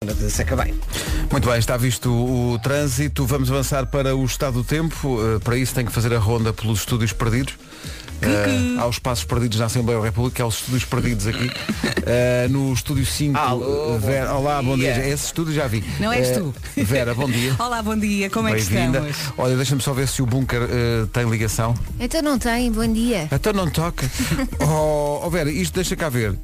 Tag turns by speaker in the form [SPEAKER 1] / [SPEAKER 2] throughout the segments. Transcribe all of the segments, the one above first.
[SPEAKER 1] segunda de seca bem.
[SPEAKER 2] Muito bem, está visto o trânsito. Vamos avançar para o estado do tempo. Eh, Para isso tem que fazer a ronda pelos estúdios perdidos. Eh, há os passos perdidos na Assembleia da República, há os estúdios perdidos aqui. Eh, no estúdio 5.
[SPEAKER 3] Ah,
[SPEAKER 1] Alô,
[SPEAKER 2] eh, Vera-
[SPEAKER 1] bom
[SPEAKER 2] Olá, bom dia.
[SPEAKER 1] dia.
[SPEAKER 2] Esse estúdio já vi.
[SPEAKER 3] oh, Não és
[SPEAKER 2] Eh,
[SPEAKER 3] tu.
[SPEAKER 2] Vera, bom dia.
[SPEAKER 3] Olá, bom dia, como é que
[SPEAKER 2] Bem-vinda.
[SPEAKER 3] estamos?
[SPEAKER 2] Olha, deixa-me só ver se o bunker eh, tem ligação.
[SPEAKER 4] Então não tem, bom dia.
[SPEAKER 2] Então não toca. oh, oh Vera, isto deixa cá ver.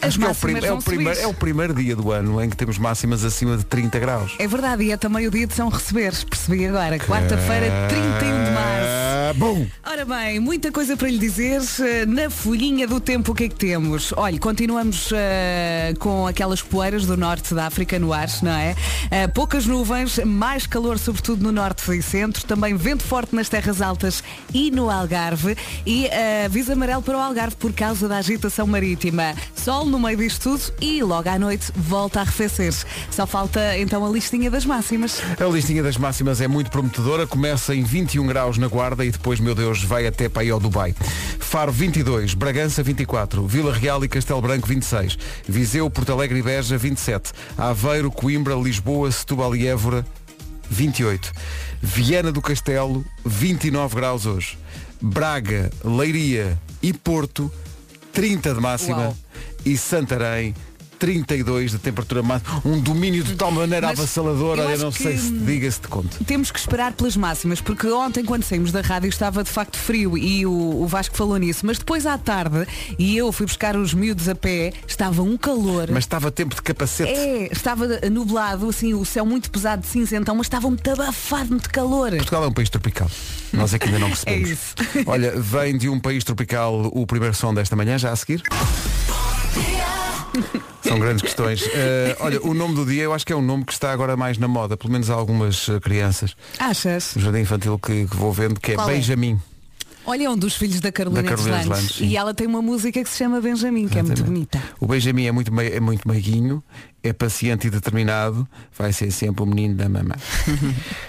[SPEAKER 3] As
[SPEAKER 2] Acho que é o,
[SPEAKER 3] máximas
[SPEAKER 2] prim- é, o
[SPEAKER 3] vão subir.
[SPEAKER 2] primeiro, é o primeiro dia do ano em que temos máximas acima de 30 graus.
[SPEAKER 3] É verdade, e é também o dia de São Receberes, percebi agora, quarta-feira, 31 de março.
[SPEAKER 2] Ah, bom!
[SPEAKER 3] Ora bem, muita coisa para lhe dizer. Eh, Na folhinha do tempo, o que é que temos? Olha, continuamos eh, com aquelas poeiras do norte da África no ar, não é? Eh, poucas nuvens, mais calor sobretudo no norte e centro, também vento forte nas terras altas e no Algarve e eh, aviso amarelo para o Algarve por causa da agitação marítima. Sol no meio disto tudo e logo à noite volta a arrefecer. Só falta então a listinha das máximas.
[SPEAKER 2] A listinha das máximas é muito prometedora. Começa em 21 graus na Guarda e depois, meu Deus, vai até para aí ao Dubai. Faro 22, Bragança 24, Vila Real e Castelo Branco 26, Viseu, Porto Alegre e Beja 27, Aveiro, Coimbra, Lisboa, Setúbal e Évora 28, Viana do Castelo 29 graus hoje, Braga, Leiria e Porto 30 de máxima
[SPEAKER 3] Uau.
[SPEAKER 2] e Santarém 32 de temperatura máxima, um domínio de tal maneira
[SPEAKER 3] Mas
[SPEAKER 2] avassaladora,
[SPEAKER 3] eu
[SPEAKER 2] eu,
[SPEAKER 3] acho
[SPEAKER 2] não
[SPEAKER 3] que- hum,
[SPEAKER 2] sei se te diga se te conto.
[SPEAKER 3] Temos que esperar pelas máximas, porque ontem quando saímos da rádio estava de facto frio e o, o Vasco falou nisso, mas depois à tarde, e eu fui buscar os miúdos a pé, estava um calor.
[SPEAKER 2] Mas estava tempo de capacete.
[SPEAKER 3] É, estava nublado, assim, o céu muito pesado de cinza, então, mas estava muito abafado, muito calor.
[SPEAKER 2] Portugal é um país tropical. Nós aqui ainda não percebemos.
[SPEAKER 3] É isso.
[SPEAKER 2] Olha, vem de um país tropical o primeiro som desta manhã, já a seguir. São grandes questões. Eh, olha, o nome do dia eu acho que é um nome que está agora mais na moda, pelo menos há algumas eh, crianças
[SPEAKER 3] Achas?
[SPEAKER 2] no jardim infantil que, que vou vendo, que é
[SPEAKER 4] Qual é?
[SPEAKER 2] Benjamin.
[SPEAKER 3] Olha, é um dos filhos da Carolina,
[SPEAKER 2] Da Carolina
[SPEAKER 3] Deslandes,
[SPEAKER 2] Deslandes, sim.
[SPEAKER 3] e ela tem uma música que se chama Benjamin, que é muito bonita.
[SPEAKER 2] O Benjamin é muito, mei- é muito meiguinho, é paciente e determinado, vai ser sempre o menino da mamã.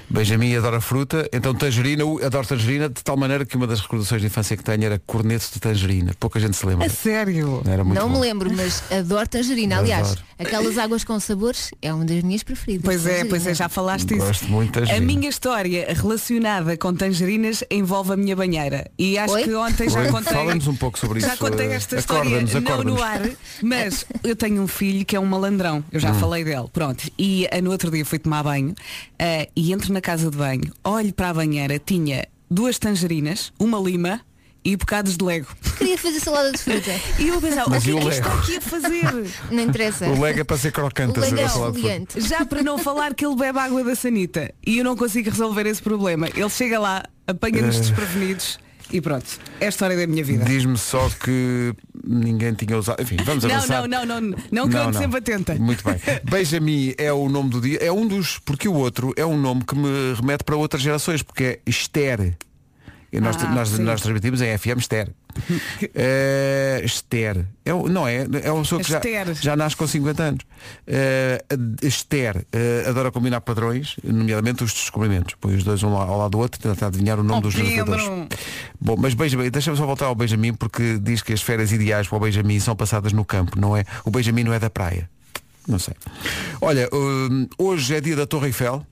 [SPEAKER 2] Benjamin adora fruta, então tangerina, eu adoro tangerina, de tal maneira que uma das recordações de infância que tenho era corneto de tangerina. Pouca gente se lembra.
[SPEAKER 3] A sério?
[SPEAKER 2] Era muito
[SPEAKER 4] não
[SPEAKER 2] bom.
[SPEAKER 4] me lembro, mas adoro tangerina. Aliás,
[SPEAKER 2] Adoro.
[SPEAKER 4] aquelas águas com sabores é uma das minhas preferidas.
[SPEAKER 3] Pois é,
[SPEAKER 4] tangerina.
[SPEAKER 3] pois é, já falaste isso.
[SPEAKER 2] Gosto muito de
[SPEAKER 3] A
[SPEAKER 2] tangerina.
[SPEAKER 3] minha história relacionada com tangerinas envolve a minha banheira. E acho
[SPEAKER 4] Oi?
[SPEAKER 3] que ontem já
[SPEAKER 2] Oi,
[SPEAKER 3] contei.
[SPEAKER 2] Fala-nos um pouco sobre
[SPEAKER 3] Já
[SPEAKER 2] isso.
[SPEAKER 3] contei
[SPEAKER 2] eh,
[SPEAKER 3] esta história
[SPEAKER 2] acorda-nos,
[SPEAKER 3] não
[SPEAKER 2] acorda-nos.
[SPEAKER 3] no ar, mas eu tenho um filho que é um malandrão, eu
[SPEAKER 2] Hum.
[SPEAKER 3] já falei dele, pronto. E ah, no outro dia fui tomar banho ah, e entro na casa de banho, olho para a banheira, tinha duas tangerinas, uma lima e bocados de lego.
[SPEAKER 4] Queria fazer salada de fruta.
[SPEAKER 3] E eu pensava,
[SPEAKER 2] Mas
[SPEAKER 3] o que
[SPEAKER 2] e
[SPEAKER 3] é
[SPEAKER 2] o
[SPEAKER 3] que isto está
[SPEAKER 2] lego?
[SPEAKER 3] aqui a fazer?
[SPEAKER 4] Não interessa.
[SPEAKER 2] O lega para ser crocante.
[SPEAKER 4] O
[SPEAKER 2] a
[SPEAKER 4] lega é
[SPEAKER 2] falar de fruta.
[SPEAKER 4] esfoliante.
[SPEAKER 3] Já para não falar que ele bebe água da sanita e eu não consigo resolver esse problema. Ele chega lá, apanha-nos
[SPEAKER 2] Eh.
[SPEAKER 3] desprevenidos e pronto. É a história da minha vida.
[SPEAKER 2] Diz-me só que ninguém tinha usado. Enfim, vamos
[SPEAKER 3] Não,
[SPEAKER 2] avançar.
[SPEAKER 3] não, não, não, não, que eu ando sempre atenta.
[SPEAKER 2] Muito bem. Benjamin é o nome do dia, é um dos, porque o outro é um nome que me remete para outras gerações, porque é Esther. E nós,
[SPEAKER 3] Ah,
[SPEAKER 2] nós,
[SPEAKER 3] sim.
[SPEAKER 2] nós transmitimos em FM Esther. Eh, Esther. É, um- não é? É uma pessoa que já,
[SPEAKER 3] Esther.
[SPEAKER 2] já nasce com 50 anos. Eh, a- Esther eh, adora combinar padrões, nomeadamente os descobrimentos. Põe os dois um ao lado do outro, tenta adivinhar o nome
[SPEAKER 3] Oh,
[SPEAKER 2] dos
[SPEAKER 3] Pedro.
[SPEAKER 2] navegadores. Bom, mas Benjamin, deixa-me só voltar ao Benjamin porque diz que as férias ideais para o Benjamin são passadas no campo, não é? O Benjamin não é da praia. Não sei. Olha, hum, hoje é dia da Torre Eiffel.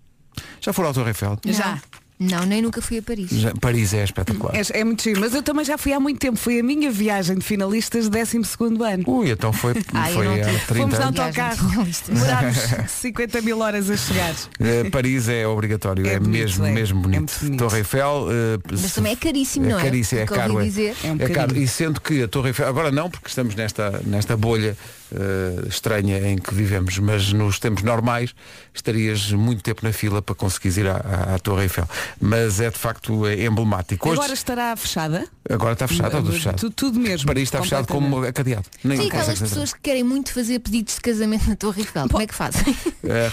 [SPEAKER 2] Já foram à Torre Eiffel?
[SPEAKER 4] Não.
[SPEAKER 3] Já.
[SPEAKER 4] Não, nem nunca fui a Paris.
[SPEAKER 2] Já- Paris é espetacular.
[SPEAKER 3] É, é muito giro, mas eu também já fui há muito tempo. Foi a minha viagem de finalistas de 12 ano.
[SPEAKER 2] Ui, então foi,
[SPEAKER 4] Ah, eu
[SPEAKER 2] foi
[SPEAKER 4] não
[SPEAKER 2] há
[SPEAKER 4] tive. é
[SPEAKER 2] 30
[SPEAKER 3] Fomos de
[SPEAKER 2] anos.
[SPEAKER 4] Viagem de
[SPEAKER 3] autocarro.
[SPEAKER 4] finalistas.
[SPEAKER 3] Demorámos 50 mil horas a chegar.
[SPEAKER 2] Eh, Paris é obrigatório, é,
[SPEAKER 3] É bonito,
[SPEAKER 2] mesmo,
[SPEAKER 3] é.
[SPEAKER 2] mesmo
[SPEAKER 3] É
[SPEAKER 2] bonito.
[SPEAKER 3] muito bonito.
[SPEAKER 2] Torre Eiffel. eh,
[SPEAKER 4] Mas
[SPEAKER 2] se-
[SPEAKER 4] também é caríssimo, não é?
[SPEAKER 2] caríssimo, é
[SPEAKER 4] Porque ouvi
[SPEAKER 2] caro.
[SPEAKER 4] dizer.
[SPEAKER 3] É um
[SPEAKER 2] É caro.
[SPEAKER 3] bocadinho.
[SPEAKER 2] E sendo que a Torre Eiffel, agora não, porque estamos nesta, nesta bolha eh, estranha em que vivemos, mas nos tempos normais estarias muito tempo na fila para conseguires ir à, à- à Torre Eiffel. Mas é de facto eh, emblemático. Hoje,
[SPEAKER 3] Agora estará fechada?
[SPEAKER 2] agora está fechado, está tudo fechado.
[SPEAKER 3] Tu- Tudo mesmo.
[SPEAKER 2] Paris está fechado como cadeado. Nem
[SPEAKER 4] Sim, aquelas
[SPEAKER 2] consegues entrar.
[SPEAKER 4] pessoas que querem muito fazer pedidos de casamento na Torre Eiffel. Como é que fazem?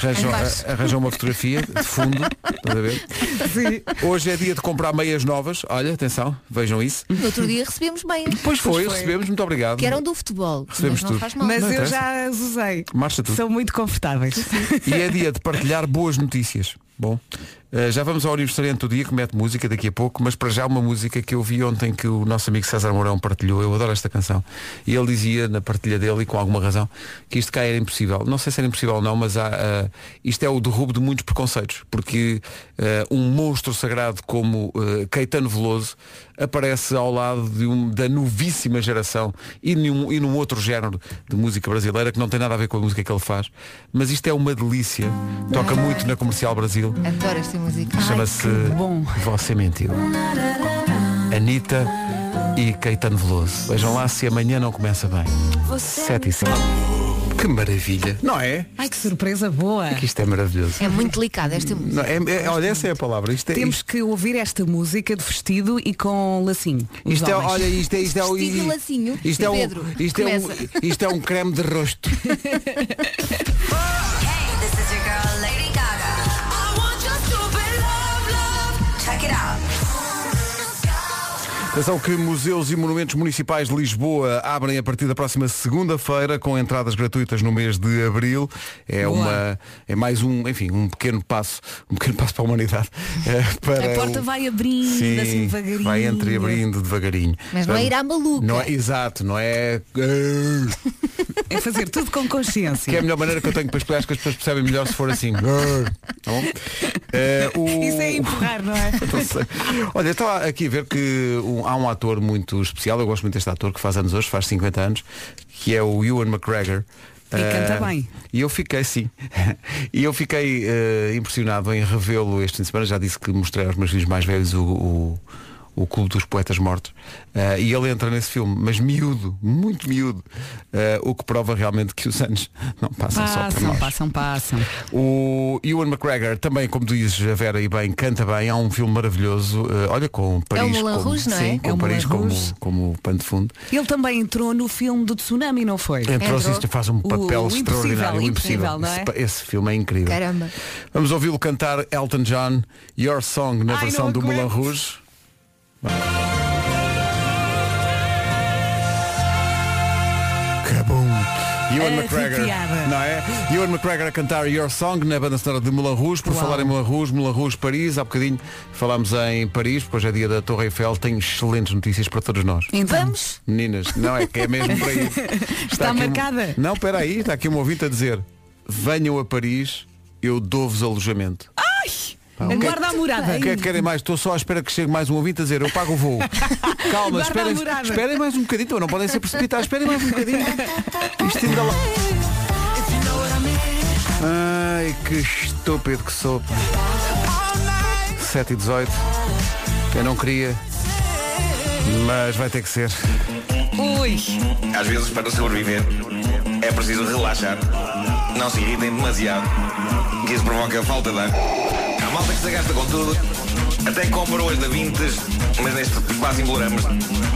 [SPEAKER 2] Arranjam,
[SPEAKER 4] Embaixo.
[SPEAKER 2] arranjam uma fotografia de fundo. estás a ver?
[SPEAKER 3] Sim.
[SPEAKER 2] Hoje é dia de comprar meias novas. Olha, atenção, vejam isso.
[SPEAKER 4] No outro dia recebemos bem.
[SPEAKER 2] Pois foi,
[SPEAKER 3] foi.
[SPEAKER 2] recebemos, muito obrigado.
[SPEAKER 4] Que um eram do futebol.
[SPEAKER 2] Recebemos
[SPEAKER 4] mas não
[SPEAKER 2] tudo.
[SPEAKER 4] faz mal.
[SPEAKER 3] Mas
[SPEAKER 2] Não
[SPEAKER 3] eu
[SPEAKER 2] interessa.
[SPEAKER 3] já as usei.
[SPEAKER 2] Marcha tudo.
[SPEAKER 3] São muito confortáveis.
[SPEAKER 2] E é dia de partilhar boas notícias. Bom, Eh, já vamos ao aniversariante do dia, que mete música daqui a pouco, mas para já uma música que eu vi ontem que o nosso amigo César Mourão partilhou. Eu adoro esta canção. E ele dizia na partilha dele, e com alguma razão, que isto cá era impossível. Não sei se era impossível ou não, mas há, ah, isto é o derrubo de muitos preconceitos, porque ah, um monstro sagrado como ah, Caetano Veloso aparece ao lado de um- da novíssima geração e num, e num outro género de música brasileira que não tem nada a ver com a música que ele faz. Mas isto é uma delícia. Toca muito na Comercial Brasil.
[SPEAKER 4] Adoro esta música.
[SPEAKER 2] Chama-se
[SPEAKER 3] bom.
[SPEAKER 2] Você Mentiu. Anitta e Caetano Veloso. Vejam lá se amanhã não começa bem. 7 e 5. Que maravilha. Não é?
[SPEAKER 3] Ai, que surpresa boa.
[SPEAKER 2] Que isto é maravilhoso.
[SPEAKER 4] É muito delicada esta música.
[SPEAKER 2] Não, é, é- olha, essa é a palavra. Isto é,
[SPEAKER 3] Temos
[SPEAKER 2] isto,
[SPEAKER 3] que ouvir esta música de vestido e com lacinho. Os
[SPEAKER 2] isto é,
[SPEAKER 3] homens.
[SPEAKER 2] olha, isto é, isto é, o-
[SPEAKER 4] Vestido e lacinho.
[SPEAKER 2] isto é um,
[SPEAKER 4] Pedro,
[SPEAKER 2] isto é um,
[SPEAKER 4] começa.
[SPEAKER 2] isto é um creme de rosto.
[SPEAKER 1] Hey, this is your girl, Lady Gaga. I want your stupid love, love. Check it out.
[SPEAKER 2] Atenção que museus e monumentos municipais de Lisboa abrem a partir da próxima segunda-feira com entradas gratuitas no mês de abril. É
[SPEAKER 3] Boa.
[SPEAKER 2] uma é mais um, enfim, um pequeno passo, um pequeno passo para a humanidade. eh, para
[SPEAKER 3] A porta
[SPEAKER 2] o-
[SPEAKER 3] vai abrindo,
[SPEAKER 2] Sim,
[SPEAKER 3] assim devagarinho.
[SPEAKER 2] Vai entreabrindo devagarinho.
[SPEAKER 4] Mas não é ir à maluca.
[SPEAKER 2] Não é, exato, não é. eh,
[SPEAKER 3] É fazer tudo com consciência.
[SPEAKER 2] Que é a melhor maneira que eu tenho para explicar acho que as pessoas percebem melhor se for assim. Eh, tá bom? Eh, o-
[SPEAKER 3] Isso é empurrar, não é?
[SPEAKER 2] Não sei. Olha, estava aqui a ver que um- há um ator muito especial, eu gosto muito deste ator que faz anos hoje, faz 50 anos, que é o Ewan McGregor. Ah,
[SPEAKER 3] E canta bem.
[SPEAKER 2] E eu fiquei, sim. e eu fiquei eh, impressionado em revê-lo este fim de semana. Já disse que mostrei aos meus filhos mais velhos o, o, o Clube dos Poetas Mortos. Eh, e ele entra nesse filme, mas miúdo, muito miúdo. Eh, o que prova realmente que os anos não passam, só por
[SPEAKER 3] Passam,
[SPEAKER 2] nós.
[SPEAKER 3] passam, passam.
[SPEAKER 2] O Ewan McGregor também, como diz a Vera e bem, canta bem. Há um filme maravilhoso. eh, olha, com Paris
[SPEAKER 4] Moulin
[SPEAKER 2] como,
[SPEAKER 4] Rouge, não é?
[SPEAKER 2] sim, com
[SPEAKER 3] É o
[SPEAKER 2] Paris
[SPEAKER 3] Moulin
[SPEAKER 2] como,
[SPEAKER 3] Rouge.
[SPEAKER 2] como pano de fundo.
[SPEAKER 3] Ele também entrou no filme do tsunami, não foi?
[SPEAKER 2] Entrou,
[SPEAKER 4] Entrou.
[SPEAKER 2] sim, senhor, faz um papel
[SPEAKER 3] É O Impossível,
[SPEAKER 2] extraordinário. o
[SPEAKER 3] Impossível, não é?
[SPEAKER 2] Esse pa- Esse, filme é incrível.
[SPEAKER 4] Caramba.
[SPEAKER 2] Vamos ouvi-lo cantar Elton John, Your Song, na
[SPEAKER 3] Ai,
[SPEAKER 2] versão
[SPEAKER 3] não
[SPEAKER 2] do Moulin
[SPEAKER 3] aguento.
[SPEAKER 2] Rouge. Cabum. Ewan McGregor,
[SPEAKER 3] É Arrepiada.
[SPEAKER 2] não é? Ewan McGregor a cantar Your Song na banda sonora de Moulin Rouge. Por
[SPEAKER 3] Uau.
[SPEAKER 2] falar em Moulin Rouge, Moulin Rouge Paris, há bocadinho falámos em Paris, porque hoje é dia da Torre Eiffel, tenho excelentes notícias para todos nós.
[SPEAKER 3] Então,
[SPEAKER 4] Vamos?
[SPEAKER 2] Meninas, não é que é mesmo para ir.
[SPEAKER 3] Está
[SPEAKER 2] aqui um-
[SPEAKER 3] marcada.
[SPEAKER 2] Não, espera aí, está aqui um ouvinte a dizer Venham a Paris, eu dou-vos alojamento Pá, o que é
[SPEAKER 3] Guarda a
[SPEAKER 2] que-
[SPEAKER 3] morada.
[SPEAKER 2] O que é que querem mais? Estou só à espera que chegue mais um ouvinte a dizer Eu pago o voo Calma,
[SPEAKER 3] Guarda a
[SPEAKER 2] esperem,
[SPEAKER 3] morada.
[SPEAKER 2] esperem mais um bocadinho então, Não podem ser precipitados, esperem mais um bocadinho Isto ainda lá Ai, que estúpido que sou 7 e 18 Eu não queria Mas vai ter que ser
[SPEAKER 3] Ui, é
[SPEAKER 5] Às vezes, para sobreviver, é preciso relaxar. Não se irritem demasiado, que isso provoca falta de ar. Há malta que se gasta com tudo, até compra hoje da Vintes, mas neste quase embolamos.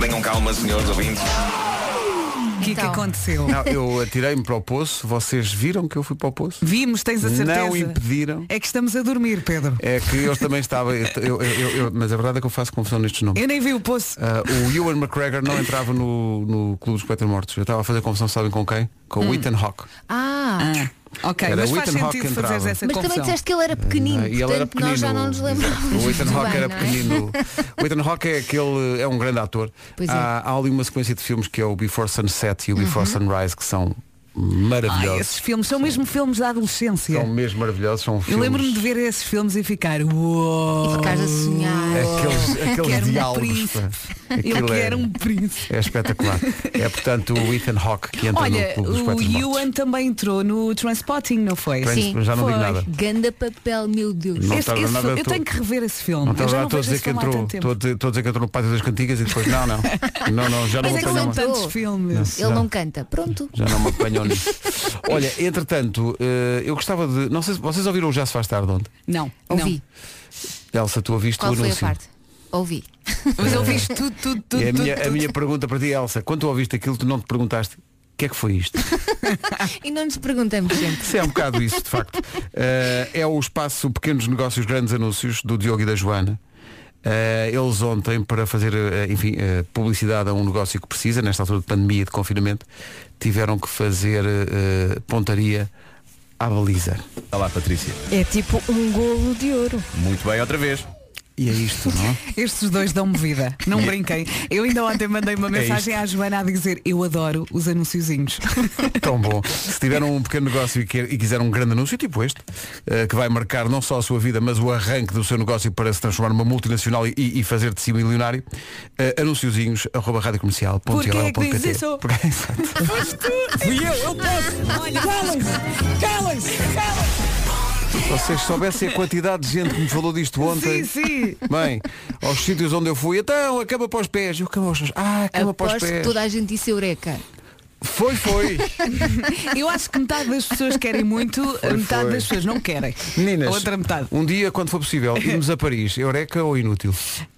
[SPEAKER 5] Tenham calma, senhores ouvintes.
[SPEAKER 3] o que é que
[SPEAKER 4] Então.
[SPEAKER 3] aconteceu?
[SPEAKER 2] Não, eu atirei-me para o poço, vocês viram que eu fui para o poço?
[SPEAKER 3] Vimos, tens a certeza.
[SPEAKER 2] Não impediram.
[SPEAKER 3] É que estamos a dormir, Pedro.
[SPEAKER 2] É que eu também estava. eu- eu- eu- eu- mas a verdade é que eu faço confusão nestes nomes.
[SPEAKER 3] Eu nem vi o poço.
[SPEAKER 2] Ah, o Ewan McGregor não entrava no, no Clube dos Poetas Mortos. Eu estava a fazer confusão, sabem com quem? Com
[SPEAKER 4] Hum.
[SPEAKER 2] o Ethan Hawke.
[SPEAKER 4] Ah,
[SPEAKER 3] Ah, ok,
[SPEAKER 2] É, Era
[SPEAKER 3] mas
[SPEAKER 2] o
[SPEAKER 3] faz
[SPEAKER 2] Ethan Hawke
[SPEAKER 3] sentido
[SPEAKER 2] que
[SPEAKER 3] fazeres
[SPEAKER 2] entrava.
[SPEAKER 3] essa
[SPEAKER 4] mas também
[SPEAKER 3] confusão.
[SPEAKER 4] disseste que ele era pequenino,
[SPEAKER 2] Ah, e ele era
[SPEAKER 4] portanto
[SPEAKER 2] pequenino.
[SPEAKER 4] nós já não nos lembramos.
[SPEAKER 2] O Ethan
[SPEAKER 4] muito
[SPEAKER 2] Hawke
[SPEAKER 4] bem,
[SPEAKER 2] era
[SPEAKER 4] não é?
[SPEAKER 2] pequenino. O Ethan Hawke é aquele, é um grande ator. Ah,
[SPEAKER 4] Pois é.
[SPEAKER 2] Há, há ali uma sequência de filmes que é o Before Sunset e o Before
[SPEAKER 4] Uhum.
[SPEAKER 2] Sunrise que são
[SPEAKER 3] Ai,
[SPEAKER 2] maravilhosos.
[SPEAKER 3] esses filmes são mesmo filmes da adolescência.
[SPEAKER 2] São mesmo maravilhosos. São
[SPEAKER 3] Eu
[SPEAKER 2] filmes.
[SPEAKER 3] lembro-me de ver esses filmes e ficar uou,
[SPEAKER 4] E ficares a
[SPEAKER 2] É,
[SPEAKER 4] sonhar.
[SPEAKER 2] Aqueles, aqueles
[SPEAKER 3] Quero um
[SPEAKER 2] diálogos.
[SPEAKER 3] príncipe.
[SPEAKER 2] pá.
[SPEAKER 3] Eu
[SPEAKER 2] Aquilo é-
[SPEAKER 3] quero um príncipe.
[SPEAKER 2] É espetacular. É portanto o Ethan Hawke que entra
[SPEAKER 3] Olha,
[SPEAKER 2] no clube dos
[SPEAKER 3] o
[SPEAKER 2] poetas mortos.
[SPEAKER 3] Ewan também entrou no Transpotting, não foi?
[SPEAKER 2] Trans-
[SPEAKER 4] Sim,
[SPEAKER 2] já não digo
[SPEAKER 3] foi.
[SPEAKER 2] nada.
[SPEAKER 4] Ganda papel, meu Deus.
[SPEAKER 2] Não
[SPEAKER 3] Esse-
[SPEAKER 2] estava
[SPEAKER 3] esse-
[SPEAKER 2] nada,
[SPEAKER 3] eu
[SPEAKER 2] estou-
[SPEAKER 3] tenho que rever esse filme.
[SPEAKER 2] Não
[SPEAKER 3] eu
[SPEAKER 2] estava
[SPEAKER 3] já
[SPEAKER 2] lá,
[SPEAKER 3] não
[SPEAKER 2] estou a
[SPEAKER 3] vejo
[SPEAKER 2] dizer
[SPEAKER 3] esse
[SPEAKER 2] que
[SPEAKER 3] filme há
[SPEAKER 2] entrou,
[SPEAKER 3] tanto tempo.
[SPEAKER 2] estou a dizer, estou a dizer que entrou no Pátio das Cantigas e depois não, não, não, não já não
[SPEAKER 4] Mas
[SPEAKER 2] me
[SPEAKER 4] é
[SPEAKER 2] apanham.
[SPEAKER 4] que
[SPEAKER 3] São
[SPEAKER 4] não entrou.
[SPEAKER 3] tantos filmes.
[SPEAKER 4] Ele não canta. Pronto.
[SPEAKER 2] Já não me apanham nisso. Olha, entretanto, eh, eu gostava de. Não sei se vocês ouviram o Já se faz tarde ontem.
[SPEAKER 3] Não, não.
[SPEAKER 4] Ouvi.
[SPEAKER 2] Elsa, tu ouviste
[SPEAKER 4] Qual
[SPEAKER 2] o
[SPEAKER 4] foi a
[SPEAKER 2] anúncio.
[SPEAKER 4] parte? Ouvi.
[SPEAKER 3] Mas eu vi tudo, tudo, tudo,
[SPEAKER 2] E É a
[SPEAKER 3] tudo,
[SPEAKER 2] minha, a
[SPEAKER 3] tudo.
[SPEAKER 2] minha pergunta para ti, Elsa, quando tu ouviste aquilo, tu não te perguntaste o que é que foi isto?
[SPEAKER 4] E não nos perguntamos sempre.
[SPEAKER 2] Isso é um bocado isso, de facto. Eh, é o espaço Pequenos Negócios, Grandes Anúncios, do Diogo e da Joana. Eh, eles ontem, para fazer eh, enfim, eh, publicidade a um negócio que precisa, nesta altura de pandemia e de confinamento, tiveram que fazer eh, pontaria à baliza.
[SPEAKER 6] Está lá, Patrícia.
[SPEAKER 7] É tipo um golo de ouro.
[SPEAKER 6] Muito bem, outra vez.
[SPEAKER 2] E é isto, não é?
[SPEAKER 3] Estes dois dão-me vida. Não brinquem. Eu ainda ontem mandei
[SPEAKER 2] É
[SPEAKER 3] uma mensagem à Joana a dizer eu adoro os anunciozinhos.
[SPEAKER 2] Tão bom. Se tiver um pequeno negócio e, quer- e quiser um grande anúncio, tipo este, eh, que vai marcar não só a sua vida, mas o arranque do seu negócio para se transformar numa multinacional e, e fazer de si um milionário, uh, anunciozinhos, arroba radiocomercial.ol.pt.
[SPEAKER 3] Porquê é que dizes isso?
[SPEAKER 2] Porque- Exato. é Se vocês soubessem a quantidade de gente que me falou disto ontem.
[SPEAKER 3] Sim, sim.
[SPEAKER 2] Bem, aos sítios onde eu fui, então, a cama para os pés. Eu, cama aos... Ah, cama para os
[SPEAKER 4] Aposto que é-
[SPEAKER 2] pés.
[SPEAKER 4] toda a gente disse eureka.
[SPEAKER 2] Foi, foi.
[SPEAKER 3] Eu acho que metade das pessoas querem muito, metade
[SPEAKER 2] foi.
[SPEAKER 3] das pessoas não querem.
[SPEAKER 2] Meninas,
[SPEAKER 3] A outra metade.
[SPEAKER 2] um dia, quando for possível, irmos a Paris, eureka ou inútil?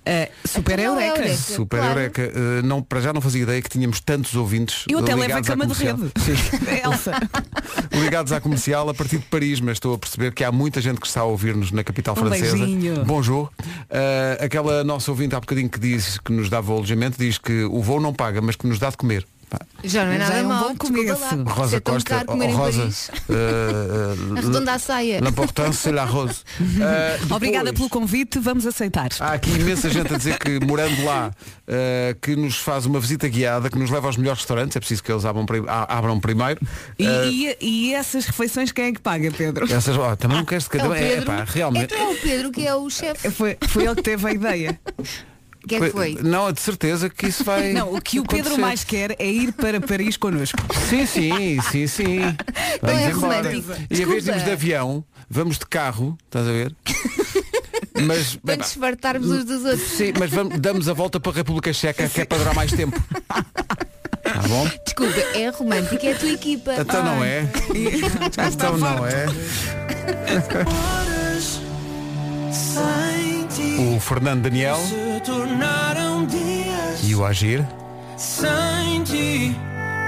[SPEAKER 3] Ah, super
[SPEAKER 4] Então não é
[SPEAKER 3] eureka.
[SPEAKER 4] eureka.
[SPEAKER 2] Super
[SPEAKER 4] claro.
[SPEAKER 2] eureka. Eh, não, para já não fazia ideia que tínhamos tantos ouvintes
[SPEAKER 3] Eu
[SPEAKER 4] é
[SPEAKER 3] até levo a
[SPEAKER 2] ligados à
[SPEAKER 3] cama de
[SPEAKER 2] comercial.
[SPEAKER 3] rede. É,
[SPEAKER 2] Sim,
[SPEAKER 3] Elsa.
[SPEAKER 2] ligados à comercial a partir de Paris, mas estou a perceber que há muita gente que está a ouvir-nos na capital
[SPEAKER 3] Um
[SPEAKER 2] francesa.
[SPEAKER 3] beijinho.
[SPEAKER 2] Bonjour. Eh, aquela nossa ouvinte há bocadinho que diz que nos dava o alojamento, diz que o voo não paga, mas que nos dá de comer. Pá,
[SPEAKER 4] Já não é
[SPEAKER 3] Já
[SPEAKER 4] nada
[SPEAKER 3] é um
[SPEAKER 4] mal.
[SPEAKER 3] bom
[SPEAKER 4] desculpa lá.
[SPEAKER 3] começo.
[SPEAKER 4] Se
[SPEAKER 2] Rosa
[SPEAKER 4] é tão
[SPEAKER 2] Costa,
[SPEAKER 4] caro comer
[SPEAKER 2] oh,
[SPEAKER 4] em
[SPEAKER 2] Rosa,
[SPEAKER 4] Paris.
[SPEAKER 2] eh, eh,
[SPEAKER 4] Arredonda a saia.
[SPEAKER 2] L'important c'est la rose. Eh, depois- Ah,
[SPEAKER 3] Obrigada pelo convite, vamos aceitar.
[SPEAKER 2] Há aqui imensa gente a dizer que morando lá eh, que nos faz uma visita guiada, que nos leva aos melhores restaurantes, é preciso que eles abram, pri- a- abram primeiro.
[SPEAKER 3] E,
[SPEAKER 2] Eh,
[SPEAKER 3] e- e essas refeições quem é que paga, Pedro?
[SPEAKER 2] essas, ó, também não queres de
[SPEAKER 4] É
[SPEAKER 2] cada
[SPEAKER 4] o
[SPEAKER 2] é,
[SPEAKER 4] Pedro.
[SPEAKER 2] pá, realmente.
[SPEAKER 4] É o Pedro que é o chefe.
[SPEAKER 3] Foi, foi ele que teve a ideia.
[SPEAKER 4] Quem é que foi?
[SPEAKER 2] Não, é de certeza que isso vai.
[SPEAKER 3] Não, o que o Pedro
[SPEAKER 2] acontecer.
[SPEAKER 3] mais quer é ir para Paris connosco.
[SPEAKER 2] Sim, sim, sim, sim. Vamos
[SPEAKER 4] é
[SPEAKER 2] embora.
[SPEAKER 4] romântico.
[SPEAKER 2] E em vez de irmos
[SPEAKER 4] Desculpa.
[SPEAKER 2] de avião, vamos de carro, estás a ver? Mas,
[SPEAKER 4] Para
[SPEAKER 2] epá,
[SPEAKER 4] desfartarmos uns dos outros.
[SPEAKER 2] sim, mas vamos, damos a volta para a República Checa, que é para durar mais tempo. Tá bom?
[SPEAKER 4] Desculpa, é romântico, é a tua equipa.
[SPEAKER 2] Então não é. Então não é. O Fernando Daniel
[SPEAKER 8] tornaram dias
[SPEAKER 2] e o Agir.
[SPEAKER 8] sem ti.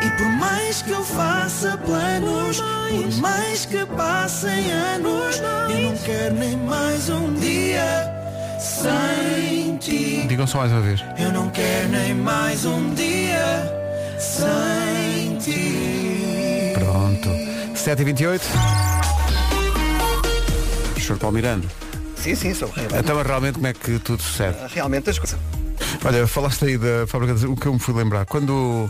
[SPEAKER 8] E por mais que eu faça planos, por mais que passem anos, eu não quero nem mais um dia sem ti.
[SPEAKER 2] Digam só mais uma vez.
[SPEAKER 8] Eu não quero nem mais um dia sem ti.
[SPEAKER 2] Pronto. 7h28. Sr. Paulo Miranda.
[SPEAKER 9] Sim, sim, sou rei.
[SPEAKER 2] Então mas realmente como é que tudo sucede?
[SPEAKER 9] Realmente as coisas.
[SPEAKER 2] Olha, falaste aí da fábrica de... O que eu me fui lembrar? Quando,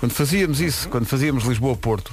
[SPEAKER 2] quando fazíamos isso, quando fazíamos Lisboa-Porto,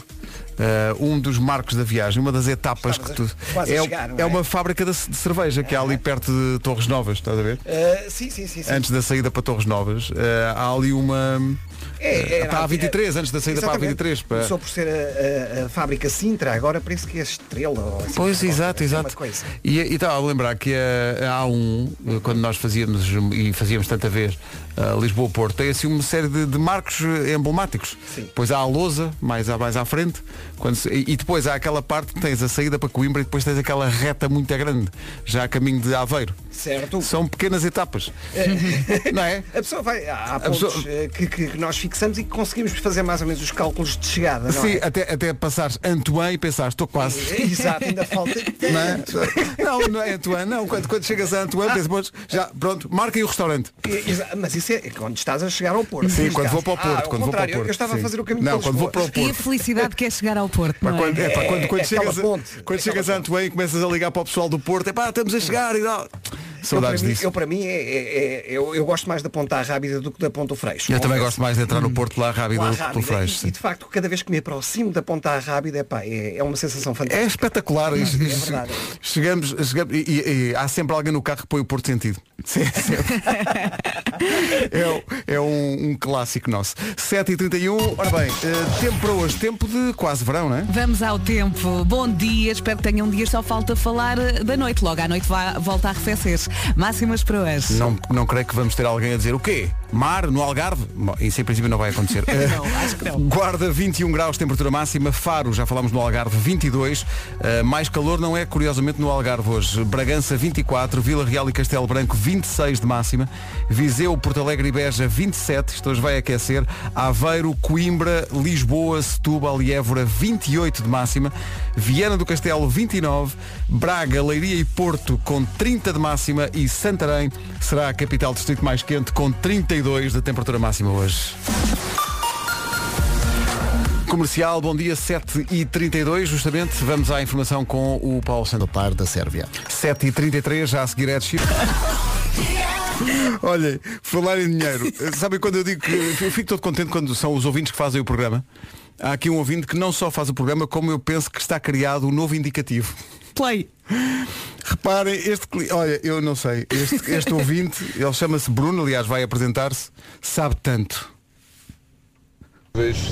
[SPEAKER 2] eh, um dos marcos da viagem, uma das etapas
[SPEAKER 9] Estavas
[SPEAKER 2] que
[SPEAKER 9] a-
[SPEAKER 2] tu...
[SPEAKER 9] quase a
[SPEAKER 2] é,
[SPEAKER 9] chegar, não
[SPEAKER 2] é
[SPEAKER 9] é?
[SPEAKER 2] uma fábrica de, de cerveja que há ali perto de Torres Novas, estás a ver?
[SPEAKER 9] Ah, sim, sim, sim. sim.
[SPEAKER 2] antes da saída para Torres Novas, eh, há ali uma. eh,
[SPEAKER 9] É, é,
[SPEAKER 2] para a 23, antes da saída para a
[SPEAKER 9] Exatamente.
[SPEAKER 2] 23. Para...
[SPEAKER 9] Começou por ser a, a- a fábrica Sintra, agora parece que é estrela. ou assim,
[SPEAKER 2] Pois,
[SPEAKER 9] uma
[SPEAKER 2] exato,
[SPEAKER 9] coisa,
[SPEAKER 2] exato.
[SPEAKER 9] Uma coisa.
[SPEAKER 2] E e estava a lembrar que eh, a A1, eh, quando nós fazíamos e fazíamos tanta vez eh, Lisboa-Porto, tem assim uma série de, de marcos eh, emblemáticos.
[SPEAKER 9] Sim.
[SPEAKER 2] Pois há a Lousa, mais, à- mais à frente, quando se- e, e depois há aquela parte que tens a saída para Coimbra e depois tens aquela reta muito grande, já a caminho de Aveiro.
[SPEAKER 9] Certo.
[SPEAKER 2] São pequenas etapas. Não é?
[SPEAKER 9] A pessoa vai. Há, há
[SPEAKER 2] A pessoa-
[SPEAKER 9] pontos eh, que, que nós fixamos e que conseguimos fazer mais ou menos os cálculos de chegada, não
[SPEAKER 2] Sim,
[SPEAKER 9] é?
[SPEAKER 2] até, até passares Antoine e pensares, estou quase.
[SPEAKER 9] Exato, ainda falta.
[SPEAKER 2] Não, é? não, não é Antoine, não. Quando, quando chegas a Antoine, pensas, "Pois, já, pronto, marquem o restaurante.
[SPEAKER 9] E- exa- Mas isso é quando estás a chegar ao Porto.
[SPEAKER 2] Sim,
[SPEAKER 9] Neste
[SPEAKER 2] quando
[SPEAKER 9] caso.
[SPEAKER 2] vou para o
[SPEAKER 9] Ah,
[SPEAKER 2] Porto,
[SPEAKER 9] ao
[SPEAKER 2] quando vou para o
[SPEAKER 9] contrário,
[SPEAKER 2] Porto.
[SPEAKER 9] Eu estava
[SPEAKER 2] sim.
[SPEAKER 9] a fazer o caminho
[SPEAKER 2] Não,
[SPEAKER 9] de
[SPEAKER 2] quando vou para o
[SPEAKER 9] Lisboa.
[SPEAKER 3] E a
[SPEAKER 2] Porto.
[SPEAKER 3] felicidade que é chegar ao Porto.
[SPEAKER 2] Pá,
[SPEAKER 3] não é?
[SPEAKER 2] Quando, é, pá, quando, quando
[SPEAKER 9] é
[SPEAKER 2] chegas,
[SPEAKER 9] aquela ponte,
[SPEAKER 2] a, quando
[SPEAKER 9] é
[SPEAKER 2] chegas a
[SPEAKER 9] aquela
[SPEAKER 2] Antoine e começas a ligar para o pessoal do Porto, é pá, estamos a chegar e tal.
[SPEAKER 9] Eu, para
[SPEAKER 2] Saudades
[SPEAKER 9] mim-
[SPEAKER 2] disso.
[SPEAKER 9] eu, para mim, é, é- é- eu, eu gosto mais da ponta à rábida do que da ponta ao freixo.
[SPEAKER 2] Eu, também
[SPEAKER 9] Confesso.
[SPEAKER 2] gosto mais de entrar no Porto Hum. lá rápido é
[SPEAKER 9] Lá
[SPEAKER 2] do que pelo
[SPEAKER 9] rábida.
[SPEAKER 2] Freixo.
[SPEAKER 9] E, e
[SPEAKER 2] sim.
[SPEAKER 9] de facto, cada vez que me aproximo da ponta à rábida, epá, é, é uma sensação
[SPEAKER 2] É
[SPEAKER 9] fantástica.
[SPEAKER 2] espetacular. e- e-
[SPEAKER 9] verdade.
[SPEAKER 2] chegamos, chegamos- e, e- e há sempre alguém no carro que põe o Porto Sentido. Sim, sempre. é o- é um, um clássico nosso. 7h31, ora bem, eh, tempo para hoje, tempo de quase verão, não é?
[SPEAKER 3] Vamos ao tempo. Bom dia, espero que tenham um dia. Só falta falar eh, da noite. Logo à noite vai, volta a arrefecer. Máximas para hoje.
[SPEAKER 2] Não, não creio que vamos ter alguém a dizer o quê? Mar no Algarve? Bom, isso em princípio não vai acontecer. Eh,
[SPEAKER 3] Não, acho que não.
[SPEAKER 2] Guarda 21 graus, temperatura máxima. Faro, já falámos no Algarve, 22. Uh, mais calor não é, curiosamente, no Algarve hoje. Bragança, 24. Vila Real e Castelo Branco, 26 de máxima. Viseu, Porto Alegre e Beja, 27. Isto hoje vai aquecer. Aveiro, Coimbra, Lisboa, Setúbal e Évora, 28 de máxima. Viana do Castelo, 29. Braga, Leiria e Porto, com 30 de máxima. E Santarém será a capital distrito mais quente, com 32 de temperatura máxima hoje. Comercial, bom dia, 7h32, justamente. Vamos à informação com o Paulo Santos.
[SPEAKER 10] do par da Sérvia.
[SPEAKER 2] 7h33, já a seguir é de Chip. Olha, falar em dinheiro. Sabem quando eu digo que eu fico todo contente quando são os ouvintes que fazem o programa? Há aqui um ouvinte que não só faz o programa, como eu penso que está criado um novo indicativo.
[SPEAKER 3] Play.
[SPEAKER 2] Reparem, este cli- olha, eu não sei, este, este ouvinte, ele chama-se Bruno, aliás, vai apresentar-se, sabe tanto.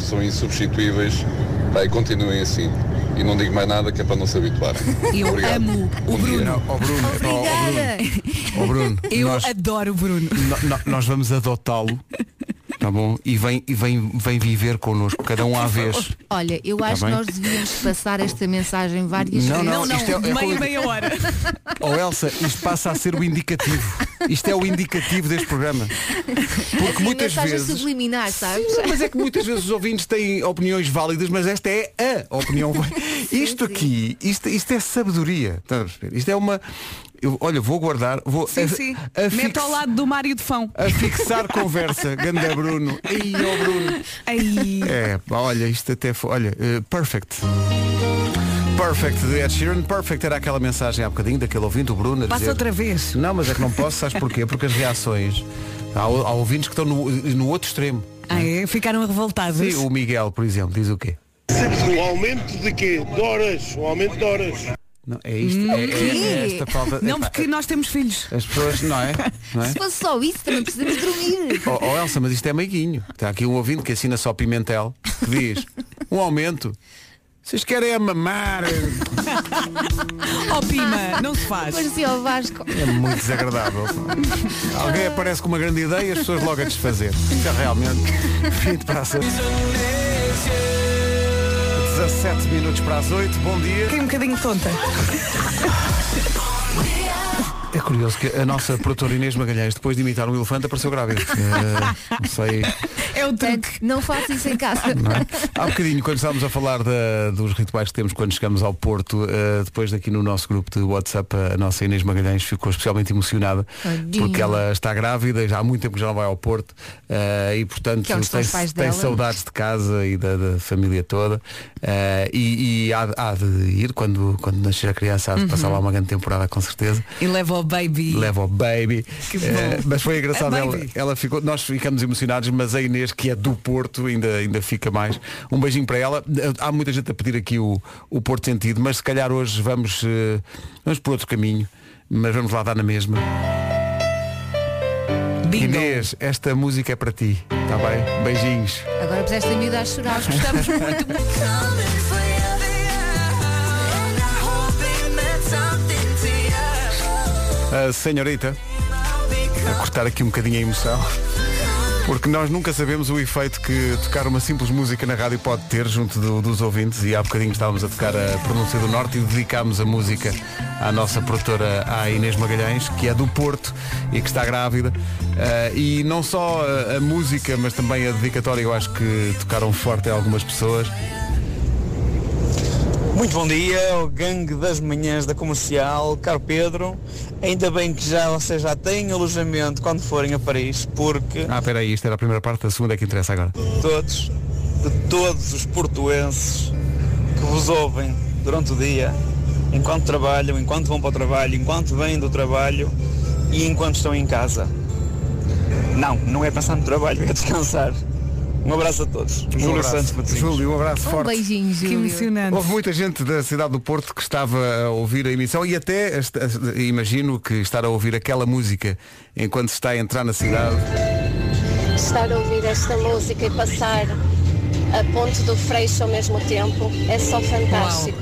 [SPEAKER 11] São insubstituíveis. Pai, continuem assim. E não digo mais nada que é para não se habituar.
[SPEAKER 3] Eu
[SPEAKER 11] Obrigado.
[SPEAKER 3] amo o
[SPEAKER 11] Bom dia.
[SPEAKER 3] Bruno.
[SPEAKER 2] Ó Bruno, ó
[SPEAKER 4] Ah, Obrigada.
[SPEAKER 2] ó Bruno,
[SPEAKER 3] Eu
[SPEAKER 2] nós,
[SPEAKER 3] adoro o Bruno.
[SPEAKER 2] no- no- nós vamos adotá-lo, tá bom? E vem, e vem, vem viver connosco, cada um à vez.
[SPEAKER 4] Olha, eu acho
[SPEAKER 2] Tá bem.
[SPEAKER 4] que nós devíamos passar esta mensagem várias
[SPEAKER 2] Não,
[SPEAKER 4] vezes.
[SPEAKER 2] não, isto é- é
[SPEAKER 3] meia,
[SPEAKER 2] como-
[SPEAKER 3] meia hora.
[SPEAKER 2] Oh Elsa, isto passa a ser o indicativo. Isto é o indicativo deste programa. Porque muitas
[SPEAKER 4] Assim, mensagem
[SPEAKER 2] vezes.
[SPEAKER 4] subliminar, sabes?
[SPEAKER 2] Mas é que muitas vezes os ouvintes têm opiniões válidas, mas esta é a opinião. Isto aqui, isto, isto é sabedoria. Estás a perceber? Isto é uma. eu- olha, vou guardar, vou
[SPEAKER 3] Sim, sim.
[SPEAKER 2] A, a
[SPEAKER 3] Mete ao
[SPEAKER 2] fix-
[SPEAKER 3] lado do Mário de Fão.
[SPEAKER 2] a fixar conversa. Ganda Bruno. Ai, ó Bruno.
[SPEAKER 3] Ai.
[SPEAKER 2] É, pá, olha, isto até foi. Olha, eh, perfect. Perfect de Ed Sheeran. Perfect era aquela mensagem há bocadinho daquele ouvinte, o Bruno. a
[SPEAKER 3] Passa
[SPEAKER 2] dizer-
[SPEAKER 3] outra vez.
[SPEAKER 2] Não, mas é que não posso, sabes porquê? Porque as reações. Há, há ouvintes que estão no, no outro extremo.
[SPEAKER 3] Ah, é? Ficaram revoltados.
[SPEAKER 2] Sim, o Miguel, por exemplo, diz o quê?
[SPEAKER 8] O aumento de quê? De horas. O aumento de horas.
[SPEAKER 2] Não, é isto, é, é- é
[SPEAKER 4] quê?
[SPEAKER 2] esta falta.
[SPEAKER 3] Não,
[SPEAKER 2] Epá,
[SPEAKER 3] porque nós temos filhos.
[SPEAKER 2] As pessoas, não é? Não é?
[SPEAKER 4] Se fosse só isso, também precisamos dormir.
[SPEAKER 2] Oh, oh, Elsa, mas isto é meiguinho. Está aqui um ouvinte que assina só Pimentel, que diz, um aumento. Vocês querem é mamar.
[SPEAKER 3] Ó Pima, não se faz.
[SPEAKER 4] Parecia o Vasco.
[SPEAKER 2] É muito desagradável. Alguém aparece com uma grande ideia e as pessoas logo a desfazer. Isto é realmente fim de praça. 17 minutos para as 8, bom dia.
[SPEAKER 3] Fiquei um bocadinho tonta.
[SPEAKER 2] É curioso que a nossa produtora Inês Magalhães, depois de imitar um elefante, apareceu grávida. Eh, não sei.
[SPEAKER 3] É o truque.
[SPEAKER 4] Portanto, não faça isso em casa.
[SPEAKER 2] Não é? Há bocadinho, quando estávamos a falar da- dos rituais que temos quando chegamos ao Porto, eh, depois daqui no nosso grupo de WhatsApp, a nossa Inês Magalhães ficou especialmente emocionada
[SPEAKER 4] Tadinha.
[SPEAKER 2] porque ela está grávida e já há muito tempo que já não vai ao Porto eh, e portanto
[SPEAKER 4] Que é onde estão
[SPEAKER 2] tem,
[SPEAKER 4] os pais
[SPEAKER 2] tem
[SPEAKER 4] dela.
[SPEAKER 2] saudades de casa e da, da família toda eh, e, e há, de- há de ir quando, quando nascer a criança, há de
[SPEAKER 4] Uhum.
[SPEAKER 2] passar lá uma grande temporada com certeza
[SPEAKER 3] E leva o baby.
[SPEAKER 2] leva o baby.
[SPEAKER 3] Que bom.
[SPEAKER 2] Eh, mas foi engraçado,
[SPEAKER 3] A
[SPEAKER 2] ela,
[SPEAKER 3] baby.
[SPEAKER 2] ela ficou, nós ficamos emocionados, mas a Inês, que é do Porto, ainda, ainda fica mais. Um beijinho para ela. Eh, Há muita gente a pedir aqui o, o Porto Sentido, mas se calhar hoje vamos, eh, vamos por outro caminho. Mas vamos lá dar na mesma.
[SPEAKER 3] Bingo.
[SPEAKER 2] Inês, esta música é para ti. Está bem? Beijinhos.
[SPEAKER 4] Agora puseste a miúda a chorar.
[SPEAKER 3] Estamos muito
[SPEAKER 1] Coming for you, and I hope it meant something to you.
[SPEAKER 2] A senhorita, a cortar aqui um bocadinho a emoção. Porque nós nunca sabemos o efeito que tocar uma simples música na rádio pode ter junto do- dos ouvintes e há bocadinho estávamos a tocar a pronúncia do Norte e dedicámos a música à nossa produtora, à Inês Magalhães, que é do Porto e que está grávida. Ah, e não só a, a música, mas também a dedicatória, eu acho que tocaram forte a algumas pessoas.
[SPEAKER 8] Muito bom dia, o gangue das manhãs da comercial, caro Pedro. Ainda bem que já vocês já têm alojamento quando forem a Paris, porque
[SPEAKER 2] Ah, peraí, isto era a primeira parte, a segunda é que interessa agora.
[SPEAKER 8] todos, de todos os portuenses que vos ouvem durante o dia, enquanto trabalham, enquanto vão para o trabalho, enquanto vêm do trabalho e enquanto estão em casa. Não, não é pensar no trabalho, é descansar. Um abraço a todos. Júlio Santos Matosinhos.
[SPEAKER 2] Júlio, um abraço
[SPEAKER 4] Um
[SPEAKER 2] forte.
[SPEAKER 4] beijinho,
[SPEAKER 3] que
[SPEAKER 4] Júlio.
[SPEAKER 3] emocionante.
[SPEAKER 2] Houve muita gente da cidade do Porto que estava a ouvir a emissão e até est- imagino que estar a ouvir aquela música enquanto está a entrar na cidade.
[SPEAKER 12] Estar a ouvir esta música e passar a Ponte do Freixo ao mesmo tempo é só fantástico.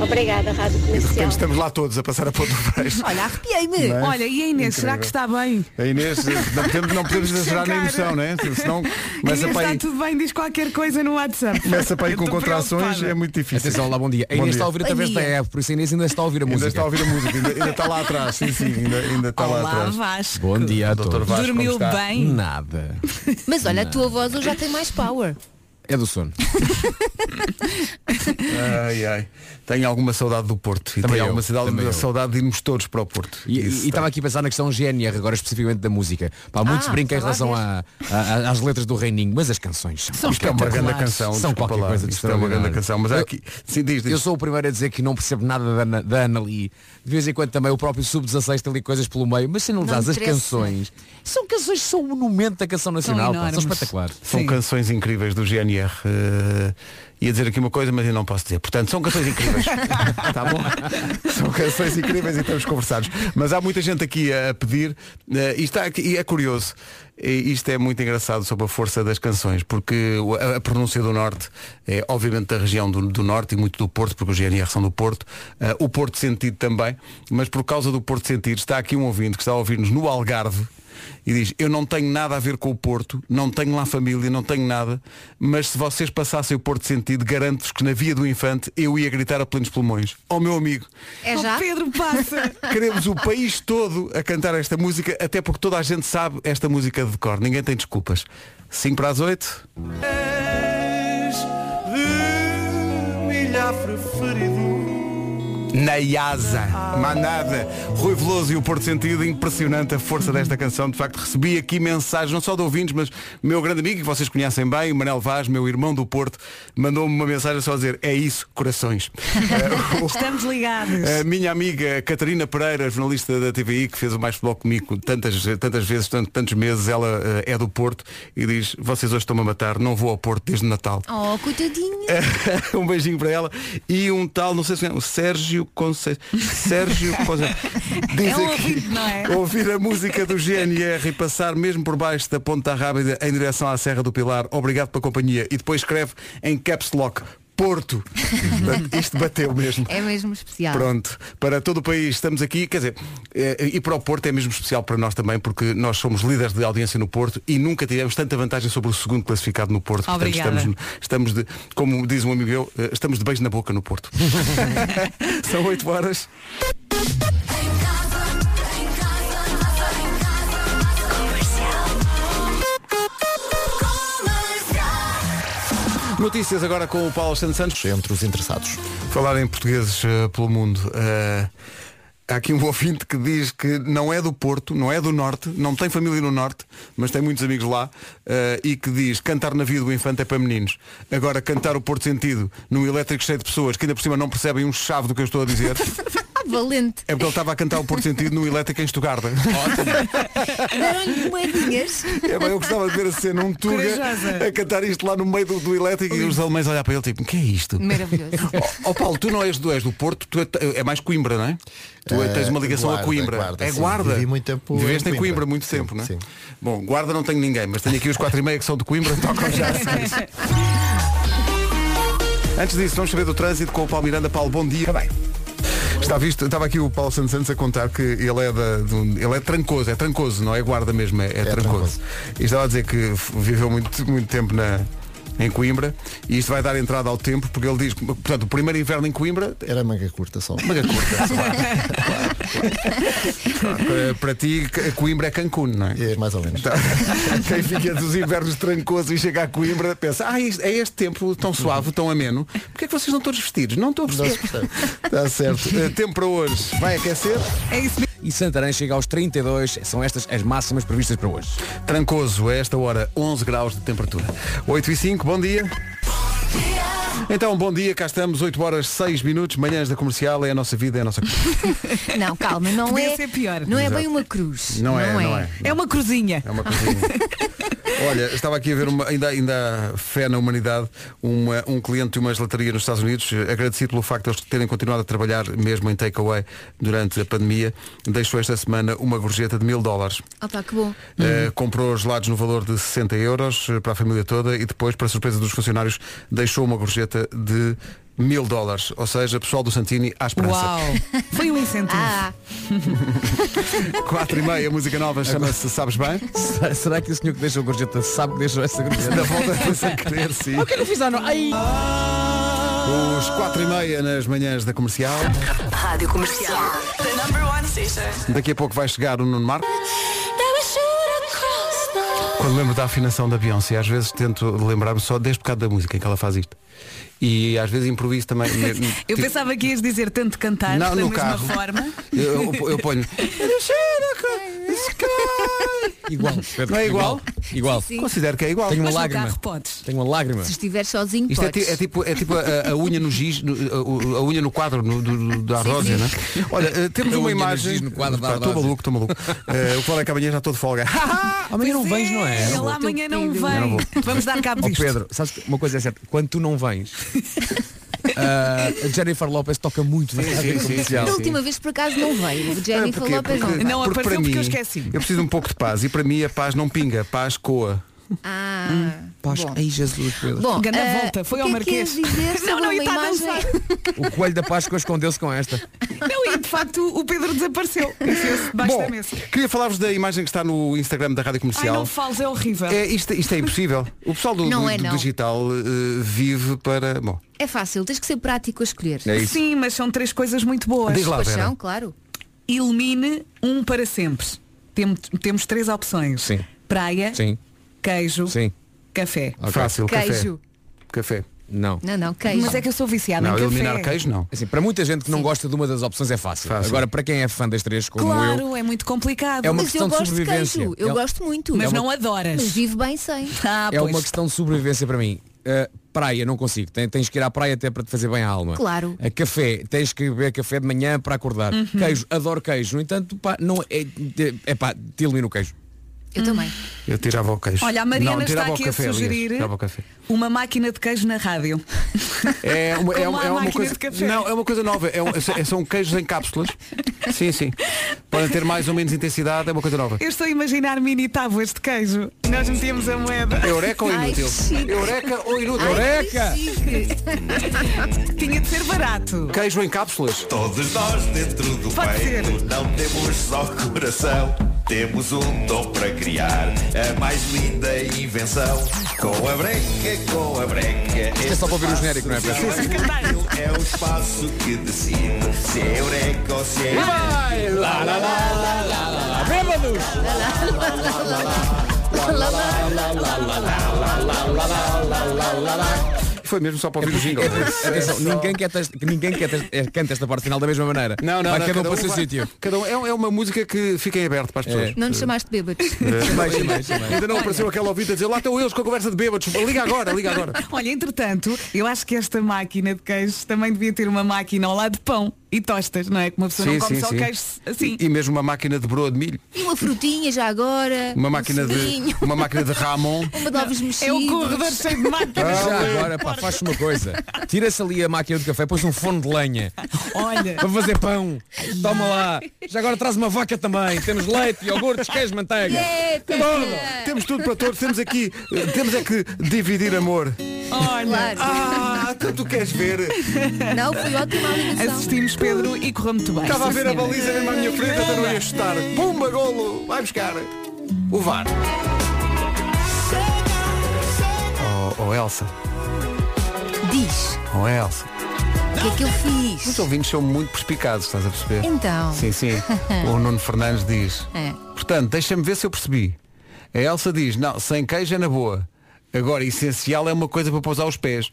[SPEAKER 12] Obrigada, Rádio
[SPEAKER 2] E de
[SPEAKER 12] Comercial.
[SPEAKER 2] repente estamos lá todos a passar a ponta do freixo.
[SPEAKER 4] Olha, arrepiei-me.
[SPEAKER 2] Não é?
[SPEAKER 3] Olha, e a Inês,
[SPEAKER 2] Incrível.
[SPEAKER 3] será que está bem?
[SPEAKER 2] A Inês, eh, não podemos, não podemos exagerar na
[SPEAKER 3] Chocar.
[SPEAKER 2] emoção, né? Senão
[SPEAKER 3] Inês,
[SPEAKER 2] começa para
[SPEAKER 3] está
[SPEAKER 2] aí,
[SPEAKER 3] tudo bem, diz qualquer coisa no WhatsApp.
[SPEAKER 2] começa para aí
[SPEAKER 3] Eu
[SPEAKER 2] com
[SPEAKER 3] tô
[SPEAKER 2] contrações,
[SPEAKER 3] preocupada.
[SPEAKER 2] é muito difícil.
[SPEAKER 10] Atenção, lá bom dia. A
[SPEAKER 2] Bom
[SPEAKER 10] Inês
[SPEAKER 2] dia.
[SPEAKER 10] está a ouvir através
[SPEAKER 4] Bom
[SPEAKER 10] da
[SPEAKER 4] dia.
[SPEAKER 10] app, por isso a Inês ainda está a ouvir a
[SPEAKER 2] Ainda
[SPEAKER 10] música.
[SPEAKER 2] está a ouvir a música, ainda, ainda está lá atrás, sim, sim, ainda, ainda está lá
[SPEAKER 3] Olá,
[SPEAKER 2] atrás.
[SPEAKER 3] Vasco.
[SPEAKER 10] Bom dia a
[SPEAKER 2] Doutor
[SPEAKER 10] todos.
[SPEAKER 2] Vasco, como
[SPEAKER 3] Dormiu
[SPEAKER 2] está?
[SPEAKER 3] bem?
[SPEAKER 10] Nada.
[SPEAKER 4] Mas olha, a tua voz hoje já tem mais power.
[SPEAKER 10] É do sono.
[SPEAKER 2] Ai, ai. Tenho alguma saudade do Porto. E
[SPEAKER 10] Também
[SPEAKER 2] tenho
[SPEAKER 10] eu,
[SPEAKER 2] alguma saudade,
[SPEAKER 10] também eu.
[SPEAKER 2] saudade de irmos todos para o Porto.
[SPEAKER 10] E-
[SPEAKER 2] Isso
[SPEAKER 10] E estava aqui a pensar na questão GNR, agora especificamente da música. Pá, muito
[SPEAKER 2] Ah,
[SPEAKER 10] se brinca em
[SPEAKER 2] estava
[SPEAKER 10] relação
[SPEAKER 2] a
[SPEAKER 10] à- à- às letras do Reininho, mas as canções são,
[SPEAKER 2] Isto é uma
[SPEAKER 10] espetaculares.
[SPEAKER 2] grande canção,
[SPEAKER 10] São
[SPEAKER 2] desculpa
[SPEAKER 10] qualquer
[SPEAKER 2] lá,
[SPEAKER 10] coisa de
[SPEAKER 2] isto é uma grande
[SPEAKER 10] extraordinário.
[SPEAKER 2] canção, mas há
[SPEAKER 10] Eu-
[SPEAKER 2] aqui- sim, diz, diz.
[SPEAKER 10] Eu sou o primeiro a dizer que não percebo nada da Ana, da Ana Lee. De vez em quando também o próprio Sub-16 tem ali coisas pelo meio, mas se não
[SPEAKER 2] Não
[SPEAKER 10] as
[SPEAKER 2] interessa.
[SPEAKER 10] canções, são canções que são um monumento da canção nacional, pá, são espetaculares.
[SPEAKER 2] São canções incríveis do GNR. eh, ia dizer aqui uma coisa, mas eu não posso dizer. Portanto, são canções incríveis. tá bom? São canções incríveis e estamos conversados. Mas há muita gente aqui a pedir. eh, e, está aqui, e é curioso. E isto é muito engraçado sobre a força das canções, porque o- a, a pronúncia do Norte é obviamente da região do, do Norte e muito do Porto, porque os GNR são do Porto. eh, o Porto Sentido também. Mas por causa do Porto Sentido, está aqui um ouvinte que está a ouvir-nos no Algarve e diz, eu não tenho nada a ver com o Porto, não tenho lá família, não tenho nada, mas se vocês passassem o Porto Sentido, garanto-vos que na Via do Infante eu ia gritar a plenos pulmões. Ó meu amigo,
[SPEAKER 4] É já?
[SPEAKER 3] Oh, Pedro passa.
[SPEAKER 2] queremos o país todo a cantar esta música, até porque toda a gente sabe esta música de cor, ninguém tem desculpas. 5 para as 8.
[SPEAKER 8] de milhar preferido.
[SPEAKER 2] Na Iasa, Manada, Rui Veloso e o Porto Sentido, impressionante a força desta canção. De facto, recebi aqui mensagens, não só de ouvintes, mas meu grande amigo, que vocês conhecem bem, o Manel Vaz, meu irmão do Porto, mandou-me uma mensagem só a dizer, é isso, corações.
[SPEAKER 3] Estamos ligados.
[SPEAKER 2] A minha amiga Catarina Pereira, jornalista da TVI, que fez o Mais Futebol comigo tantas, tantas vezes, tant- tantos meses, ela eh, é do Porto e diz, vocês hoje estão-me a matar, não vou ao Porto desde Natal.
[SPEAKER 4] Oh, coitadinho.
[SPEAKER 2] um beijinho para ela e um tal, não sei se é, o Sérgio Conceição. Sérgio Conceição.
[SPEAKER 8] É um ouvinte, não é?
[SPEAKER 2] Ouvir a música do GNR e passar mesmo por baixo da Ponta Rábida em direção à Serra do Pilar. Obrigado pela companhia. E depois escreve em caps lock. Porto. Portanto, Isto bateu mesmo.
[SPEAKER 4] É mesmo especial.
[SPEAKER 2] Pronto, para todo o país estamos aqui, quer dizer, eh, e para o Porto é mesmo especial para nós também, porque nós somos líderes de audiência no Porto e nunca tivemos tanta vantagem sobre o segundo classificado no Porto. Portanto,
[SPEAKER 8] Obrigada.
[SPEAKER 2] estamos, estamos de, como diz um amigo meu, eh, estamos de beijo na boca no Porto. São 8 horas. Notícias agora com o Paulo Santos Santos.
[SPEAKER 10] Entre os interessados.
[SPEAKER 2] Falar em portugueses eh, pelo mundo. eh, há aqui um ouvinte que diz que não é do Porto, não é do Norte, não tem família no Norte, mas tem muitos amigos lá, eh, e que diz cantar na vida do infante é para meninos. Agora, cantar o Porto Sentido num elétrico cheio de pessoas que ainda por cima não percebem um chave do que eu estou a dizer,
[SPEAKER 4] Ah, Valente.
[SPEAKER 2] é porque ele estava a cantar o Porto Sentido num elétrico em Estugarda.
[SPEAKER 4] Deram-lhe moedinhas.
[SPEAKER 2] É, bem, eu gostava de ver a cena um Tuga
[SPEAKER 4] Corajosa.
[SPEAKER 2] a cantar isto lá no meio do, do elétrico e os alemães a olhar para ele tipo, o que é isto?
[SPEAKER 4] Maravilhoso.
[SPEAKER 2] Ó Paulo, tu não és do, és do Porto, tu é, é mais Coimbra, não é? Tu
[SPEAKER 13] Eh,
[SPEAKER 2] tens uma ligação
[SPEAKER 13] Guarda,
[SPEAKER 2] a Coimbra.
[SPEAKER 13] Guarda,
[SPEAKER 2] é
[SPEAKER 13] sim.
[SPEAKER 2] guarda.
[SPEAKER 13] Vivi muito tempo em
[SPEAKER 2] Viveste em
[SPEAKER 13] Coimbra.
[SPEAKER 2] Coimbra, muito tempo, não é?
[SPEAKER 13] sim.
[SPEAKER 2] Bom, guarda não tenho ninguém, mas tenho aqui os 4 e meia que são de Coimbra, tocam já. a seguir. Antes disso, vamos saber do trânsito com o Paulo Miranda. Paulo, bom dia. Bem. Está visto, estava aqui o Paulo Santos Santos a contar que ele é, da, de um- ele é trancoso, é trancoso, não é guarda mesmo, é, é trancoso. E estava a dizer que f- viveu muito, muito tempo na, em Coimbra e isto vai dar entrada ao tempo porque ele diz, que, portanto, o primeiro inverno em Coimbra
[SPEAKER 13] Era manga curta só.
[SPEAKER 2] Manga curta, para, para ti C- Coimbra é Cancún, não é?
[SPEAKER 13] É, mais ou menos.
[SPEAKER 2] Quem fica dos invernos trancoso e chega a Coimbra pensa, ah, isto- é este tempo tão suave, tão ameno. Porquê é que vocês não todos vestidos? Não estou a perceber. Está certo. Eh, Tempo para hoje. Vai aquecer?
[SPEAKER 3] É isso mesmo.
[SPEAKER 10] E Santarém chega aos 32, são estas as máximas previstas para hoje.
[SPEAKER 2] Trancoso, a esta hora, 11 graus de temperatura. 8 e 5, bom dia. Então, bom dia, cá estamos, 8 horas 6 minutos, manhãs da comercial, é a nossa vida, é a nossa
[SPEAKER 4] Não, calma, não
[SPEAKER 3] Podia
[SPEAKER 4] é.
[SPEAKER 3] ser pior.
[SPEAKER 4] Não é
[SPEAKER 2] Exato.
[SPEAKER 4] bem uma cruz.
[SPEAKER 2] Não é, não é.
[SPEAKER 3] É uma cruzinha.
[SPEAKER 2] É uma coisinha. Olha, estava aqui a ver uma, ainda, ainda há fé na humanidade, uma- um cliente de uma gelataria nos Estados Unidos, eh, agradecido pelo facto de eles terem continuado a trabalhar mesmo em takeaway durante a pandemia, deixou esta semana uma gorjeta de mil dólares.
[SPEAKER 4] Opa, que bom.
[SPEAKER 2] Eh, comprou gelados no valor de 60 euros eh, para a família toda e depois, para surpresa dos funcionários, deixou uma gorjeta de mil dólares. Ou seja, pessoal do Santini, à esperança.
[SPEAKER 3] Uau. Foi um incentivo.
[SPEAKER 4] Ah,
[SPEAKER 2] 4 e meia, música nova, chama-se Sabes Bem?
[SPEAKER 10] Será que o senhor que deixa o gorjeta sabe que deixou essa gorjeta?
[SPEAKER 2] Da volta foi sem querer, sim.
[SPEAKER 10] O que eu fiz ano? Ai!
[SPEAKER 2] Os 4 e meia nas manhãs da comercial.
[SPEAKER 1] Rádio Comercial. The number one station.
[SPEAKER 2] Daqui a pouco vai chegar o Nuno Marco.
[SPEAKER 1] That we should have crossed the
[SPEAKER 2] Quando lembro da afinação da Beyoncé, às vezes tento lembrar-me só deste bocado da música em que ela faz isto. E às vezes improviso também. tipo,
[SPEAKER 3] Eu pensava que ias dizer tanto cantar
[SPEAKER 2] Não,
[SPEAKER 3] da
[SPEAKER 2] no
[SPEAKER 3] mesma
[SPEAKER 2] carro.
[SPEAKER 3] forma.
[SPEAKER 2] Eu, eu- eu ponho. Igual. Não é igual?
[SPEAKER 10] Igual.
[SPEAKER 4] Sim, sim.
[SPEAKER 2] Considero que é igual.
[SPEAKER 10] um
[SPEAKER 4] Tenho uma Mas no lágrima. carro podes.
[SPEAKER 10] Tenho uma lágrima.
[SPEAKER 4] Se estiver sozinho,
[SPEAKER 2] Isto é, ti-
[SPEAKER 4] podes.
[SPEAKER 2] é tipo, é tipo a, a unha no giz, no- a, a unha no quadro no- do- do- da
[SPEAKER 4] Sim,
[SPEAKER 2] Rósia,
[SPEAKER 4] sim.
[SPEAKER 2] não é? Olha, eh, temos
[SPEAKER 10] A
[SPEAKER 2] uma
[SPEAKER 10] unha no
[SPEAKER 2] imagem.
[SPEAKER 10] giz no quadro da
[SPEAKER 2] Pá, Estou
[SPEAKER 10] Rósia.
[SPEAKER 2] maluco, estou maluco. Eh, o qual é que amanhã já estou de folga.
[SPEAKER 10] Amanhã não vens, não é?
[SPEAKER 3] Ele
[SPEAKER 10] Não vou.
[SPEAKER 3] amanhã não
[SPEAKER 10] Eu não vou.
[SPEAKER 3] vem. Vamos dar
[SPEAKER 2] Oh,
[SPEAKER 3] cabo
[SPEAKER 10] Ó,
[SPEAKER 3] disto.
[SPEAKER 10] Pedro, sabes que uma coisa é certa, quando tu não vens, ah, a Jennifer Lopez toca muito na
[SPEAKER 2] Sim,
[SPEAKER 10] rádio
[SPEAKER 2] sim, sim,
[SPEAKER 10] comercial.
[SPEAKER 4] Da última vez por acaso não veio. O Jennifer
[SPEAKER 2] eh, Porquê?
[SPEAKER 4] Lopez não
[SPEAKER 2] É Porque-
[SPEAKER 4] veio.
[SPEAKER 2] porque para mim, Eu preciso de um pouco de paz e para mim a paz não pinga, a paz coa.
[SPEAKER 4] Ah,
[SPEAKER 2] Hum.
[SPEAKER 10] Paz,
[SPEAKER 4] bom.
[SPEAKER 10] ai Jesus, Pedro.
[SPEAKER 4] Bom,
[SPEAKER 3] Ganda
[SPEAKER 4] ah,
[SPEAKER 3] volta, foi
[SPEAKER 4] o
[SPEAKER 3] ao
[SPEAKER 4] que é que
[SPEAKER 3] Marquês.
[SPEAKER 4] queres dizer sobre
[SPEAKER 3] Não, não, e
[SPEAKER 4] uma
[SPEAKER 3] está a
[SPEAKER 4] imagem?
[SPEAKER 10] O coelho da Páscoa escondeu-se com esta.
[SPEAKER 3] Não, e de facto o Pedro desapareceu. Enfiou-se debaixo
[SPEAKER 2] Bom,
[SPEAKER 3] da mesa.
[SPEAKER 2] queria falar-vos da imagem que está no Instagram da Rádio
[SPEAKER 3] Ai, não
[SPEAKER 2] Comercial.
[SPEAKER 3] fales, é horrível.
[SPEAKER 2] é, isto, isto é impossível. O pessoal do,
[SPEAKER 4] Não
[SPEAKER 2] do-
[SPEAKER 4] é,
[SPEAKER 2] do
[SPEAKER 4] não.
[SPEAKER 2] digital eh, vive para. Bom,
[SPEAKER 4] É fácil, tens que ser prático a escolher.
[SPEAKER 2] É isso.
[SPEAKER 3] Sim, mas são três coisas muito boas.
[SPEAKER 2] Diz lá,
[SPEAKER 4] Pois
[SPEAKER 2] Vera.
[SPEAKER 4] são, claro.
[SPEAKER 3] Ilumine um para sempre. Tem- temos três opções.
[SPEAKER 10] Sim.
[SPEAKER 3] Praia,
[SPEAKER 10] Sim.
[SPEAKER 3] queijo,
[SPEAKER 10] Sim.
[SPEAKER 3] café.
[SPEAKER 10] Ok.
[SPEAKER 2] fácil,
[SPEAKER 4] Queijo.
[SPEAKER 2] café. Café.
[SPEAKER 10] Não.
[SPEAKER 4] Não, não, queijo.
[SPEAKER 3] Mas é que eu sou viciada
[SPEAKER 10] Não,
[SPEAKER 3] em café.
[SPEAKER 10] eliminar
[SPEAKER 2] queijo não.
[SPEAKER 10] Assim, para muita gente que não gosta de uma das opções é fácil.
[SPEAKER 2] Fácil.
[SPEAKER 10] Agora, para quem é fã das três, como
[SPEAKER 3] Claro,
[SPEAKER 10] eu,
[SPEAKER 3] é muito complicado.
[SPEAKER 10] É uma
[SPEAKER 4] Mas eu
[SPEAKER 10] questão de
[SPEAKER 4] gosto de
[SPEAKER 10] sobrevivência.
[SPEAKER 4] queijo. Eu
[SPEAKER 10] É-
[SPEAKER 4] gosto muito.
[SPEAKER 10] Mas É uma-
[SPEAKER 3] não adoras.
[SPEAKER 4] Mas vivo bem sem.
[SPEAKER 3] Ah,
[SPEAKER 10] é uma questão de sobrevivência para mim. Uh, praia, não consigo. Ten- Tens que ir à praia até para te fazer bem à alma.
[SPEAKER 4] Claro.
[SPEAKER 10] A café, tens que beber café de manhã para acordar. Queijo, adoro queijo. No entanto, pá, não é, é, é pá, te elimino o queijo.
[SPEAKER 4] Eu também.
[SPEAKER 2] Eu tirava o queijo.
[SPEAKER 3] Olha, a Mariana
[SPEAKER 2] Não,
[SPEAKER 3] está
[SPEAKER 2] tirava o
[SPEAKER 3] aqui
[SPEAKER 2] café,
[SPEAKER 3] a
[SPEAKER 2] aliás.
[SPEAKER 3] sugerir
[SPEAKER 2] Tirava o café.
[SPEAKER 3] uma máquina de queijo na rádio.
[SPEAKER 2] É uma, é
[SPEAKER 3] Como
[SPEAKER 2] uma-
[SPEAKER 3] a
[SPEAKER 2] é uma
[SPEAKER 3] máquina
[SPEAKER 2] coisa.
[SPEAKER 3] de café.
[SPEAKER 2] Não, é uma coisa nova. É um- é- são queijos em cápsulas. Sim, sim. Podem ter mais ou menos intensidade, é uma coisa nova.
[SPEAKER 3] Eu estou a imaginar mini tábuas de queijo. Nós metíamos a moeda.
[SPEAKER 2] Eureka ou
[SPEAKER 3] Ai,
[SPEAKER 2] inútil? Eureka ou inútil? Eureka!
[SPEAKER 3] Tinha de ser barato.
[SPEAKER 2] Queijo em cápsulas.
[SPEAKER 5] Todos nós dentro do
[SPEAKER 3] Pode
[SPEAKER 5] peito não temos só coração, temos um dom para criar a mais linda invenção. Com a breca, com a breca. Isto
[SPEAKER 10] é só para ouvir o genérico, não é, Pedro?
[SPEAKER 5] É o espaço que decide se é eureka ou se é.
[SPEAKER 10] Vai!
[SPEAKER 5] Lá, lá, lá, lá, lá, lá.
[SPEAKER 10] Bêbados!
[SPEAKER 2] Foi mesmo só para ouvir o jingle.
[SPEAKER 10] Atenção, ninguém, quer tes- ninguém quer tes- é, canta esta parte final da mesma maneira.
[SPEAKER 2] Não, não,
[SPEAKER 10] Vai
[SPEAKER 2] não,
[SPEAKER 10] cada um para o seu
[SPEAKER 2] vai-
[SPEAKER 10] sítio.
[SPEAKER 2] Cada um, é, é uma música que fica em aberto para as pessoas.
[SPEAKER 4] Não nos chamaste bêbados.
[SPEAKER 2] É.
[SPEAKER 10] Chamei, chamei, chamei.
[SPEAKER 2] Ainda não apareceu aquela ouvida a dizer lá estão eles com a conversa de bêbados. Liga agora, liga agora.
[SPEAKER 3] Olha, entretanto, eu acho que esta máquina de queijo também devia ter uma máquina ao lado de pão e tostas, não é? Que uma pessoa não come só queijo assim.
[SPEAKER 2] E, e mesmo uma máquina de broa de milho.
[SPEAKER 4] E uma frutinha já agora.
[SPEAKER 2] Uma
[SPEAKER 4] um
[SPEAKER 2] máquina de.
[SPEAKER 4] suquinho,
[SPEAKER 2] Uma máquina de Ramon.
[SPEAKER 4] Uma de ovos
[SPEAKER 3] É
[SPEAKER 4] mexidos.
[SPEAKER 3] o corredor cheio de máquinas.
[SPEAKER 10] Já
[SPEAKER 2] é.
[SPEAKER 10] agora, pá, faz uma coisa. Tira-se ali a máquina de café, põe um forno de lenha.
[SPEAKER 3] Olha,
[SPEAKER 10] Para fazer pão. Toma lá. Já agora traz uma vaca também. Temos leite, iogurtes, queijo, manteiga.
[SPEAKER 4] É, tá.
[SPEAKER 2] Bom, temos tudo para todos, temos aqui, eh, temos é que dividir amor.
[SPEAKER 3] olha.
[SPEAKER 4] Claro.
[SPEAKER 2] Ah, então tu queres ver?
[SPEAKER 4] Não, foi ótima a ligação.
[SPEAKER 3] Assistimos, Pedro, e correu muito bem.
[SPEAKER 2] Estava a
[SPEAKER 3] Sim,
[SPEAKER 2] ver a
[SPEAKER 3] senhora.
[SPEAKER 2] baliza mesmo à minha frente, até não ia chutar. Pumba, golo, vai buscar. O VAR. Oh, oh Elsa,
[SPEAKER 4] Diz,
[SPEAKER 2] oh Elsa.
[SPEAKER 4] o que é que eu fiz?
[SPEAKER 2] Os ouvintes são muito perspicazes, estás a perceber?
[SPEAKER 4] Então.
[SPEAKER 2] Sim, sim. É. o Nuno Fernandes diz.
[SPEAKER 4] É.
[SPEAKER 2] Portanto, deixa-me ver se eu percebi. A Elsa diz, não, sem queijo é na boa. Agora, essencial é uma coisa para pousar os pés.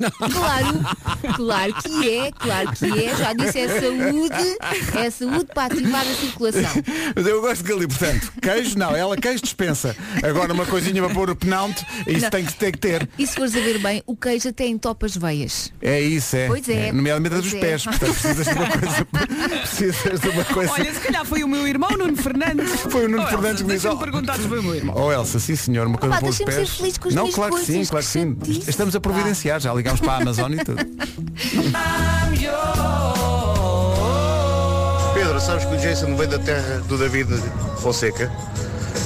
[SPEAKER 4] Claro, claro que é, claro que é. Já disse, é saúde, é saúde para ativar a circulação.
[SPEAKER 2] Mas eu gosto de ali, portanto, queijo não, ela queijo dispensa. Agora uma coisinha para pôr o penalti, isso
[SPEAKER 4] Não.
[SPEAKER 2] tem que ter que ter.
[SPEAKER 4] E se fores a ver bem, o queijo até entopa as veias.
[SPEAKER 2] É isso, é.
[SPEAKER 4] Pois é,
[SPEAKER 2] nomeadamente a
[SPEAKER 4] pois
[SPEAKER 2] dos
[SPEAKER 4] é.
[SPEAKER 2] pés, portanto precisas de uma coisa. precisas de uma coisa.
[SPEAKER 3] Olha, se calhar foi o meu irmão Nuno Fernandes.
[SPEAKER 2] Foi o Nuno
[SPEAKER 3] Oh,
[SPEAKER 2] Fernandes que me disse,
[SPEAKER 3] Deixa-me
[SPEAKER 2] ó.
[SPEAKER 3] perguntar se foi o meu irmão.
[SPEAKER 2] Oh Elsa, sim senhor, uma coisa
[SPEAKER 4] Opa,
[SPEAKER 2] para os
[SPEAKER 4] deixa-me
[SPEAKER 2] pés.
[SPEAKER 4] ser feliz com as
[SPEAKER 2] não,
[SPEAKER 4] minhas
[SPEAKER 2] claro que sim,
[SPEAKER 4] coisas,
[SPEAKER 2] claro que
[SPEAKER 4] que
[SPEAKER 2] sim.
[SPEAKER 4] chatice.
[SPEAKER 2] Estamos a providenciar, já ligámos para a Amazon e tudo.
[SPEAKER 14] Pedro, sabes que o Jason veio da terra do David Fonseca?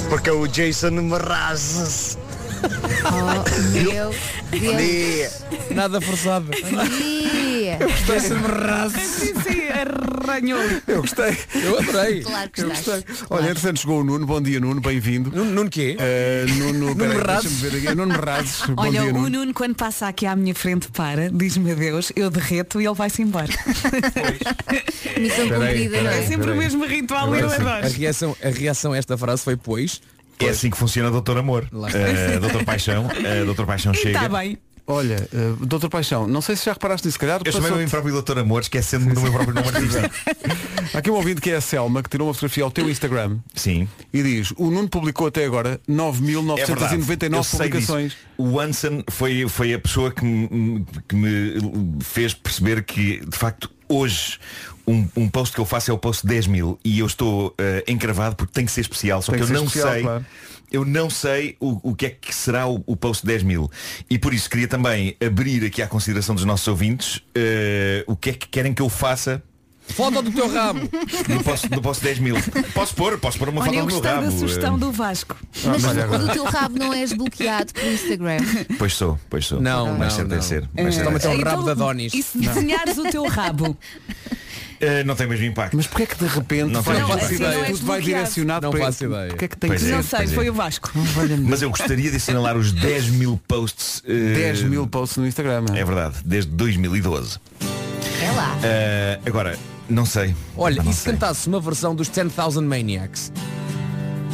[SPEAKER 14] Porque é o Jason Marrazes.
[SPEAKER 4] Oh, meu Deus.
[SPEAKER 10] Nada forçado.
[SPEAKER 4] Dia.
[SPEAKER 3] Sim, sim, arranhou.
[SPEAKER 2] Eu gostei.
[SPEAKER 10] Eu adorei.
[SPEAKER 4] Claro que
[SPEAKER 2] Eu
[SPEAKER 4] estás.
[SPEAKER 2] gostei. Olha, entretanto chegou o Nuno, bom dia Nuno, bem-vindo.
[SPEAKER 10] Nuno, Nuno quê?
[SPEAKER 2] Eh, Nuno, peraí,
[SPEAKER 10] Razes.
[SPEAKER 2] deixa-me ver aqui. É Nuno Razes, bom
[SPEAKER 3] Olha,
[SPEAKER 2] dia
[SPEAKER 3] o
[SPEAKER 2] Nuno.
[SPEAKER 3] Nuno quando passa aqui à minha frente para, diz-me adeus, eu derreto e ele vai-se embora.
[SPEAKER 4] Missão
[SPEAKER 2] Peraí,
[SPEAKER 4] cumprida, não
[SPEAKER 2] peraí.
[SPEAKER 3] É
[SPEAKER 4] é?
[SPEAKER 3] sempre o
[SPEAKER 2] peraí.
[SPEAKER 3] mesmo ritual e eu
[SPEAKER 2] Agora sim.
[SPEAKER 10] A
[SPEAKER 3] adoro.
[SPEAKER 10] reação, a reação a esta frase foi pois.
[SPEAKER 6] É assim que funciona Doutor Amor. Eh, Doutor Paixão. eh, Doutor
[SPEAKER 3] Tá
[SPEAKER 6] Paixão chega.
[SPEAKER 2] Olha, eh, Doutor Paixão, não sei se já reparaste nisso, se calhar.
[SPEAKER 6] Eu chamei o meu próprio Doutor Amor, esquecendo-me do meu próprio nome artístico.
[SPEAKER 2] Há aqui um ouvinte que é a Selma, que tirou uma fotografia ao teu Instagram.
[SPEAKER 6] Sim.
[SPEAKER 2] E diz, o Nuno publicou até agora
[SPEAKER 6] É verdade.
[SPEAKER 2] 9.999
[SPEAKER 6] Eu sei
[SPEAKER 2] publicações.
[SPEAKER 6] disso. Ah, O Anson foi, foi a pessoa que me, que me fez perceber que, de facto, hoje um, um post que eu faço é o post 10 mil e eu estou eh, encravado porque tem que ser especial. Só
[SPEAKER 2] Tem
[SPEAKER 6] que,
[SPEAKER 2] que
[SPEAKER 6] eu
[SPEAKER 2] ser
[SPEAKER 6] não
[SPEAKER 2] especial,
[SPEAKER 6] sei.
[SPEAKER 2] claro.
[SPEAKER 6] Eu não sei o, o que é que será o, o post 10 mil. E por isso queria também abrir aqui à consideração dos nossos ouvintes eh, o que é que querem que eu faça
[SPEAKER 10] Foto do teu rabo.
[SPEAKER 6] no post, no post 10 mil. Posso pôr, posso pôr uma
[SPEAKER 3] Olha, eu
[SPEAKER 6] foto do meu
[SPEAKER 3] gostei
[SPEAKER 6] rabo.
[SPEAKER 3] da sugestão
[SPEAKER 6] eh,
[SPEAKER 3] do Vasco.
[SPEAKER 6] Ah,
[SPEAKER 4] Mas
[SPEAKER 6] olha agora.
[SPEAKER 4] o teu rabo não és bloqueado pelo Instagram.
[SPEAKER 6] Pois sou, pois sou.
[SPEAKER 10] Não,
[SPEAKER 6] mas
[SPEAKER 10] não,
[SPEAKER 6] sempre tem
[SPEAKER 10] não.
[SPEAKER 6] de ser.
[SPEAKER 10] É.
[SPEAKER 6] Mas sempre
[SPEAKER 10] Toma
[SPEAKER 6] tem de
[SPEAKER 10] teu
[SPEAKER 6] ser.
[SPEAKER 10] rabo da Donis.
[SPEAKER 3] Então, E se desenhares o teu rabo?
[SPEAKER 6] Eh, não tem o mesmo impacto.
[SPEAKER 2] Mas porquê é que de repente
[SPEAKER 6] não
[SPEAKER 2] faz
[SPEAKER 6] tem o mesmo
[SPEAKER 2] não, assim,
[SPEAKER 6] impacto.
[SPEAKER 2] não é Tudo vai desbloqueado. direcionado
[SPEAKER 6] não
[SPEAKER 2] para
[SPEAKER 6] faço
[SPEAKER 2] esse-
[SPEAKER 6] ideia.
[SPEAKER 2] porque é que tem
[SPEAKER 6] Pois
[SPEAKER 2] que-
[SPEAKER 6] é,
[SPEAKER 3] não sei,
[SPEAKER 6] pois é.
[SPEAKER 3] foi o Vasco.
[SPEAKER 6] Mas eu gostaria de assinalar os 10 mil posts. eh,
[SPEAKER 2] 10 mil posts no Instagram.
[SPEAKER 6] É verdade, desde 2012.
[SPEAKER 4] É lá.
[SPEAKER 6] Eh, agora, não sei.
[SPEAKER 10] Olha,
[SPEAKER 6] Ah, não
[SPEAKER 10] e se
[SPEAKER 6] sei.
[SPEAKER 10] cantasse uma versão dos 10,000 Maniacs?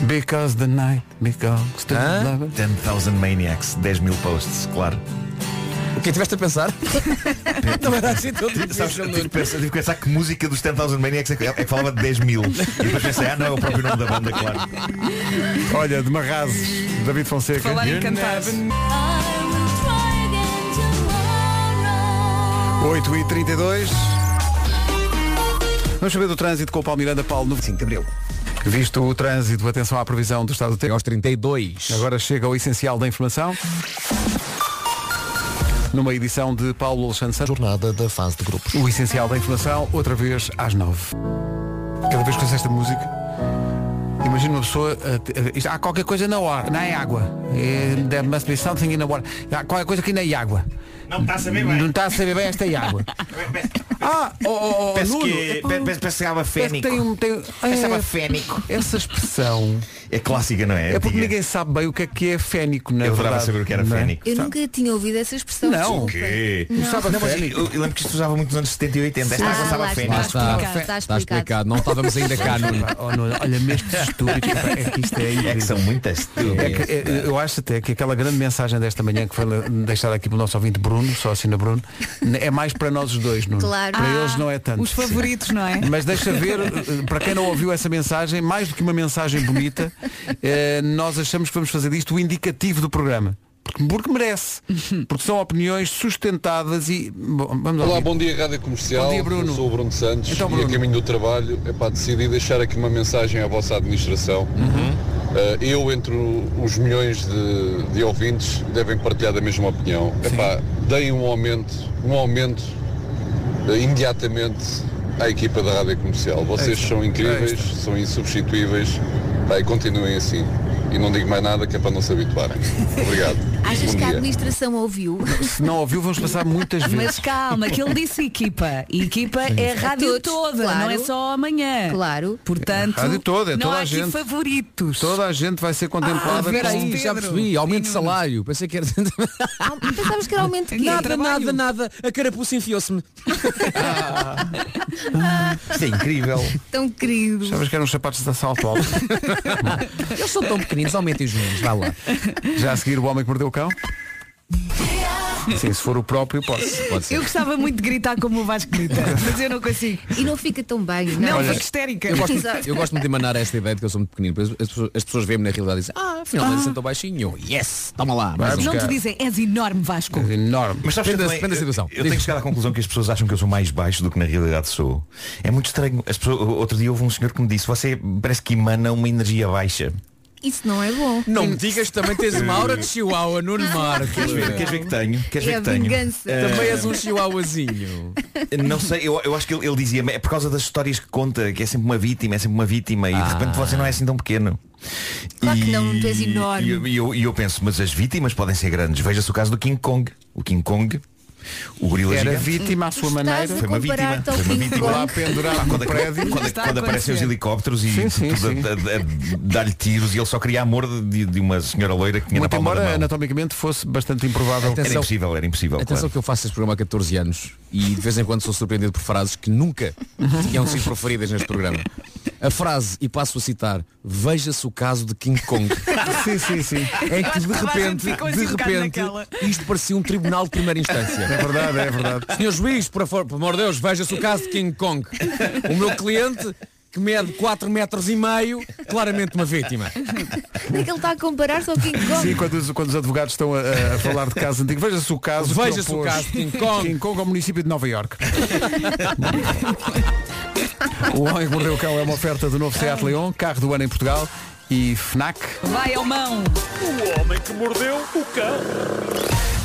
[SPEAKER 2] Because the night becomes the
[SPEAKER 10] Hã?
[SPEAKER 6] 10,000 Maniacs, 10 mil posts, claro.
[SPEAKER 10] O que estiveste a pensar? não era assim tão difícil,
[SPEAKER 6] Sabes, eu tive,
[SPEAKER 10] Nuno.
[SPEAKER 6] que pensar, tive que pensar que música dos 10,000 Maniacs é que, é que falava de 10 mil. E depois pensei, ah, não, é o próprio nome da banda, claro.
[SPEAKER 2] Olha, de Marrazes, David Fonseca.
[SPEAKER 3] Falar em cantar.
[SPEAKER 2] 8 e 32 Vamos saber do trânsito com o Palmiranda Paulo no 5 de Abril. Visto o trânsito, atenção à previsão do estado do tempo.
[SPEAKER 10] Aos 32.
[SPEAKER 2] Agora chega o essencial da informação. Numa edição de Paulo Alexandre Santos.
[SPEAKER 13] Jornada da fase de grupos.
[SPEAKER 2] O essencial da informação, outra vez às 9. Cada vez que ouço esta música, imagino uma pessoa. a te- a- isto- há qualquer coisa na hora, não é água. É, there must be something in the water. Há qualquer coisa aqui na água.
[SPEAKER 6] Não está a saber
[SPEAKER 2] Não está a saber bem esta água. Ah, oh, oh, oh,
[SPEAKER 6] Parece
[SPEAKER 2] Nuno,
[SPEAKER 6] que, é
[SPEAKER 2] epá,
[SPEAKER 6] parece, parece que estava
[SPEAKER 2] parece que
[SPEAKER 6] fénico.
[SPEAKER 2] tem um, tem,
[SPEAKER 6] Estava fénico.
[SPEAKER 2] Essa expressão
[SPEAKER 6] É clássica, não é?
[SPEAKER 2] é porque
[SPEAKER 6] Antiga.
[SPEAKER 2] ninguém sabe bem o que é que é fénico, não é
[SPEAKER 6] Eu adorava
[SPEAKER 2] verdade?
[SPEAKER 6] saber o que era
[SPEAKER 2] Não é?
[SPEAKER 6] fénico.
[SPEAKER 4] Eu nunca tinha ouvido essa expressão.
[SPEAKER 2] Não.
[SPEAKER 6] O
[SPEAKER 4] desculpa.
[SPEAKER 6] quê?
[SPEAKER 4] Não. Sabe
[SPEAKER 6] mas
[SPEAKER 4] fénix?
[SPEAKER 6] eu, eu lembro que isto usava muito nos anos 70 e 80. Esta
[SPEAKER 4] Ah,
[SPEAKER 6] água
[SPEAKER 4] lá
[SPEAKER 6] usava
[SPEAKER 4] está.
[SPEAKER 6] fénix.
[SPEAKER 4] Está explicado, está explicado.
[SPEAKER 10] Não estávamos ainda cá, Nuno.
[SPEAKER 2] Oh, Nuno, olha, mesmo estúpido, é que isto é incrível.
[SPEAKER 6] É que são muitas
[SPEAKER 2] É que, é, eu acho até que aquela grande mensagem desta manhã que foi deixada aqui pelo nosso ouvinte Bruno, só assina Bruno, é mais para nós os dois, Nuno.
[SPEAKER 4] Claro.
[SPEAKER 2] Para
[SPEAKER 4] Ah,
[SPEAKER 2] eles não é tanto.
[SPEAKER 3] Os favoritos, não é?
[SPEAKER 2] Mas deixa ver, eh, para quem não ouviu essa mensagem, mais do que uma mensagem bonita, eh, nós achamos que vamos fazer disto o indicativo do programa. Porque, porque merece. Porque são opiniões sustentadas e. Bom, vamos
[SPEAKER 11] Olá,
[SPEAKER 2] ouvir.
[SPEAKER 11] bom dia Rádio Comercial.
[SPEAKER 2] Bom dia, Bruno.
[SPEAKER 11] Eu sou o Bruno Santos
[SPEAKER 2] Então,
[SPEAKER 11] e
[SPEAKER 2] Bruno.
[SPEAKER 11] a caminho do trabalho é para decidir deixar aqui uma mensagem à vossa administração.
[SPEAKER 2] Uhum.
[SPEAKER 11] Eh, eu, entre o- os milhões de, de ouvintes, devem partilhar da mesma opinião. É pá, deem um aumento, um aumento eh, imediatamente à equipa da Rádio
[SPEAKER 2] É
[SPEAKER 11] Comercial. Vocês são incríveis, são insubstituíveis. Pá, e continuem assim. E não digo mais nada que é para não se habituarem. Obrigado.
[SPEAKER 4] Achas
[SPEAKER 11] Bom
[SPEAKER 4] que a
[SPEAKER 11] dia.
[SPEAKER 4] administração ouviu?
[SPEAKER 2] Se não ouviu, vamos passar muitas vezes.
[SPEAKER 3] Mas calma, que ele disse equipa. E equipa é a rádio
[SPEAKER 4] Todos,
[SPEAKER 3] toda,
[SPEAKER 4] claro.
[SPEAKER 3] não é só amanhã.
[SPEAKER 4] Claro.
[SPEAKER 3] Portanto,
[SPEAKER 2] A rádio toda, é
[SPEAKER 3] não
[SPEAKER 2] toda
[SPEAKER 3] há
[SPEAKER 2] a
[SPEAKER 3] aqui
[SPEAKER 2] gente.
[SPEAKER 3] favoritos.
[SPEAKER 2] Toda a gente vai ser
[SPEAKER 10] Ah,
[SPEAKER 2] contemplada.
[SPEAKER 10] ver
[SPEAKER 2] com-
[SPEAKER 10] aí, já
[SPEAKER 3] Pedro.
[SPEAKER 10] percebi. Aumento de salário. Pensei que era.
[SPEAKER 4] Ah, Pensavas que era aumento de quê?
[SPEAKER 10] nada, nada, nada. A carapuça enfiou-se-me.
[SPEAKER 6] Isto é incrível.
[SPEAKER 4] Tão querido.
[SPEAKER 2] Sabes que eram os sapatos de assalto alto.
[SPEAKER 10] Eles são tão pequeninos, aumentem os números. Vá lá.
[SPEAKER 2] Já a seguir o homem que mordeu o cão? Sim, se for o próprio, pode.
[SPEAKER 10] Pode ser.
[SPEAKER 3] Eu gostava muito de gritar como o Vasco grita, mas eu não consigo.
[SPEAKER 4] E não fica tão bem.
[SPEAKER 3] Não,
[SPEAKER 4] Não.
[SPEAKER 10] Olha,
[SPEAKER 3] fico histérica.
[SPEAKER 10] Eu gosto,
[SPEAKER 4] Exato.
[SPEAKER 10] eu gosto muito de emanar esta ideia de que eu sou muito pequenino. Depois As pessoas, as pessoas veem-me na realidade e dizem, ah, afinal eles sentam baixinho. Yes, toma lá. Mais um.
[SPEAKER 3] Não te
[SPEAKER 2] buscar.
[SPEAKER 3] dizem, és enorme Vasco.
[SPEAKER 2] Enorme.
[SPEAKER 6] Mas sabes que
[SPEAKER 10] Depende é
[SPEAKER 6] eu
[SPEAKER 10] da-
[SPEAKER 6] também-
[SPEAKER 10] depende da situação.
[SPEAKER 6] Eu, eu
[SPEAKER 10] Diz.
[SPEAKER 6] tenho chegado à conclusão que as pessoas acham que eu sou mais baixo do que na realidade sou. É muito estranho. As pessoas- outro dia houve um senhor que me disse, você parece que emana uma energia baixa.
[SPEAKER 4] Isso não é bom.
[SPEAKER 10] Não me digas que também tens uma aura de chihuahua, Nuno Marco.
[SPEAKER 6] Queres ver, queres ver que tenho? Queres
[SPEAKER 4] É
[SPEAKER 6] ver
[SPEAKER 4] a
[SPEAKER 6] que tenho?
[SPEAKER 4] vingança.
[SPEAKER 6] Eh,
[SPEAKER 2] É.
[SPEAKER 10] Também és um chihuahuazinho.
[SPEAKER 6] Não sei, eu, eu acho que ele, ele dizia, é por causa das histórias que conta, que é sempre uma vítima, é sempre uma vítima, e de repente
[SPEAKER 4] Ah.
[SPEAKER 6] você não é assim tão pequeno.
[SPEAKER 4] Claro que não, tu és enorme.
[SPEAKER 6] E eu, e eu- e eu penso, mas as vítimas podem ser grandes. Veja-se o caso do King Kong. O King Kong, o gorila
[SPEAKER 2] Era
[SPEAKER 6] gigante.
[SPEAKER 2] vítima à sua
[SPEAKER 4] Estás
[SPEAKER 2] maneira.
[SPEAKER 4] a
[SPEAKER 6] Foi uma vítima.
[SPEAKER 4] comparar-te ao
[SPEAKER 6] Foi uma
[SPEAKER 4] King
[SPEAKER 6] vítima.
[SPEAKER 2] Lá pendurado no
[SPEAKER 6] quando, é
[SPEAKER 2] prédio.
[SPEAKER 6] quando,
[SPEAKER 3] Está a
[SPEAKER 6] quando aparecem os
[SPEAKER 3] acontecer.
[SPEAKER 6] helicópteros e
[SPEAKER 2] Sim, sim,
[SPEAKER 6] tudo a-
[SPEAKER 2] sim.
[SPEAKER 6] a- a- a dar-lhe tiros e ele só queria amor de, de uma senhora loira que tinha
[SPEAKER 2] Muito
[SPEAKER 6] na palma
[SPEAKER 2] embora
[SPEAKER 6] da mão.
[SPEAKER 2] anatomicamente fosse bastante improvável.
[SPEAKER 10] Atenção.
[SPEAKER 6] Era impossível, era impossível.
[SPEAKER 10] Atenção
[SPEAKER 6] claro.
[SPEAKER 10] que eu faço este programa há 14 anos e de vez em quando sou surpreendido por frases que nunca tinham sido proferidas neste programa. A frase, e passo a citar, veja-se o caso de King Kong.
[SPEAKER 2] sim, sim, sim.
[SPEAKER 10] É
[SPEAKER 2] Eu
[SPEAKER 10] que
[SPEAKER 2] acho
[SPEAKER 10] de
[SPEAKER 2] que toda a gente
[SPEAKER 10] repente,
[SPEAKER 2] ficou assim
[SPEAKER 10] de
[SPEAKER 2] um bocado
[SPEAKER 10] repente,
[SPEAKER 2] naquela.
[SPEAKER 10] isto parecia um tribunal de primeira instância.
[SPEAKER 2] É verdade, é verdade.
[SPEAKER 10] Senhor juiz, por, favor, por amor de Deus, veja-se o caso de King Kong. O meu cliente, que mede 4 metros e meio, claramente uma vítima.
[SPEAKER 4] É que ele está a comparar só o King Kong.
[SPEAKER 2] Sim, quando os, quando os advogados estão a, a- a falar de casos antigos, veja-se o caso. que
[SPEAKER 10] Veja-se o
[SPEAKER 2] opôs
[SPEAKER 10] caso de King Kong.
[SPEAKER 2] King Kong ao município de Nova York. o Homem que Mordeu o Cão é uma oferta do novo Seat Leon, carro do ano em Portugal e FNAC.
[SPEAKER 3] Vai ao mão.
[SPEAKER 6] O homem que mordeu o cão.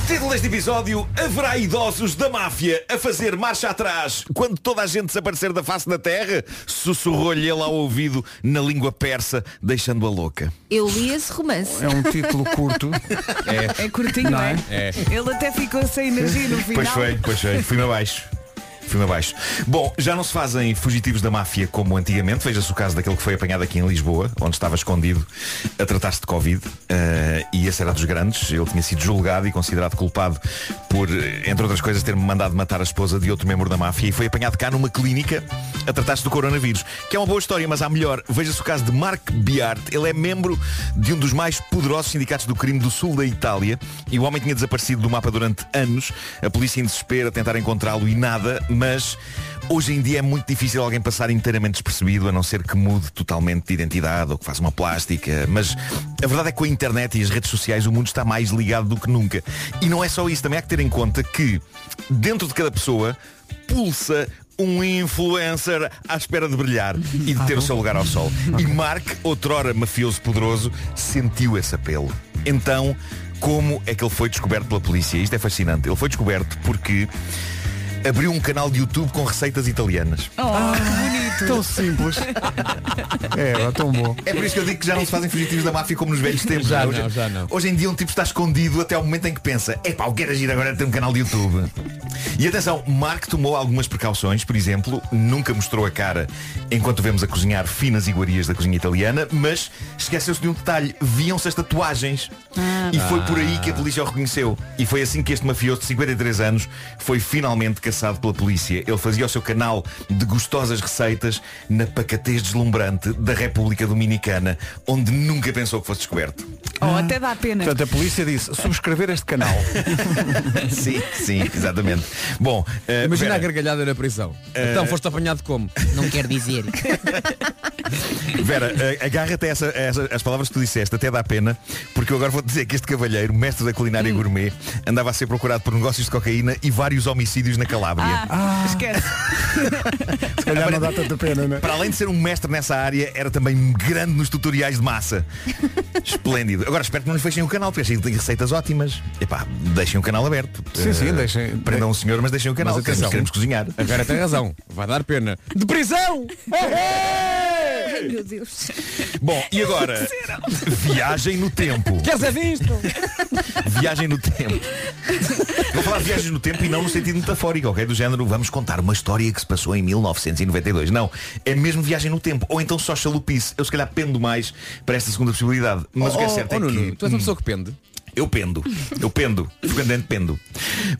[SPEAKER 6] Título deste episódio Haverá idosos da máfia a fazer marcha atrás Quando toda a gente desaparecer da face da terra Sussurrou-lhe ele ao ouvido Na língua persa, deixando-a louca
[SPEAKER 4] Eu li esse romance.
[SPEAKER 6] É um título curto.
[SPEAKER 3] É curtinho, não é?
[SPEAKER 6] É.
[SPEAKER 3] Ele até ficou sem energia no final.
[SPEAKER 6] Pois foi, pois foi. Fui-me abaixo. Fui-me abaixo. Bom, já não se fazem fugitivos da máfia como antigamente. Veja-se o caso daquele que foi apanhado aqui em Lisboa, onde estava escondido a tratar-se de Covid. eh, e esse era dos grandes. Ele tinha sido julgado e considerado culpado por, eh, entre outras coisas, ter-me mandado matar a esposa de outro membro da máfia. E foi apanhado cá numa clínica a tratar-se do coronavírus. Que é uma boa história, mas há melhor. Veja-se o caso de Mark Biart. Ele é membro de um dos mais poderosos sindicatos do crime do sul da Itália. E o homem tinha desaparecido do mapa durante anos. A polícia em desespero a tentar encontrá-lo e nada. Mas hoje em dia é muito difícil alguém passar inteiramente despercebido, a não ser que mude totalmente de identidade ou que faça uma plástica. Mas a verdade é que com a internet e as redes sociais o mundo está mais ligado do que nunca. E não é só isso. Também há que ter em conta que dentro de cada pessoa pulsa um influencer à espera de brilhar e de ter o seu lugar ao sol. E Mark, outrora mafioso poderoso, sentiu esse apelo. Então, como é que ele foi descoberto pela polícia? Isto é fascinante. Ele foi descoberto porque abriu um canal de YouTube com receitas italianas.
[SPEAKER 3] Oh, bonito.
[SPEAKER 2] Tão simples. É, tão bom.
[SPEAKER 6] É por isso que eu digo que já não se fazem fugitivos da máfia como nos velhos tempos. é?
[SPEAKER 10] Já
[SPEAKER 6] hoje,
[SPEAKER 10] não, já não.
[SPEAKER 6] Hoje em dia um tipo está escondido até ao momento em que pensa Epá, o que era agir agora é ter um canal de YouTube. E atenção, Mark tomou algumas precauções, por exemplo, nunca mostrou a cara enquanto vemos a cozinhar finas iguarias da cozinha italiana, mas esqueceu-se de um detalhe, viam-se as tatuagens.
[SPEAKER 15] Ah,
[SPEAKER 6] e foi
[SPEAKER 15] pá.
[SPEAKER 6] por aí que a polícia o reconheceu. E foi assim que este mafioso de 53 anos foi finalmente caçado pela polícia. Ele fazia o seu canal de gostosas receitas na pacatez deslumbrante da República Dominicana, onde nunca pensou que fosse descoberto.
[SPEAKER 3] Oh, até dá pena.
[SPEAKER 2] Portanto, a polícia disse, subscrever este canal.
[SPEAKER 6] sim, sim, exatamente. Bom, eh,
[SPEAKER 10] Imagina
[SPEAKER 6] Vera,
[SPEAKER 10] a gargalhada na prisão.
[SPEAKER 6] Eh,
[SPEAKER 10] Então foste apanhado como? Não quer dizer.
[SPEAKER 6] Vera, eh, agarra-te a essa- a essa- as palavras que tu disseste, até dá pena, porque eu agora vou dizer que este cavalheiro, mestre da culinária
[SPEAKER 2] Hum.
[SPEAKER 6] gourmet, andava a ser procurado por negócios de cocaína e vários homicídios na Calábria.
[SPEAKER 3] Esquece.
[SPEAKER 2] Se calhar não dá tanta pena, não é?
[SPEAKER 6] Para além de ser um mestre nessa área, era também um grande nos tutoriais de massa. Esplêndido. Agora espero que não lhe fechem o canal, porque assim tem receitas ótimas. Epá, deixem o canal aberto.
[SPEAKER 10] Sim, sim,
[SPEAKER 6] Eh,
[SPEAKER 10] deixem-
[SPEAKER 6] Prendam o senhor, mas deixem o canal.
[SPEAKER 10] Mas
[SPEAKER 6] queremos,
[SPEAKER 10] atenção.
[SPEAKER 6] queremos cozinhar.
[SPEAKER 10] Agora tem razão. Vai dar pena. De prisão!
[SPEAKER 2] É,
[SPEAKER 6] É.
[SPEAKER 4] Ai, meu Deus.
[SPEAKER 6] Bom, e agora? Viagem no tempo.
[SPEAKER 10] Quer ser visto?
[SPEAKER 6] Viagem no tempo. Vou falar de viagens no tempo e não no sentido metafórico, ok? Do género, vamos contar uma história que se passou em 1992. Não, é mesmo viagem no tempo. Ou então só chalupice. Eu se calhar pendo mais para esta segunda possibilidade. Mas o que é
[SPEAKER 10] Oh,
[SPEAKER 6] certo
[SPEAKER 10] oh,
[SPEAKER 6] é
[SPEAKER 10] Nuno,
[SPEAKER 6] que...
[SPEAKER 10] tu és uma pessoa que pende.
[SPEAKER 6] Eu pendo, eu pendo, frequentemente pendo.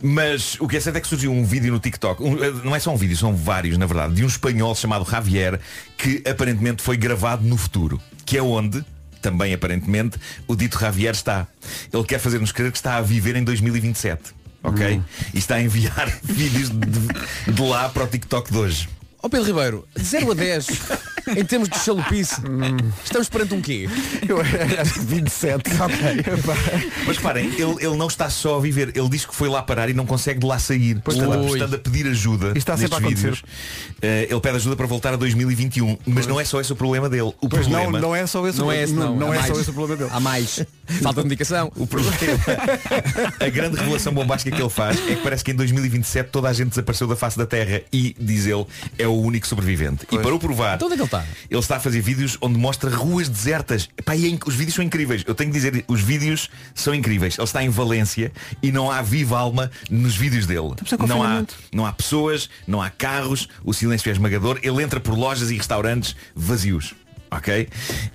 [SPEAKER 6] Mas o que é certo é que surgiu um vídeo no TikTok, um, eh, não é só um vídeo, são vários na verdade, de um espanhol chamado Javier, que aparentemente foi gravado no futuro, que é onde, também aparentemente, o dito Javier está. Ele quer fazer-nos crer que está a viver em 2027, ok?
[SPEAKER 2] Hum.
[SPEAKER 6] E está a enviar vídeos de, de lá para o TikTok de hoje.
[SPEAKER 10] Ó Oh, Pedro Ribeiro, de 0 a 10, em termos de chalupice, estamos perante um quê?
[SPEAKER 2] Eu acho que 27.
[SPEAKER 6] Mas parem, ele, ele não está só a viver, ele diz que foi lá parar e não consegue de lá sair.
[SPEAKER 2] Pois
[SPEAKER 6] Portanto,
[SPEAKER 2] está.
[SPEAKER 6] portanto, a pedir ajuda.
[SPEAKER 2] Isto está sempre
[SPEAKER 6] nestes
[SPEAKER 2] a acontecer.
[SPEAKER 6] vídeos. Eh, ele pede ajuda para voltar a 2021. Mas não é só esse o problema dele. O
[SPEAKER 2] Pois não,
[SPEAKER 6] problema
[SPEAKER 2] não é só esse o-
[SPEAKER 6] não,
[SPEAKER 2] não, não
[SPEAKER 6] há
[SPEAKER 2] é só
[SPEAKER 6] mais.
[SPEAKER 2] esse o problema dele.
[SPEAKER 10] Há mais. Falta de indicação.
[SPEAKER 6] O problema. é, a grande revelação bombástica que ele faz é que parece que em 2027 toda a gente desapareceu da face da Terra e, diz ele, é o único sobrevivente. E para o provar,
[SPEAKER 10] Então onde é que ele está?
[SPEAKER 6] ele está a fazer vídeos onde mostra ruas desertas. Epá, e é inc- os vídeos são incríveis. Eu tenho que dizer, os vídeos são incríveis. Ele está em Valência e não há viva alma nos vídeos dele.
[SPEAKER 10] Então,
[SPEAKER 2] em
[SPEAKER 10] é um
[SPEAKER 6] Não há,
[SPEAKER 2] confinamento.
[SPEAKER 6] não há pessoas, não há carros, o silêncio é esmagador. Ele entra por lojas e restaurantes vazios. Ok?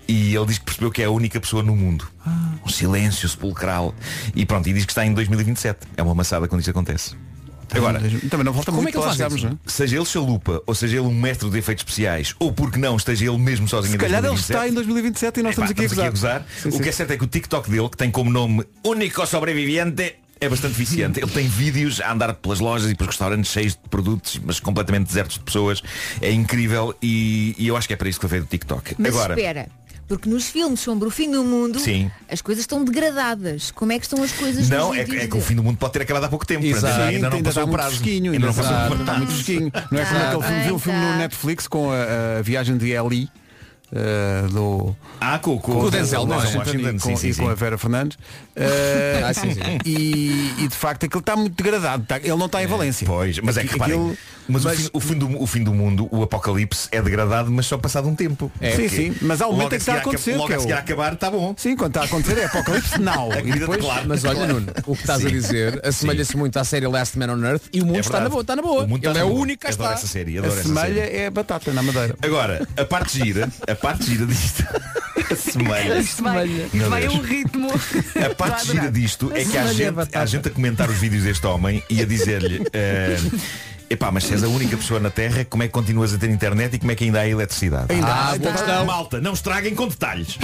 [SPEAKER 6] E ele diz que percebeu que é a única pessoa no mundo.
[SPEAKER 2] Ah.
[SPEAKER 6] Um silêncio sepulcral. E pronto, e diz que está em 2027. É uma amassada quando isto acontece.
[SPEAKER 2] Tá
[SPEAKER 6] Agora,
[SPEAKER 2] também não falta muito para lá chegarmos, não é?
[SPEAKER 6] Seja ele chalupa, ou seja ele um mestre de efeitos especiais, ou porque não, esteja ele mesmo sozinho
[SPEAKER 2] Se
[SPEAKER 6] em
[SPEAKER 2] calhar ele
[SPEAKER 6] 2027,
[SPEAKER 2] está em 2027 e nós
[SPEAKER 6] Epá,
[SPEAKER 2] estamos aqui a gozar. Sim,
[SPEAKER 6] o
[SPEAKER 2] sim.
[SPEAKER 6] que é certo é que o TikTok dele, que tem como nome Único Sobreviviente, é bastante viciante. Ele tem vídeos a andar pelas lojas e pelos restaurantes cheios de produtos, mas completamente desertos de pessoas. É incrível e, e eu acho que é para isso que ele veio do TikTok.
[SPEAKER 4] Mas
[SPEAKER 6] Agora,
[SPEAKER 4] espera, porque nos filmes sobre o fim do mundo
[SPEAKER 6] Sim.
[SPEAKER 4] as coisas estão degradadas. Como é que estão as coisas
[SPEAKER 6] não,
[SPEAKER 4] nos
[SPEAKER 6] é, que-
[SPEAKER 4] vídeos
[SPEAKER 6] é que o
[SPEAKER 4] dele?
[SPEAKER 6] fim do mundo pode ter acabado há pouco tempo.
[SPEAKER 2] Exato.
[SPEAKER 6] portanto,
[SPEAKER 2] Sim,
[SPEAKER 6] Ainda não
[SPEAKER 2] ainda
[SPEAKER 6] passou
[SPEAKER 2] está
[SPEAKER 6] o
[SPEAKER 2] muito
[SPEAKER 6] prazo.
[SPEAKER 2] fresquinho,
[SPEAKER 6] Ainda não
[SPEAKER 2] ainda
[SPEAKER 6] passou o
[SPEAKER 2] está-
[SPEAKER 6] prazo.
[SPEAKER 2] está muito fresquinho. Não é como
[SPEAKER 4] Tá
[SPEAKER 2] aquele filme, vi um
[SPEAKER 4] bem,
[SPEAKER 2] filme
[SPEAKER 4] tá.
[SPEAKER 2] no Netflix com a, a viagem de Ellie. eh, do
[SPEAKER 6] ah, com,
[SPEAKER 2] com,
[SPEAKER 6] com
[SPEAKER 2] o Denzel,
[SPEAKER 6] Denzel
[SPEAKER 2] Washington
[SPEAKER 6] Washington,
[SPEAKER 2] e, com,
[SPEAKER 6] sim, sim,
[SPEAKER 2] e com
[SPEAKER 6] sim.
[SPEAKER 2] a Vera Fernandes Eh,
[SPEAKER 6] Ah, sim, sim.
[SPEAKER 2] E, e de facto aquilo está muito degradado tá- ele não está em Valência
[SPEAKER 6] Pois, mas é que reparem,
[SPEAKER 2] Aquilo-
[SPEAKER 6] mas, o, fim, o fim do, o fim do mundo, o apocalipse, é degradado, mas só passado um tempo.
[SPEAKER 2] É, sim,
[SPEAKER 6] Porque
[SPEAKER 2] sim, mas há um
[SPEAKER 6] logo
[SPEAKER 2] momento em que está a
[SPEAKER 6] seguir aca-
[SPEAKER 2] acontecer.
[SPEAKER 6] Logo
[SPEAKER 2] que é
[SPEAKER 6] a
[SPEAKER 2] o-
[SPEAKER 6] seguir a acabar, está bom.
[SPEAKER 2] Sim, quando está a acontecer é apocalipse now.
[SPEAKER 6] A
[SPEAKER 2] E
[SPEAKER 6] vida
[SPEAKER 2] depois-
[SPEAKER 6] claro.
[SPEAKER 10] Mas olha, Nuno, o que estás a
[SPEAKER 6] Sim. É
[SPEAKER 10] dizer assemelha-se muito à série Last Man on Earth e o mundo está na
[SPEAKER 6] verdade.
[SPEAKER 10] boa, está na boa.
[SPEAKER 6] O mundo está
[SPEAKER 10] Ele é
[SPEAKER 6] na
[SPEAKER 10] o
[SPEAKER 6] boa.
[SPEAKER 10] único que
[SPEAKER 6] Adoro
[SPEAKER 10] está.
[SPEAKER 6] essa série, adoro
[SPEAKER 2] a
[SPEAKER 6] essa
[SPEAKER 2] semelha
[SPEAKER 6] série.
[SPEAKER 2] é batata na madeira
[SPEAKER 6] Agora, a parte gira, a parte gira disto. A semelha.
[SPEAKER 3] Isto vai,
[SPEAKER 6] Meu
[SPEAKER 3] isto vai a
[SPEAKER 6] Deus. É
[SPEAKER 3] um ritmo.
[SPEAKER 6] A parte
[SPEAKER 3] Estou a
[SPEAKER 6] gira
[SPEAKER 3] adorar.
[SPEAKER 6] disto é que há
[SPEAKER 3] Semelha
[SPEAKER 6] gente,
[SPEAKER 3] batata.
[SPEAKER 6] há gente a comentar os vídeos deste homem e a dizer-lhe eh, Epá, mas se és a única pessoa na Terra, como é que continuas a ter internet e como é que ainda há eletricidade?
[SPEAKER 2] Ainda
[SPEAKER 10] Ah,
[SPEAKER 2] há,
[SPEAKER 6] boa
[SPEAKER 10] então,
[SPEAKER 6] questão. Malta, não estraguem com detalhes.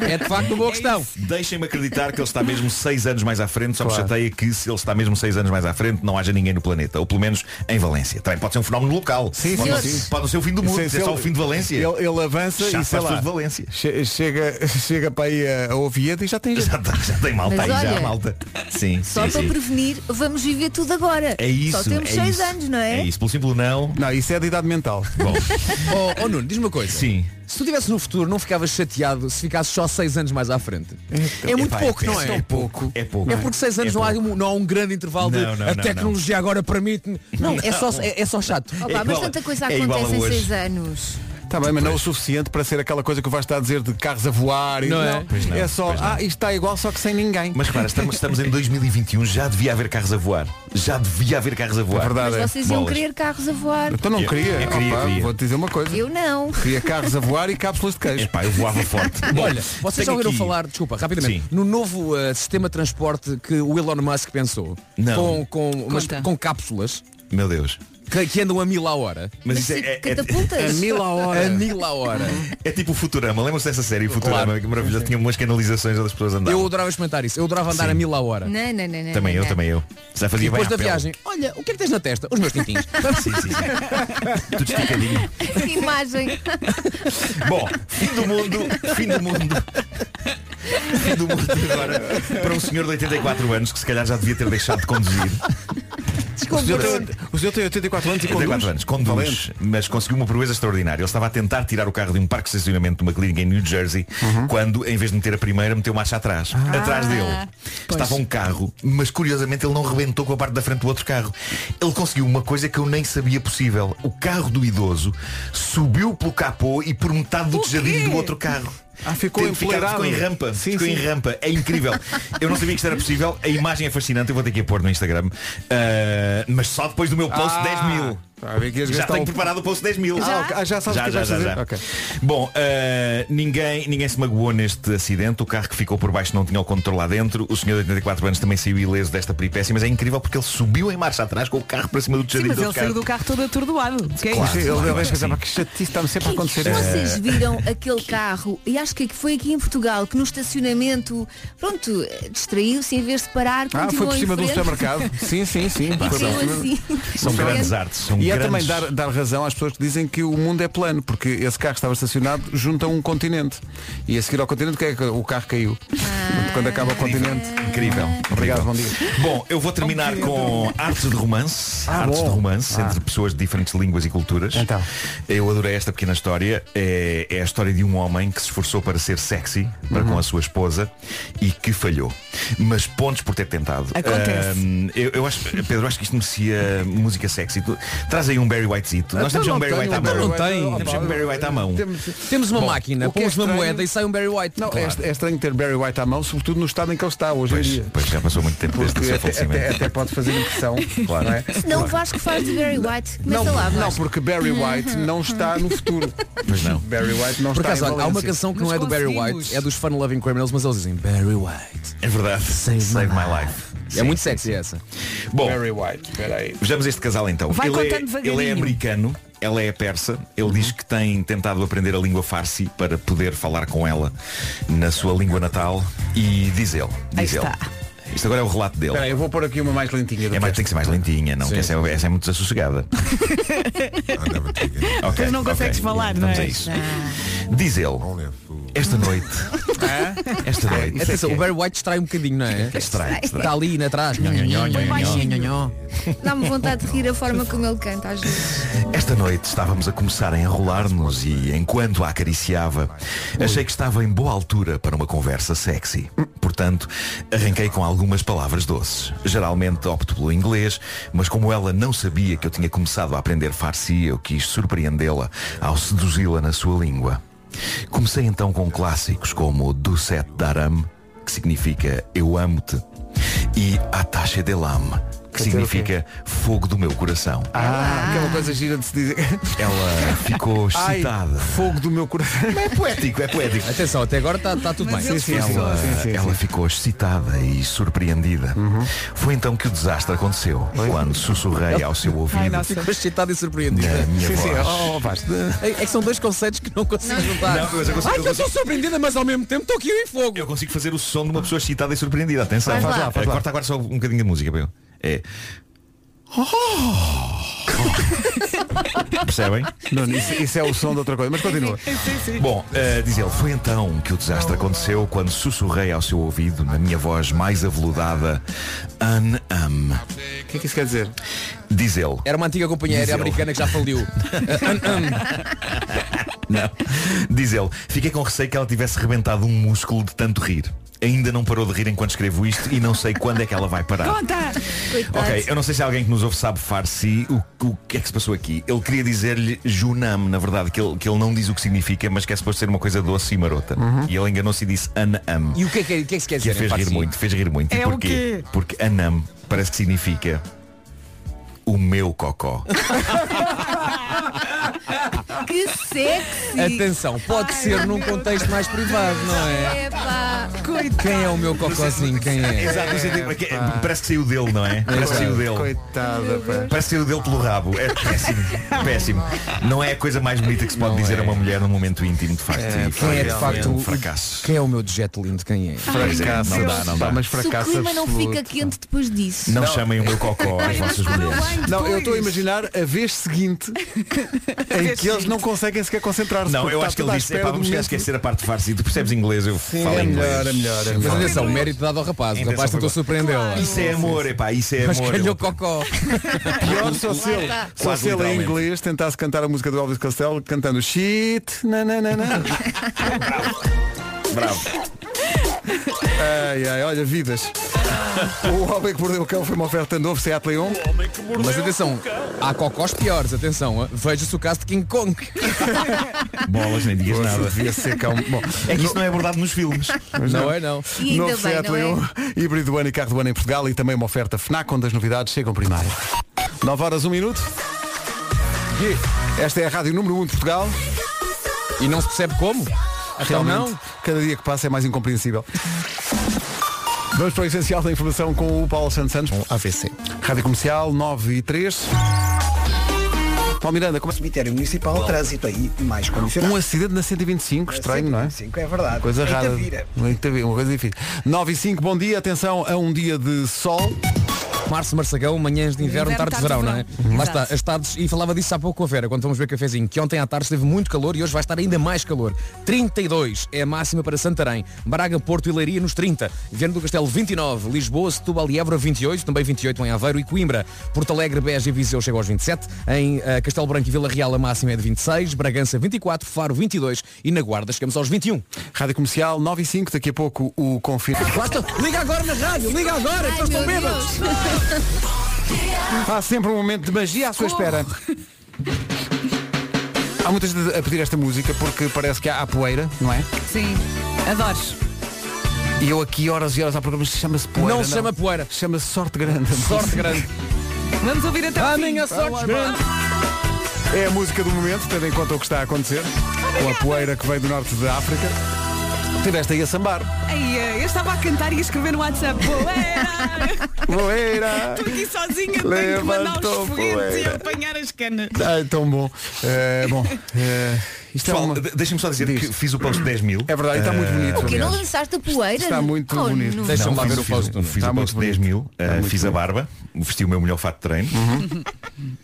[SPEAKER 10] É de facto uma boa questão.
[SPEAKER 6] Deixem-me acreditar que ele está mesmo 6 anos mais à frente, só
[SPEAKER 2] Claro.
[SPEAKER 6] me chateia que se ele está mesmo 6 anos mais à frente não haja ninguém no planeta, ou pelo menos em Valência. Também pode ser um fenómeno local.
[SPEAKER 2] Sim,
[SPEAKER 6] pode,
[SPEAKER 2] sim,
[SPEAKER 6] não-
[SPEAKER 2] sim.
[SPEAKER 6] pode não ser o fim do mundo,
[SPEAKER 2] Sim,
[SPEAKER 6] é
[SPEAKER 2] sim,
[SPEAKER 6] só o
[SPEAKER 2] ele-
[SPEAKER 6] fim de Valência.
[SPEAKER 2] Ele, ele avança
[SPEAKER 6] Chato para
[SPEAKER 2] e
[SPEAKER 6] as
[SPEAKER 2] sei lá.
[SPEAKER 6] pessoas de Valência.
[SPEAKER 2] che- Chega, chega para aí a, a Oviedo e já tem gente.
[SPEAKER 6] Já, tá- já tem malta
[SPEAKER 4] Mas
[SPEAKER 6] aí, já
[SPEAKER 4] olha,
[SPEAKER 6] há malta. Sim,
[SPEAKER 4] Só
[SPEAKER 6] sim,
[SPEAKER 4] para
[SPEAKER 6] sim.
[SPEAKER 4] prevenir, vamos viver tudo agora.
[SPEAKER 6] É isso.
[SPEAKER 4] Só temos
[SPEAKER 6] é
[SPEAKER 4] 6
[SPEAKER 6] isso.
[SPEAKER 4] anos, não é?
[SPEAKER 6] É isso, pelo simples não.
[SPEAKER 2] Não, isso é de idade mental.
[SPEAKER 6] Bom,
[SPEAKER 10] Oh, oh, Nuno, diz-me uma coisa.
[SPEAKER 6] Sim.
[SPEAKER 10] Se tu estivesse no futuro, não ficavas chateado se ficasses só 6 anos mais à frente.
[SPEAKER 2] Então,
[SPEAKER 10] É muito
[SPEAKER 6] Epá,
[SPEAKER 10] pouco,
[SPEAKER 6] é
[SPEAKER 10] não é?
[SPEAKER 6] tão pouco, é pouco.
[SPEAKER 10] É porque 6 anos não, há um, não há um grande intervalo
[SPEAKER 6] Não,
[SPEAKER 10] de
[SPEAKER 6] não,
[SPEAKER 10] a
[SPEAKER 6] não,
[SPEAKER 10] tecnologia agora permite-me. Não, É, só,
[SPEAKER 6] Não.
[SPEAKER 10] é, é só chato.
[SPEAKER 4] Opa,
[SPEAKER 6] igual
[SPEAKER 4] mas
[SPEAKER 6] a-
[SPEAKER 4] tanta coisa
[SPEAKER 6] é igual a
[SPEAKER 4] acontece em
[SPEAKER 6] hoje.
[SPEAKER 4] 6 anos.
[SPEAKER 2] Está Tá bem, mas não o suficiente para ser aquela coisa que vais estar a dizer de carros a voar e
[SPEAKER 10] Não é?
[SPEAKER 6] Pois não,
[SPEAKER 2] é só,
[SPEAKER 6] pois não.
[SPEAKER 2] ah, isto está igual só que sem ninguém.
[SPEAKER 6] Mas claro, estamos, estamos em 2021, já devia haver carros a voar. Já devia haver carros a voar.
[SPEAKER 2] É verdade,
[SPEAKER 4] Mas vocês iam
[SPEAKER 6] Ah, é. Bolas.
[SPEAKER 4] querer carros a voar.
[SPEAKER 2] Então não
[SPEAKER 6] Eu-
[SPEAKER 2] queria.
[SPEAKER 6] eu queria,
[SPEAKER 2] Opa,
[SPEAKER 6] queria.
[SPEAKER 2] Vou-te dizer uma coisa.
[SPEAKER 4] Eu não.
[SPEAKER 2] Queria carros a voar e cápsulas de queijo.
[SPEAKER 6] Epá, eu voava forte.
[SPEAKER 10] Olha, vocês já
[SPEAKER 6] tenho
[SPEAKER 10] ouviram
[SPEAKER 6] aqui-
[SPEAKER 10] falar, desculpa, rapidamente,
[SPEAKER 6] Sim.
[SPEAKER 10] no novo eh, sistema de transporte que o Elon Musk pensou.
[SPEAKER 6] Não.
[SPEAKER 10] Com, com, umas-
[SPEAKER 3] Conta.
[SPEAKER 10] com cápsulas
[SPEAKER 6] Meu Deus.
[SPEAKER 10] que, que andam a mil à hora.
[SPEAKER 6] Mas
[SPEAKER 4] Mas
[SPEAKER 6] isso é,
[SPEAKER 4] tipo,
[SPEAKER 6] é-
[SPEAKER 4] catapultas.
[SPEAKER 2] à
[SPEAKER 10] A mil à hora.
[SPEAKER 6] é tipo o Futurama. Lembram-se dessa série, o Futurama,
[SPEAKER 10] Claro.
[SPEAKER 6] que maravilhoso. Tinha umas canalizações onde as pessoas andavam.
[SPEAKER 10] Eu adorava experimentar isso. Eu adorava andar
[SPEAKER 6] Sim.
[SPEAKER 10] a mil à hora.
[SPEAKER 4] Não, não, não, não.
[SPEAKER 6] Também eu,
[SPEAKER 4] não.
[SPEAKER 6] também eu. Já
[SPEAKER 10] É, né, E
[SPEAKER 6] fazia
[SPEAKER 10] depois
[SPEAKER 6] bem
[SPEAKER 10] da
[SPEAKER 6] à pele.
[SPEAKER 10] viagem, olha, o que é que tens na testa? Os meus tintins.
[SPEAKER 6] Sim, sim, sim. Tudo esticadinho.
[SPEAKER 4] Que imagem.
[SPEAKER 6] Bom, fim do mundo, fim do mundo. Fim do mundo agora para um senhor de 84 anos que se calhar já devia ter deixado de conduzir.
[SPEAKER 2] O senhor, tem, o senhor tem 84 anos e
[SPEAKER 6] 84
[SPEAKER 2] conduz.
[SPEAKER 6] anos, conduz, mas conseguiu uma proeza extraordinária. Ele estava a tentar tirar o carro de um parque de estacionamento de uma clínica em New Jersey,
[SPEAKER 2] Uhum.
[SPEAKER 6] quando, em vez de meter a primeira, meteu marcha atrás.
[SPEAKER 2] Ah.
[SPEAKER 6] Atrás dele. Estava um carro, mas curiosamente ele não rebentou com a parte da frente do outro carro. Ele conseguiu uma coisa que eu nem sabia possível. O carro do idoso subiu pelo capô e por metade do tejadilho do outro carro.
[SPEAKER 2] Ah, ficou
[SPEAKER 6] Teve- ficava-
[SPEAKER 2] empoleirado.
[SPEAKER 6] ficou em rampa.
[SPEAKER 2] Sim,
[SPEAKER 6] ficou em
[SPEAKER 2] sim.
[SPEAKER 6] rampa. É incrível. Eu não sabia que isto era possível. A imagem é fascinante. Eu vou ter que a pôr no Instagram. Ah, mas só depois do meu post
[SPEAKER 2] Ah.
[SPEAKER 6] 10 mil.
[SPEAKER 2] Está a ver que ias
[SPEAKER 6] Já
[SPEAKER 2] gastar
[SPEAKER 6] tenho
[SPEAKER 2] um-
[SPEAKER 6] preparado o post 10 mil.
[SPEAKER 2] Ah, ok. Ah, já sabes o que
[SPEAKER 6] já,
[SPEAKER 2] vais
[SPEAKER 6] já,
[SPEAKER 2] fazer?
[SPEAKER 6] já.
[SPEAKER 2] Ok.
[SPEAKER 6] Bom, eh, ninguém, ninguém se magoou neste acidente. O carro que ficou por baixo não tinha o controle lá dentro. O senhor de 84 anos também saiu ileso desta peripécia, mas é incrível porque ele subiu em marcha atrás com o carro para cima do
[SPEAKER 3] Sim,
[SPEAKER 6] tejadilho
[SPEAKER 3] mas
[SPEAKER 6] do
[SPEAKER 3] ele
[SPEAKER 6] outro carro.
[SPEAKER 3] saiu do carro todo atordoado. Que é
[SPEAKER 6] Claro.
[SPEAKER 3] isto?
[SPEAKER 2] Sim, ele- ele
[SPEAKER 6] Sim.
[SPEAKER 2] acha que sabe, "Ah, que chatice está-me sempre a acontecer. isto."
[SPEAKER 4] Vocês viram aquele carro, e acho que foi aqui em Portugal, que no estacionamento, pronto, distraiu-se em vez de parar,
[SPEAKER 2] Ah, foi
[SPEAKER 4] continuou
[SPEAKER 2] por
[SPEAKER 4] em
[SPEAKER 2] cima de um
[SPEAKER 4] frente.
[SPEAKER 2] supermercado. Sim, sim, sim.
[SPEAKER 4] E
[SPEAKER 2] Foi por
[SPEAKER 4] saiu
[SPEAKER 2] cima- um
[SPEAKER 4] assim.
[SPEAKER 6] São
[SPEAKER 4] Em
[SPEAKER 6] grandes
[SPEAKER 4] frente.
[SPEAKER 6] artes. um São
[SPEAKER 2] E há
[SPEAKER 6] grandes...
[SPEAKER 2] também dar, dar razão às pessoas que dizem que o mundo é plano, porque esse carro estava estacionado junto a um continente. E a seguir ao continente, o que é que o carro caiu? Quando acaba o continente.
[SPEAKER 6] Incrível.
[SPEAKER 3] é.
[SPEAKER 2] Obrigado, bom
[SPEAKER 6] Incrível.
[SPEAKER 2] dia.
[SPEAKER 6] Bom, eu vou terminar com artes de romance.
[SPEAKER 2] Ah,
[SPEAKER 6] artes
[SPEAKER 2] bom.
[SPEAKER 6] de romance
[SPEAKER 2] Ah.
[SPEAKER 6] entre pessoas de diferentes línguas e culturas.
[SPEAKER 2] Então.
[SPEAKER 6] Eu adorei esta pequena história. É, é a história de um homem que se esforçou para ser sexy para
[SPEAKER 2] Uhum.
[SPEAKER 6] com a sua esposa e que falhou. Mas pontos por ter tentado.
[SPEAKER 3] Acontece.
[SPEAKER 6] Ahm, eu, eu acho, Pedro, acho que isto merecia música sexy. Tu, traz aí um Barry Whitezito. Nós
[SPEAKER 2] Então
[SPEAKER 6] temos já um
[SPEAKER 2] não
[SPEAKER 6] Barry
[SPEAKER 2] tenho
[SPEAKER 6] White à
[SPEAKER 2] um Barry
[SPEAKER 6] mão.
[SPEAKER 10] Não tem.
[SPEAKER 6] Temos já um Barry White à mão.
[SPEAKER 2] Temos-
[SPEAKER 10] Temos uma
[SPEAKER 6] Bom,
[SPEAKER 10] máquina,
[SPEAKER 2] o que é
[SPEAKER 10] pomos uma
[SPEAKER 2] estranho-
[SPEAKER 10] moeda e sai um Barry White.
[SPEAKER 2] Não,
[SPEAKER 10] Claro.
[SPEAKER 2] é, é estranho ter Barry White à mão, sobretudo no estado em que ele está hoje em
[SPEAKER 6] Pois,
[SPEAKER 2] dia.
[SPEAKER 6] pois já passou muito tempo desde o
[SPEAKER 2] Porque
[SPEAKER 6] seu
[SPEAKER 2] até,
[SPEAKER 6] falecimento.
[SPEAKER 2] até- até pode fazer impressão.
[SPEAKER 6] Claro.
[SPEAKER 2] Não, é?
[SPEAKER 4] Senão o Vasco faz de Barry White. Começa
[SPEAKER 2] não,
[SPEAKER 4] lá,
[SPEAKER 2] não,
[SPEAKER 4] Vasco.
[SPEAKER 2] porque Barry White não está no futuro.
[SPEAKER 6] Pois não.
[SPEAKER 2] Barry White não
[SPEAKER 10] Por
[SPEAKER 2] está
[SPEAKER 10] acaso,
[SPEAKER 2] em
[SPEAKER 10] olha, há uma
[SPEAKER 2] Valência.
[SPEAKER 10] canção que
[SPEAKER 3] Mas
[SPEAKER 10] não é do Barry
[SPEAKER 3] conseguimos.
[SPEAKER 10] White, é dos Fun Loving Criminals, mas eles dizem Barry White.
[SPEAKER 6] É verdade.
[SPEAKER 10] Save
[SPEAKER 6] Save,
[SPEAKER 10] my
[SPEAKER 6] my life.
[SPEAKER 10] É muito sexy essa.
[SPEAKER 6] Bom,
[SPEAKER 10] Mary White, peraí.
[SPEAKER 6] Vejamos este casal então.
[SPEAKER 10] Vai
[SPEAKER 6] ele,
[SPEAKER 10] contando
[SPEAKER 6] é,
[SPEAKER 10] devagarinho.
[SPEAKER 6] ele é americano, ela é persa. Ele diz que tem tentado aprender a língua farsi para poder falar com ela na sua língua natal. E diz ele,
[SPEAKER 2] Aí
[SPEAKER 6] diz ele.
[SPEAKER 2] está.
[SPEAKER 6] Isto agora é o relato dele.
[SPEAKER 2] Espera aí, eu vou pôr aqui uma mais lentinha.
[SPEAKER 6] É mais, tem que ser mais lentinha, não, porque essa é, essa é muito desassossegada. Ok,
[SPEAKER 3] Tu não
[SPEAKER 6] ok.
[SPEAKER 3] consegues falar, não
[SPEAKER 6] Vamos
[SPEAKER 3] é?
[SPEAKER 6] a isso. Diz ele, esta noite, esta noite,
[SPEAKER 10] Atenção, o Barry White distrai um bocadinho, não é?
[SPEAKER 6] Distrai, distrai.
[SPEAKER 10] Está ali na trás. Nho, nho, nho, nho, nho, nho, nho.
[SPEAKER 4] Dá-me vontade de rir a forma como ele canta às vezes.
[SPEAKER 6] Esta noite estávamos a começar a enrolar-nos e, enquanto a acariciava, achei que estava em boa altura para uma conversa sexy. Portanto, arranquei com algumas palavras doces. Geralmente opto pelo inglês, mas como ela não sabia que eu tinha começado a aprender farsi, eu quis surpreendê-la ao seduzi-la na sua língua. Comecei então com clássicos como Duset Daram, que significa Eu Amo-te, e Atache Delam, que significa Fogo do Meu Coração.
[SPEAKER 2] Ah, aquela coisa gira de se dizer.
[SPEAKER 6] Ela ficou
[SPEAKER 2] Ai,
[SPEAKER 6] excitada.
[SPEAKER 2] fogo do meu coração.
[SPEAKER 6] É poético, é poético.
[SPEAKER 10] Atenção, até agora está tudo bem.
[SPEAKER 6] Sim, sim, ela, ela ficou excitada e surpreendida. Foi então que o desastre aconteceu, quando sussurrei ao seu ouvido.
[SPEAKER 10] Ai, nossa. Ficou excitado e surpreendido.
[SPEAKER 6] Na minha
[SPEAKER 10] Sim, sim.
[SPEAKER 6] voz.
[SPEAKER 10] Oh, Vasco. É, é que são dois conceitos que não consigo juntar.
[SPEAKER 6] Não, mas eu consigo-
[SPEAKER 10] Ai,
[SPEAKER 6] eu
[SPEAKER 10] que eu
[SPEAKER 6] consigo-
[SPEAKER 10] sou surpreendida, mas ao mesmo tempo estou aqui em fogo.
[SPEAKER 6] Eu consigo fazer o som de uma pessoa excitada e surpreendida. Atenção.
[SPEAKER 10] Faz lá, faz lá.
[SPEAKER 6] Corta agora só um bocadinho de música, Pedro. É. Percebem?
[SPEAKER 2] Não, isso, isso é o som de outra coisa, mas continua.
[SPEAKER 6] Bom, eh, diz ele, foi então que o desastre aconteceu quando sussurrei ao seu ouvido, na minha voz mais aveludada, An Am. O
[SPEAKER 2] que é que isso quer dizer?
[SPEAKER 6] Diz ele.
[SPEAKER 10] Era uma antiga companhia
[SPEAKER 6] Diz
[SPEAKER 10] aérea
[SPEAKER 6] ele.
[SPEAKER 10] americana que já faliu.
[SPEAKER 6] Não. Diz ele, fiquei com receio que ela tivesse rebentado um músculo de tanto rir. Ainda não parou de rir enquanto escrevo isto e não sei quando é que ela vai parar.
[SPEAKER 2] Tá.
[SPEAKER 3] Conta!
[SPEAKER 6] Ok, eu não sei se alguém que nos ouve sabe farsi o, o que é que se passou aqui. Ele queria dizer-lhe Junam, na verdade, que ele, que ele não diz o que significa, mas que é suposto ser uma coisa doce e marota. E ele enganou-se e disse Anam.
[SPEAKER 10] Uhum. E o que é que, o que, é que se quer
[SPEAKER 6] Que
[SPEAKER 10] dizer?
[SPEAKER 6] a fez
[SPEAKER 10] em
[SPEAKER 6] rir
[SPEAKER 10] Farsi?
[SPEAKER 6] muito, fez rir muito. E
[SPEAKER 10] É o
[SPEAKER 6] porquê?
[SPEAKER 10] quê?
[SPEAKER 6] Porque Anam parece que significa o meu cocó.
[SPEAKER 4] Que sexy!
[SPEAKER 10] Atenção, pode ser num contexto mais privado, não é?
[SPEAKER 4] Epá.
[SPEAKER 10] Quem é o meu cocózinho? Quem é?
[SPEAKER 6] Exato, não sei dizer, porque- parece que saiu dele, não é? Parece que saiu dele.
[SPEAKER 2] Coitada, pá.
[SPEAKER 6] Parece que saiu dele pelo rabo. É péssimo. Péssimo. Não é a coisa mais bonita que se pode dizer a uma mulher num momento íntimo, de facto. E
[SPEAKER 10] Quem é de
[SPEAKER 6] foi
[SPEAKER 10] facto
[SPEAKER 6] um
[SPEAKER 10] o
[SPEAKER 6] fracasso.
[SPEAKER 10] Quem é o meu dejeto lindo? Quem é?
[SPEAKER 6] Pois é, não dá, não dá.
[SPEAKER 2] Mas
[SPEAKER 4] Se o
[SPEAKER 2] fracasso
[SPEAKER 4] clima não
[SPEAKER 2] absoluto.
[SPEAKER 4] fica quente depois disso.
[SPEAKER 6] Não chamem o meu cocó às vossas mulheres.
[SPEAKER 2] Não, eu estou a imaginar a vez seguinte em que eles não conseguem sequer concentrar-se.
[SPEAKER 6] Não,
[SPEAKER 2] porque
[SPEAKER 6] eu
[SPEAKER 2] está
[SPEAKER 6] acho que
[SPEAKER 2] tudo
[SPEAKER 6] ele
[SPEAKER 2] à
[SPEAKER 6] disse,
[SPEAKER 2] espera
[SPEAKER 6] "Epá,
[SPEAKER 2] do
[SPEAKER 6] vamos chegar a
[SPEAKER 2] momento."
[SPEAKER 6] esquecer a parte de farsi, tu percebes inglês, eu falo
[SPEAKER 2] é
[SPEAKER 6] inglês.
[SPEAKER 2] melhor, é melhor, é
[SPEAKER 10] Mas
[SPEAKER 6] Falo
[SPEAKER 10] atenção,
[SPEAKER 6] inglês.
[SPEAKER 10] mérito dado ao rapaz. O
[SPEAKER 6] Atenção,
[SPEAKER 10] rapaz tentou
[SPEAKER 6] foi bom.
[SPEAKER 10] surpreendê la
[SPEAKER 6] Isso é amor, epá, isso é
[SPEAKER 10] Mas
[SPEAKER 6] amor.
[SPEAKER 10] calhou cocó.
[SPEAKER 2] Pior só se ele,
[SPEAKER 10] Lá está.
[SPEAKER 2] só
[SPEAKER 6] Quase
[SPEAKER 2] se ele em
[SPEAKER 6] literalmente.
[SPEAKER 2] inglês tentasse cantar a música do Elvis Costello cantando shit, na na na na.
[SPEAKER 6] Bravo.
[SPEAKER 2] Ai ai, olha vidas. O Homem que Mordeu o Cão foi uma oferta novo Seat Leon.
[SPEAKER 10] Mas atenção, há cocós piores, atenção. ah, Veja-se o caso de King Kong.
[SPEAKER 6] Bolas, nem digas
[SPEAKER 2] Poxa,
[SPEAKER 6] nada.
[SPEAKER 2] devia ser calmo. Bom,
[SPEAKER 6] É que isso não é abordado nos filmes.
[SPEAKER 2] Mas
[SPEAKER 10] Não é, não.
[SPEAKER 4] E ainda
[SPEAKER 2] Novo
[SPEAKER 4] bem,
[SPEAKER 2] Seat
[SPEAKER 4] não é?
[SPEAKER 2] Leon, híbrido do ano e carro do ano em Portugal e também uma oferta FNAC onde as novidades chegam primeiro. 9 horas, 1 minuto. Esta é a Rádio Número 1 de Portugal.
[SPEAKER 10] E não se percebe como? Então
[SPEAKER 2] Realmente,
[SPEAKER 10] não?
[SPEAKER 2] cada dia que passa é mais incompreensível. Vamos para o essencial da informação com o Paulo Santos Santos.
[SPEAKER 13] AVC.
[SPEAKER 2] Rádio Comercial 9 e 3. Paulo Miranda, como é
[SPEAKER 9] Cemitério Municipal, trânsito aí mais condicionado.
[SPEAKER 2] Um acidente na 125, estranho, não é?
[SPEAKER 9] 125, é verdade.
[SPEAKER 2] Coisa
[SPEAKER 9] Em
[SPEAKER 2] rara.
[SPEAKER 9] Tavira.
[SPEAKER 2] Em Tavira, Uma coisa difícil. 9 e 5, bom dia, atenção a um dia de sol.
[SPEAKER 10] Março, Marçagão, manhãs de inverno,
[SPEAKER 2] Inverno,
[SPEAKER 10] tarde de verão,
[SPEAKER 2] tarde de
[SPEAKER 10] não é?
[SPEAKER 2] verão. Uhum.
[SPEAKER 10] Lá está,
[SPEAKER 2] Exato.
[SPEAKER 10] as tardes, e falava disso há pouco com a Vera, quando fomos ver cafezinho, que ontem à tarde esteve muito calor e hoje vai estar ainda mais calor. 32 é a máxima para Santarém, Braga, Porto e Leiria nos 30, Viana do Castelo 29, Lisboa, Setúbal e Évora 28, também 28 em Aveiro e Coimbra, Porto Alegre, Beja e Viseu chegam aos 27, em eh, Castelo Branco e Vila Real a máxima é de 26, Bragança 24, Faro 22 e um. na Guarda chegamos aos 21.
[SPEAKER 2] Rádio Comercial 9 e 5, daqui a pouco o confinamento.
[SPEAKER 10] Basta, liga agora na rádio, liga agora, que nós estamos bêbados.
[SPEAKER 2] Há sempre um momento de magia à sua espera. Há muita gente a pedir esta música porque parece que há, há poeira, não é?
[SPEAKER 3] Sim, adores.
[SPEAKER 2] E eu aqui horas e horas há programas que chama-se poeira.
[SPEAKER 10] Não se chama poeira.
[SPEAKER 2] Chama-se sorte grande.
[SPEAKER 10] Sorte grande.
[SPEAKER 3] Vamos ouvir até
[SPEAKER 10] A
[SPEAKER 3] o fim.
[SPEAKER 10] minha sorte grande.
[SPEAKER 2] É a música do momento, tendo em conta o que está a acontecer. Com a poeira que vem do norte da África. Tiveste aí a sambar.
[SPEAKER 3] Ai, eh, eu estava a cantar e a escrever no WhatsApp. Poeira!
[SPEAKER 2] Poeira!
[SPEAKER 3] Estou aqui sozinha, tenho que mandar os foguetes e apanhar as canas.
[SPEAKER 2] Ai, Ah, tão bom. Eh, bom, eh, isto
[SPEAKER 6] Pessoal,
[SPEAKER 2] é uma...
[SPEAKER 6] de- deixa-me só dizer que fiz o post de 10 mil.
[SPEAKER 2] É verdade, e está muito bonito.
[SPEAKER 4] O quê? Não
[SPEAKER 2] aliás.
[SPEAKER 4] lançaste a poeira?
[SPEAKER 2] Está muito
[SPEAKER 4] Oh,
[SPEAKER 2] bonito.
[SPEAKER 4] não.
[SPEAKER 2] Deixa-me lá
[SPEAKER 6] fiz
[SPEAKER 2] ver o post,
[SPEAKER 10] é?
[SPEAKER 6] Fiz, fiz
[SPEAKER 10] Tá
[SPEAKER 2] está
[SPEAKER 6] o
[SPEAKER 2] muito
[SPEAKER 6] post de 10 mil,
[SPEAKER 2] Está
[SPEAKER 6] uh,
[SPEAKER 2] muito
[SPEAKER 6] fiz a barba, vesti o meu melhor fato de treino.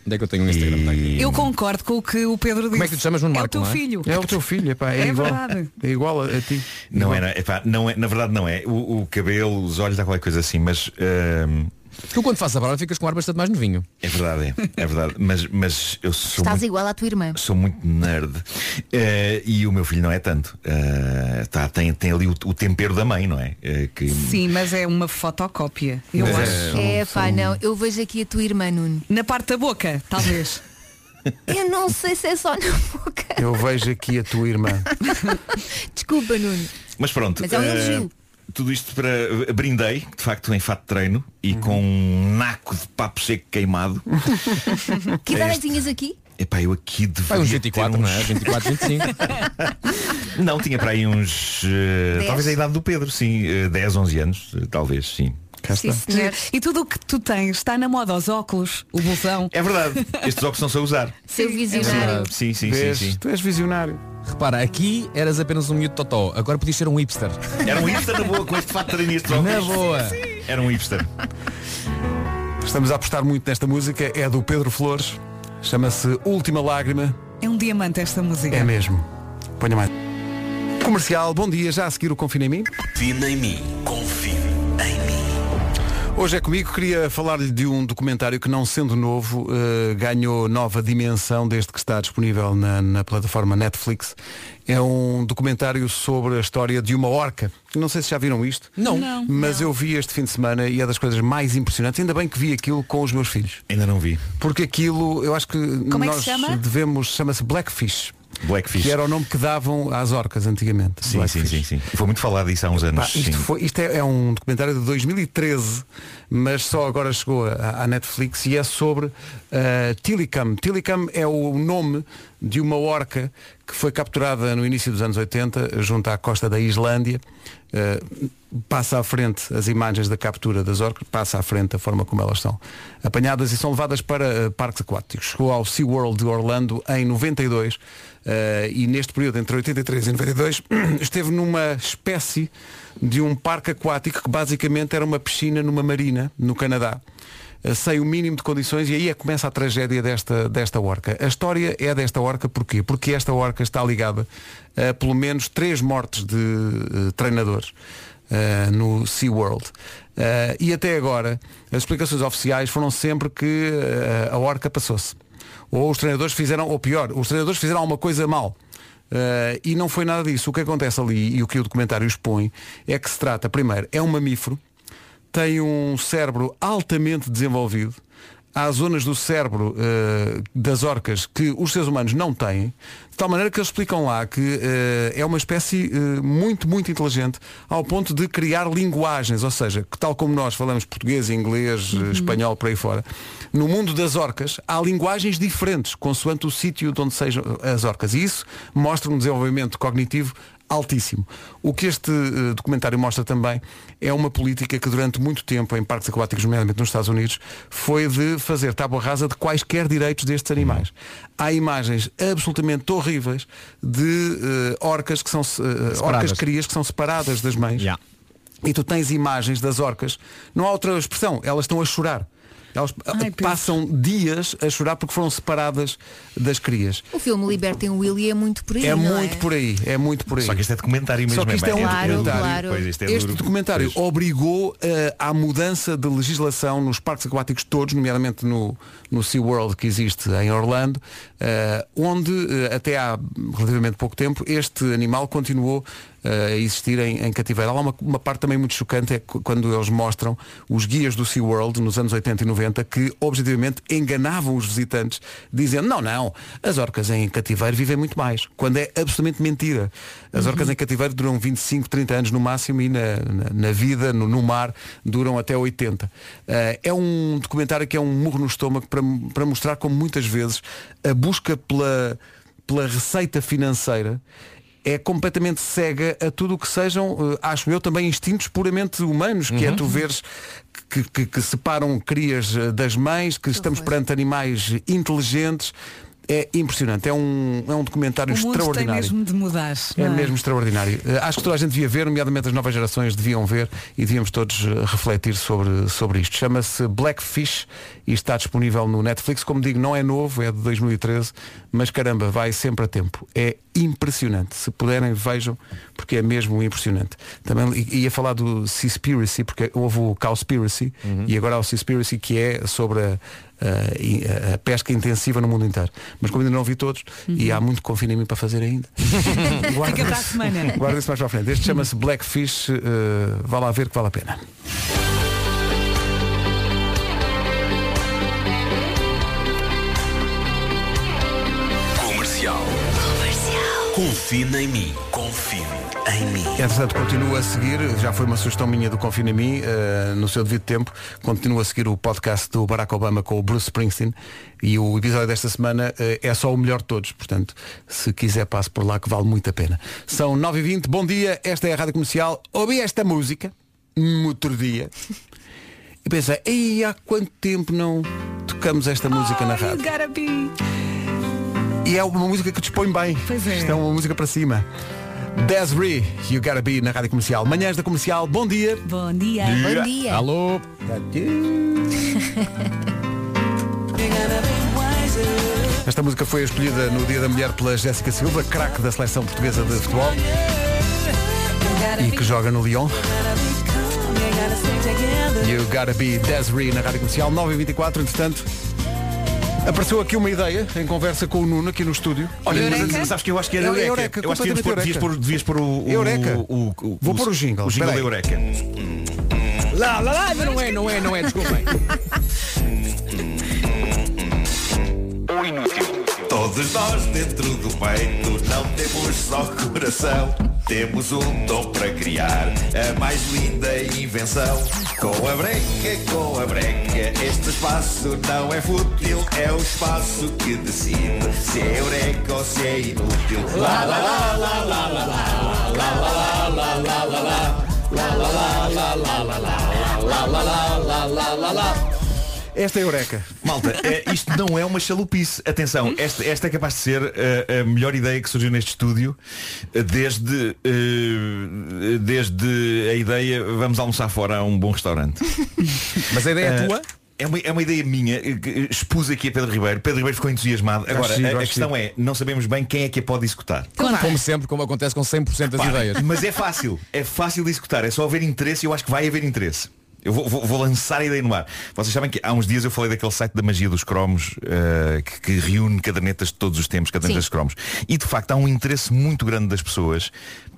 [SPEAKER 10] Onde é que eu tenho um Instagram?
[SPEAKER 3] Eu concordo com o que o Pedro disse.
[SPEAKER 6] Como é que tu te chamas, Nuno
[SPEAKER 3] É
[SPEAKER 6] Marco,
[SPEAKER 3] o
[SPEAKER 6] não
[SPEAKER 3] teu
[SPEAKER 6] é?
[SPEAKER 3] filho.
[SPEAKER 2] É o teu filho, epá, é,
[SPEAKER 3] É
[SPEAKER 2] igual.
[SPEAKER 3] verdade.
[SPEAKER 2] É igual a, a ti.
[SPEAKER 6] Não é, na- epá, não é, na verdade não é. O, o cabelo, os olhos, há qualquer coisa assim, mas. ehm,
[SPEAKER 10] Tu quando fazes a barba ficas com um ar bastante mais novinho.
[SPEAKER 6] é verdade, é, é verdade. Mas, mas eu sou
[SPEAKER 4] Estás
[SPEAKER 6] muito,
[SPEAKER 4] igual à tua irmã.
[SPEAKER 6] sou muito nerd. Eh, e o meu filho não é tanto. Eh, tá, tem, tem ali o, o tempero da mãe, não é? Eh, que,
[SPEAKER 3] Sim, mas é uma fotocópia, eu
[SPEAKER 6] Mas é,
[SPEAKER 3] acho.
[SPEAKER 6] são-
[SPEAKER 4] É, pá, não. Eu vejo aqui a tua irmã, Nuno.
[SPEAKER 3] Na parte da boca, talvez.
[SPEAKER 4] Eu não sei se é só na boca.
[SPEAKER 2] Eu vejo aqui a tua irmã.
[SPEAKER 4] Desculpa, Nuno.
[SPEAKER 6] Mas pronto.
[SPEAKER 4] Mas é um
[SPEAKER 6] eh,
[SPEAKER 4] elogio.
[SPEAKER 6] tudo isto para. Brindei, de facto, em fato de treino e com um naco de papo seco queimado.
[SPEAKER 4] Que idade é que tinhas aqui?
[SPEAKER 6] Epá, eu aqui devia
[SPEAKER 10] uns
[SPEAKER 6] 24,
[SPEAKER 10] não é? 24, 25.
[SPEAKER 6] não, tinha para aí uns... eh,
[SPEAKER 3] Dez?
[SPEAKER 6] talvez a idade do Pedro, sim. eh, 10, 11 anos, eh, talvez, sim.
[SPEAKER 3] E tudo o que tu tens está na moda, os óculos, o blusão.
[SPEAKER 6] É verdade. Estes óculos são a usar.
[SPEAKER 4] Seu
[SPEAKER 10] visionário.
[SPEAKER 6] Sim, sim, sim,
[SPEAKER 10] Vês?
[SPEAKER 6] sim.
[SPEAKER 2] Tu és visionário.
[SPEAKER 10] Repara, aqui eras apenas um miúdo totó, agora podias ser um hipster.
[SPEAKER 6] Era um hipster na boa com este fato de treino e estes óculos.
[SPEAKER 10] Na boa.
[SPEAKER 6] Era um hipster.
[SPEAKER 2] Estamos a apostar muito nesta música, é do Pedro Flores, chama-se Última Lágrima,
[SPEAKER 3] É um diamante esta música.
[SPEAKER 2] é mesmo. Ponha mais. Comercial, bom dia, já a seguir o Confina em mim.
[SPEAKER 15] Confina em mim. Confina em mim.
[SPEAKER 2] Hoje é comigo, queria falar-lhe de um documentário que, não sendo novo, eh, ganhou nova dimensão desde que está disponível na, na plataforma Netflix. É um documentário sobre a história de uma orca. Não sei se já viram isto.
[SPEAKER 10] Não. Não.
[SPEAKER 2] Mas eu vi este fim de semana e é das coisas mais impressionantes. Ainda bem que vi aquilo com os meus filhos.
[SPEAKER 6] Ainda não vi.
[SPEAKER 2] Porque aquilo, eu acho que
[SPEAKER 3] Como é que
[SPEAKER 2] nós
[SPEAKER 3] se chama?
[SPEAKER 2] devemos, chama-se Blackfish.
[SPEAKER 6] Blackfish.
[SPEAKER 2] Que era o nome que davam às orcas antigamente.
[SPEAKER 6] Sim, sim, sim, sim. Foi muito falado isso há uns
[SPEAKER 2] Pá,
[SPEAKER 6] anos.
[SPEAKER 2] isto
[SPEAKER 6] sim.
[SPEAKER 2] foi- isto é, é um documentário de 2013, mas só agora chegou à, à Netflix e é sobre eh, Tilicum. Tilicum é o nome de uma orca que foi capturada no início dos anos 80 junto à costa da Islândia. Eh, passa à frente as imagens da captura das orcas, passa à frente a forma como elas são apanhadas e são levadas para eh, parques aquáticos. Chegou ao SeaWorld de Orlando em 92 eh, e neste período entre 83 e 92 esteve numa espécie de um parque aquático que basicamente era uma piscina numa marina no Canadá eh, sem o mínimo de condições e aí é que começa a tragédia desta, desta orca. A história é desta orca porquê? Porque esta orca está ligada a pelo menos três mortes de eh, treinadores eh, no SeaWorld. Eh, e até agora as explicações oficiais foram sempre que eh, a orca passou-se. Ou os treinadores fizeram, ou pior, os treinadores fizeram alguma coisa mal. Eh, e não foi nada disso. O que acontece ali e o que o documentário expõe é que se trata, primeiro, é um mamífero, tem um cérebro altamente desenvolvido. Há zonas do cérebro eh, das orcas que os seres humanos não têm, de tal maneira que eles explicam lá que eh, é uma espécie eh, muito, muito inteligente, ao ponto de criar linguagens, ou seja, que tal como nós falamos português, inglês, eh, espanhol, por aí fora, no mundo das orcas há linguagens diferentes, consoante o sítio de onde sejam as orcas. E isso mostra um desenvolvimento cognitivo altíssimo. O que este eh, documentário mostra também é uma política que durante muito tempo em parques aquáticos, nomeadamente nos Estados Unidos, foi de fazer tábua rasa de quaisquer direitos destes animais. Há imagens absolutamente horríveis de eh, orcas que são eh, orcas crias que são separadas das mães. E tu tens imagens das orcas, não há outra expressão, elas estão a chorar. Elas eh, passam dias a chorar porque foram separadas das crias.
[SPEAKER 4] O filme Libertem o Willy é muito por aí.
[SPEAKER 2] É
[SPEAKER 4] não
[SPEAKER 2] muito por aí, é muito por aí. Só que
[SPEAKER 6] isto é documentário
[SPEAKER 4] mesmo,
[SPEAKER 2] Só que
[SPEAKER 4] é
[SPEAKER 2] isto é um
[SPEAKER 4] bem- é duro,
[SPEAKER 2] documentário.
[SPEAKER 4] claro. Pois,
[SPEAKER 6] isto é
[SPEAKER 2] este
[SPEAKER 6] duro.
[SPEAKER 2] documentário obrigou eh, à mudança de legislação nos parques aquáticos todos, nomeadamente no, no SeaWorld que existe em Orlando, eh, onde eh, até há relativamente pouco tempo este animal continuou eh, a existir em, em cativeiro. Há lá uma, uma parte também muito chocante é cu- quando eles mostram os guias do SeaWorld nos anos 80 e 90 que objetivamente enganavam os visitantes dizendo não, não, as orcas em cativeiro vivem muito mais, quando é absolutamente mentira. As orcas em cativeiro duram 25, 30 anos no máximo e na, na, na vida, no, no mar, duram até 80. Eh, é um documentário que é um murro no estômago para, para mostrar como muitas vezes a busca pela, pela receita financeira
[SPEAKER 10] é completamente cega a tudo o que sejam, eh, acho eu, também instintos puramente humanos, que é
[SPEAKER 3] Uhum.
[SPEAKER 10] tu veres que, que- que separam crias eh, das mães, que estamos perante animais inteligentes. É impressionante, é um, é um documentário
[SPEAKER 3] O mundo tem
[SPEAKER 10] extraordinário.
[SPEAKER 3] mesmo de mudar.
[SPEAKER 10] É
[SPEAKER 3] não
[SPEAKER 10] mesmo extraordinário. Eh, Acho que toda a gente devia ver, nomeadamente as novas gerações deviam ver e devíamos todos eh, refletir sobre, sobre isto. Chama-se Blackfish e está disponível no Netflix. Como digo, não é novo, é de 2013, mas caramba, vai sempre a tempo. É impressionante. Se puderem, vejam, porque é mesmo impressionante. Também i- ia falar do Seaspiracy, porque houve o Cowspiracy e agora há o Seaspiracy que é sobre a, a- i- a pesca intensiva no mundo inteiro. Mas como ainda não vi todos e há muito confinamento para fazer ainda.
[SPEAKER 3] Fica para a semana.
[SPEAKER 10] Guarda isso mais para a frente. Este chama-se Blackfish. eh, vá lá ver que vale a pena.
[SPEAKER 6] Comercial. Comercial. Confina em mim. Confina em mim.
[SPEAKER 10] Entretanto, É continua a seguir, já foi uma sugestão minha do Confina em Mim, eh, no seu devido tempo, continua a seguir o podcast do Barack Obama com o Bruce Springsteen e o episódio desta semana eh, é só o melhor de todos, portanto, se quiser passe por lá que vale muito a pena. São 9h20, bom dia, esta é a Rádio Comercial, ouvi esta música, no outro dia, e pensei, ei, há quanto tempo não tocamos esta música na rádio?
[SPEAKER 3] Gotta be.
[SPEAKER 10] E é uma música que dispõe bem. Pois é. Isto é uma música para cima. Desiree, You Gotta Be na Rádio Comercial. Manhãs da Comercial, bom dia.
[SPEAKER 3] Bom dia. Bom dia.
[SPEAKER 10] Alô. Esta música foi escolhida no Dia da Mulher pela Jéssica Silva, craque da seleção portuguesa de futebol e que joga no Lyon. You Gotta Be Desiree na Rádio Comercial 9h24, entretanto. Apareceu aqui uma ideia em conversa com o Nuno aqui no estúdio.
[SPEAKER 5] Olha, mas, sabes que eu acho que era
[SPEAKER 10] É
[SPEAKER 5] Eureka.
[SPEAKER 10] Eureka,
[SPEAKER 5] eu acho que devias pôr,
[SPEAKER 10] completamente
[SPEAKER 5] devias pôr, devias pôr o, o,
[SPEAKER 10] Eureka.
[SPEAKER 5] o- o-
[SPEAKER 10] Vou pôr o jingle,
[SPEAKER 5] O jingle da
[SPEAKER 10] espera
[SPEAKER 5] Eureka.
[SPEAKER 2] Lá, lá, lá, não é, não é, não é, desculpem.
[SPEAKER 16] O inútil.
[SPEAKER 6] Todos nós dentro do peito não temos só coração. Temos um dom para criar a mais linda invenção. Com a breca, com a breca, este espaço não é fútil. É o espaço que decide se é eureka ou se é inútil. Lá, lá, lá, lá, lá, lá, lá, lá, lá, lá, lá, lá, lá. Lá, lá, lá, lá, lá, lá, lá, lá, lá, lá, lá, lá, lá.
[SPEAKER 10] Esta é Eureka.
[SPEAKER 5] Malta, eh, isto não é uma chalupice. Atenção, esta, esta é capaz de ser eh, a melhor ideia que surgiu neste estúdio eh, desde, eh, desde a ideia vamos almoçar fora a um bom restaurante.
[SPEAKER 2] Mas a ideia é
[SPEAKER 5] Eh,
[SPEAKER 2] tua?
[SPEAKER 5] É uma, é uma ideia minha, eh, que expus aqui a Pedro Ribeiro. Pedro Ribeiro ficou entusiasmado.
[SPEAKER 2] Acho
[SPEAKER 5] Agora,
[SPEAKER 2] giro,
[SPEAKER 5] a- a,
[SPEAKER 2] acho
[SPEAKER 5] questão
[SPEAKER 2] giro.
[SPEAKER 5] é, não sabemos bem quem é que a pode executar.
[SPEAKER 2] Como sempre, como acontece com 100% das
[SPEAKER 5] Pá,
[SPEAKER 2] ideias.
[SPEAKER 5] Mas é fácil, é fácil de executar, é só haver interesse e eu acho que vai haver interesse. Eu vou, vou- vou lançar a ideia no ar. Vocês sabem que há uns dias eu falei daquele site da magia dos cromos eh, que, que reúne cadernetas de todos os tempos, cadernetas
[SPEAKER 17] Sim.
[SPEAKER 5] de cromos. E de facto há um interesse muito grande das pessoas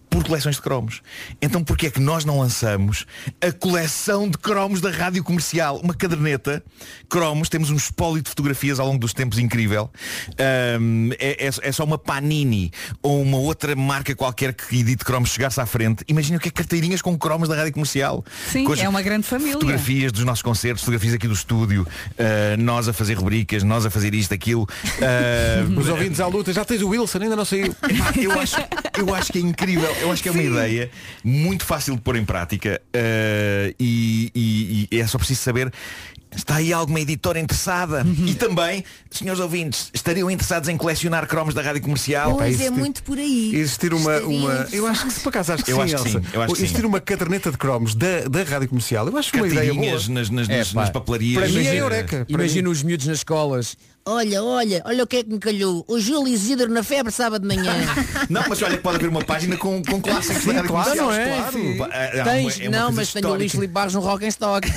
[SPEAKER 5] por coleções de cromos. Então porquê é que nós não lançamos a coleção de cromos da rádio comercial? Uma caderneta, cromos, temos um espólio de fotografias ao longo dos tempos incrível. Ahm, é, é- é só uma Panini ou uma outra marca qualquer que edite cromos chegar-se à frente. Imagina o que é carteirinhas com cromos da rádio comercial.
[SPEAKER 3] Sim,
[SPEAKER 5] Com as
[SPEAKER 3] é uma grande família.
[SPEAKER 5] Fotografias dos nossos concertos, fotografias aqui do estúdio, ah, nós a fazer rubricas, nós a fazer isto, aquilo. Ah,
[SPEAKER 10] Os ouvintes à luta, já tens o Wilson, ainda não saiu.
[SPEAKER 5] eu acho, eu acho que é incrível, eu acho que é uma ideia muito fácil de pôr em prática eh, e, e- e é só preciso saber está aí alguma editora interessada
[SPEAKER 10] Uhum.
[SPEAKER 5] e também, senhores ouvintes, estariam interessados em colecionar cromos da rádio comercial?
[SPEAKER 4] Pois é muito por aí. é
[SPEAKER 10] Existir uma,
[SPEAKER 4] Estariam
[SPEAKER 10] uma. Eu
[SPEAKER 4] interessados.
[SPEAKER 10] acho que se por acaso acho que
[SPEAKER 5] Eu
[SPEAKER 10] sim,
[SPEAKER 5] acho que
[SPEAKER 10] Elsa.
[SPEAKER 5] sim, eu acho que
[SPEAKER 10] Existir
[SPEAKER 5] sim.
[SPEAKER 10] uma caderneta de cromos da, da rádio comercial. Eu acho é uma ideia boa.
[SPEAKER 5] Carteirinhas nas- nas- nas-
[SPEAKER 10] pá.
[SPEAKER 5] nas papelarias.
[SPEAKER 10] Para mim é
[SPEAKER 5] Imagina-
[SPEAKER 10] eureka. Para
[SPEAKER 2] Imagina
[SPEAKER 10] mim.
[SPEAKER 2] os miúdos nas escolas.
[SPEAKER 1] Olha, olha, olha o que é que me calhou. O Júlio Isidro na febre sábado de manhã.
[SPEAKER 5] Não, mas olha que pode haver uma página com, com clássicos da rádio
[SPEAKER 1] Claro,
[SPEAKER 5] comercial.
[SPEAKER 1] não é? Sim.
[SPEAKER 5] Pá, é uma-
[SPEAKER 1] Tens,
[SPEAKER 5] é uma
[SPEAKER 1] não,
[SPEAKER 5] coisa
[SPEAKER 1] mas tenho o Luís
[SPEAKER 2] tipo,
[SPEAKER 5] histórica.
[SPEAKER 1] Filipe Barros no Rock and Stock.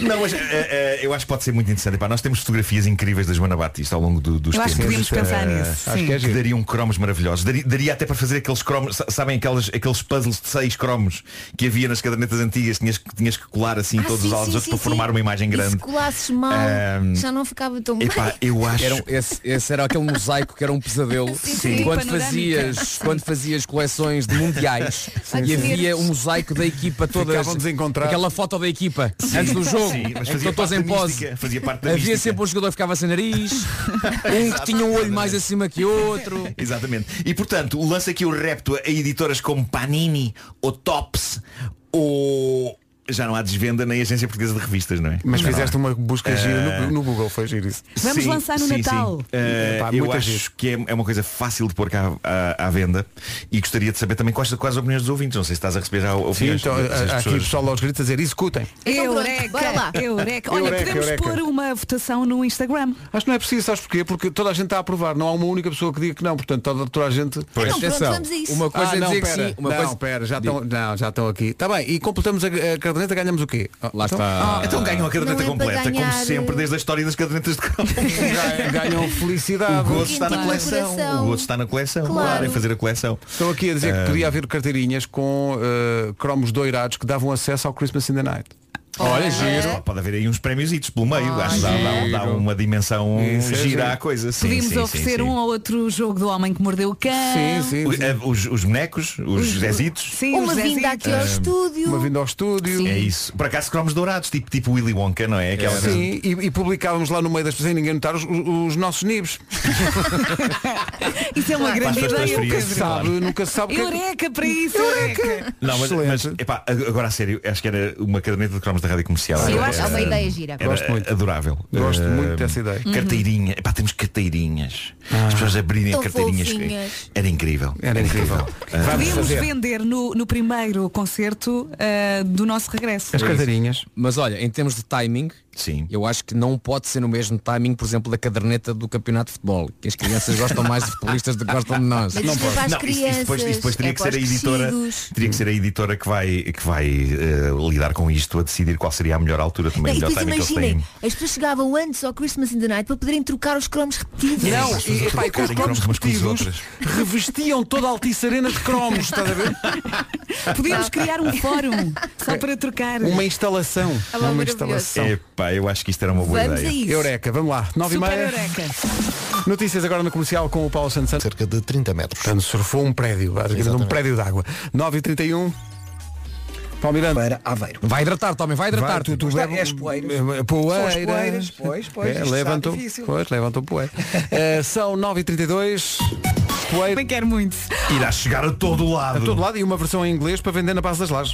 [SPEAKER 5] Não, mas eh, eh, eu acho que pode ser muito interessante. Epá, nós temos fotografias incríveis da Joana Batista ao longo do, dos
[SPEAKER 3] Eu acho
[SPEAKER 5] tempos.
[SPEAKER 3] que podíamos pensar
[SPEAKER 5] Eh,
[SPEAKER 3] nisso,
[SPEAKER 5] Acho
[SPEAKER 3] sim.
[SPEAKER 5] que, é giro. dariam cromos maravilhosos. Daria, daria até para fazer aqueles cromos, sa- sabem aquelas, aqueles puzzles de seis cromos que havia nas cadernetas antigas, tinhas, que- tinhas que colar assim
[SPEAKER 4] Ah,
[SPEAKER 5] todos
[SPEAKER 4] sim,
[SPEAKER 5] os aos
[SPEAKER 4] sim,
[SPEAKER 5] outros
[SPEAKER 4] sim,
[SPEAKER 5] para
[SPEAKER 4] sim.
[SPEAKER 5] formar uma imagem
[SPEAKER 4] E se
[SPEAKER 5] grande.
[SPEAKER 4] colasses mal,
[SPEAKER 5] Ahm,
[SPEAKER 4] já não ficava tão bem.
[SPEAKER 5] Epá, eu acho-
[SPEAKER 2] Era um- esse, esse era aquele mosaico que era um pesadelo
[SPEAKER 4] Sim.
[SPEAKER 2] quando
[SPEAKER 4] Panorâmica.
[SPEAKER 2] fazias
[SPEAKER 4] Sim.
[SPEAKER 2] quando fazias coleções de mundiais
[SPEAKER 4] Sim,
[SPEAKER 2] e
[SPEAKER 4] sim.
[SPEAKER 2] havia um mosaico da equipa toda
[SPEAKER 10] Ficavam desencontrados.
[SPEAKER 2] aquela foto da equipa
[SPEAKER 10] Sim.
[SPEAKER 2] antes do jogo,
[SPEAKER 6] Sim, mas
[SPEAKER 2] em que
[SPEAKER 6] fazia
[SPEAKER 2] estão todos
[SPEAKER 6] parte
[SPEAKER 2] em
[SPEAKER 6] da
[SPEAKER 2] pose.
[SPEAKER 6] mística, fazia parte da
[SPEAKER 2] Havia
[SPEAKER 6] mística.
[SPEAKER 2] sempre um jogador que ficava sem nariz, um que tinha um olho mais acima que outro.
[SPEAKER 6] Exatamente. E portanto, lança aqui o repto a editoras como Panini ou Tops ou. Já não há desvenda nem Agência Portuguesa de Revistas, não é?
[SPEAKER 10] Mas
[SPEAKER 6] Já não
[SPEAKER 10] fizeste
[SPEAKER 6] há.
[SPEAKER 10] uma busca
[SPEAKER 2] Eh,
[SPEAKER 6] Ah,
[SPEAKER 10] gira no, no Google, foi giro isso.
[SPEAKER 3] Vamos lançar no Natal.
[SPEAKER 6] Eh,
[SPEAKER 10] Epá,
[SPEAKER 6] eu
[SPEAKER 10] muito
[SPEAKER 6] acho
[SPEAKER 10] giro.
[SPEAKER 6] que é, é uma coisa fácil de pôr cá à, à venda e gostaria de saber também quais, quais as opiniões dos ouvintes. Não sei se estás a receber já
[SPEAKER 10] Sim,
[SPEAKER 2] eh,
[SPEAKER 6] opiniões.
[SPEAKER 10] então,
[SPEAKER 6] das
[SPEAKER 10] há- há aqui
[SPEAKER 6] pessoas.
[SPEAKER 10] pessoal aos gritos a dizer, executem.
[SPEAKER 3] Eureka,
[SPEAKER 4] bora lá.
[SPEAKER 3] Eureka. Olha,
[SPEAKER 10] Eureka,
[SPEAKER 3] podemos
[SPEAKER 10] eureka.
[SPEAKER 3] pôr uma votação no Instagram.
[SPEAKER 10] Acho que não é preciso, sabes porquê? Porque toda a gente está a aprovar, não há uma única pessoa que diga que não, portanto toda, toda a gente.
[SPEAKER 2] Pois. Então, pronto, vamos a isso.
[SPEAKER 10] Uma coisa
[SPEAKER 2] Ah,
[SPEAKER 10] é
[SPEAKER 2] não,
[SPEAKER 10] dizer
[SPEAKER 2] pera,
[SPEAKER 10] que sim, uma
[SPEAKER 2] não,
[SPEAKER 10] coisa... pera, já estão, não, já estão aqui. Está bem, e completamos a, a caderneta, ganhamos o quê? Lá
[SPEAKER 6] Ah, então ganham a caderneta
[SPEAKER 10] Não é para
[SPEAKER 6] completa,
[SPEAKER 10] ganhar,
[SPEAKER 6] como sempre, desde a história das cadernetas de campo.
[SPEAKER 10] então, Ganham felicidade.
[SPEAKER 6] O gosto está na
[SPEAKER 10] Quentinho no
[SPEAKER 6] coleção.
[SPEAKER 10] coração.
[SPEAKER 6] O gosto está na coleção.
[SPEAKER 10] Claro.
[SPEAKER 6] Claro, em fazer a coleção.
[SPEAKER 10] Estão aqui a dizer
[SPEAKER 6] Ah.
[SPEAKER 10] que podia haver carteirinhas com eh, cromos doirados que davam acesso ao Christmas in the Night.
[SPEAKER 6] Olha, giro. É. Pode haver aí uns prémios pelo meio. Acho que dá, dá- dá uma dimensão
[SPEAKER 10] Isso é
[SPEAKER 6] gira
[SPEAKER 10] giro.
[SPEAKER 6] à coisa. Sim,
[SPEAKER 3] Podíamos
[SPEAKER 6] sim, sim,
[SPEAKER 3] oferecer
[SPEAKER 6] sim.
[SPEAKER 3] um ou outro jogo do Homem que Mordeu o Cão.
[SPEAKER 6] O- eh, Os, os bonecos, os Zezitos.
[SPEAKER 3] Sim, os Zezinhos.
[SPEAKER 6] Ah,
[SPEAKER 10] Uma vinda ao estúdio.
[SPEAKER 6] É isso. Por acaso cromos dourados, tipo, tipo Willy Wonka, não é? Aquela coisa-
[SPEAKER 10] Sim, e, e publicávamos lá no meio das pessoas sem ninguém notar os, os nossos nibs.
[SPEAKER 3] Isso é uma
[SPEAKER 10] Claro,
[SPEAKER 3] grande
[SPEAKER 10] para as pessoas
[SPEAKER 3] ideia,
[SPEAKER 10] transferirem,
[SPEAKER 3] Pedro.
[SPEAKER 10] sabe, nunca sabe o que é que-
[SPEAKER 3] Eureka para isso, eureka.
[SPEAKER 6] Não, mas, mas epá, ag- agora a sério, acho que era uma caderneta de cromos da rádio comercial.
[SPEAKER 4] Sim, eu
[SPEAKER 6] Era-
[SPEAKER 4] acho que é uma ideia gira.
[SPEAKER 6] era
[SPEAKER 4] Gosto muito.
[SPEAKER 6] Adorável.
[SPEAKER 10] Gosto
[SPEAKER 6] Ah,
[SPEAKER 10] muito dessa ideia.
[SPEAKER 6] Carteirinha. Epá, temos carteirinhas. As pessoas abrirem
[SPEAKER 3] Tão
[SPEAKER 6] carteirinhas.
[SPEAKER 3] fofinhas.
[SPEAKER 6] Era incrível.
[SPEAKER 10] Era incrível.
[SPEAKER 6] Ah,
[SPEAKER 3] Podíamos vender no, no primeiro concerto ah, do nosso regresso.
[SPEAKER 10] cadeirinhas.
[SPEAKER 2] Mas olha, em termos de timing,
[SPEAKER 6] Sim.
[SPEAKER 2] eu acho que não pode ser no mesmo timing, por exemplo, da caderneta do campeonato de futebol, que as crianças gostam mais de futebolistas do que gostam de nós.
[SPEAKER 6] Mas Não isto é pode. para as Não, isto- isto depois- isto depois crianças, teria é que para ser os a editora- crescidos. Teria que ser a editora que vai, que vai eh, lidar com isto a decidir qual seria a melhor altura
[SPEAKER 4] Não,
[SPEAKER 6] também.
[SPEAKER 4] e
[SPEAKER 6] melhor
[SPEAKER 4] depois
[SPEAKER 6] timing que eles
[SPEAKER 4] imaginem,
[SPEAKER 6] têm.
[SPEAKER 4] as pessoas chegavam antes ao Christmas in the Night para poderem trocar os cromos repetidos.
[SPEAKER 10] Não, e, epá, e com os cromos repetidos revestiam toda a Altice Arena de cromos, estás a ver?
[SPEAKER 3] Podíamos criar um fórum só para trocar.
[SPEAKER 10] Uma instalação. É
[SPEAKER 3] Ah, bom,
[SPEAKER 10] uma
[SPEAKER 3] maravilhoso.
[SPEAKER 10] instalação.
[SPEAKER 6] Epá, eu acho que isto era uma boa
[SPEAKER 10] Vamos
[SPEAKER 6] ideia.
[SPEAKER 10] a isso. Eureka, vamos lá. Nove e
[SPEAKER 3] Super
[SPEAKER 10] meia.
[SPEAKER 3] eureka.
[SPEAKER 10] Notícias agora no comercial com o Paulo Santos. Santos.
[SPEAKER 18] Cerca de 30 metros.
[SPEAKER 10] Portanto, surfou um prédio, basicamente um
[SPEAKER 18] Exatamente.
[SPEAKER 10] prédio d'água. 9h31. Paulo Miranda.
[SPEAKER 19] Para Aveiro.
[SPEAKER 2] Vai hidratar-te, homem, vai hidratar-te.
[SPEAKER 10] tu, tu
[SPEAKER 19] Está-
[SPEAKER 2] é
[SPEAKER 10] bebe-
[SPEAKER 19] és poeiras.
[SPEAKER 10] Eh,
[SPEAKER 19] Sou as poeiras, pois, pois, isto
[SPEAKER 10] É,
[SPEAKER 19] está
[SPEAKER 10] levantou,
[SPEAKER 19] difícil.
[SPEAKER 10] pois, levantou poeira. Eh, são 9h32. Poeira. Bem
[SPEAKER 3] quero muito.
[SPEAKER 6] Irá chegar a todo lado.
[SPEAKER 10] A todo lado e uma versão em inglês para vender na base das lajes.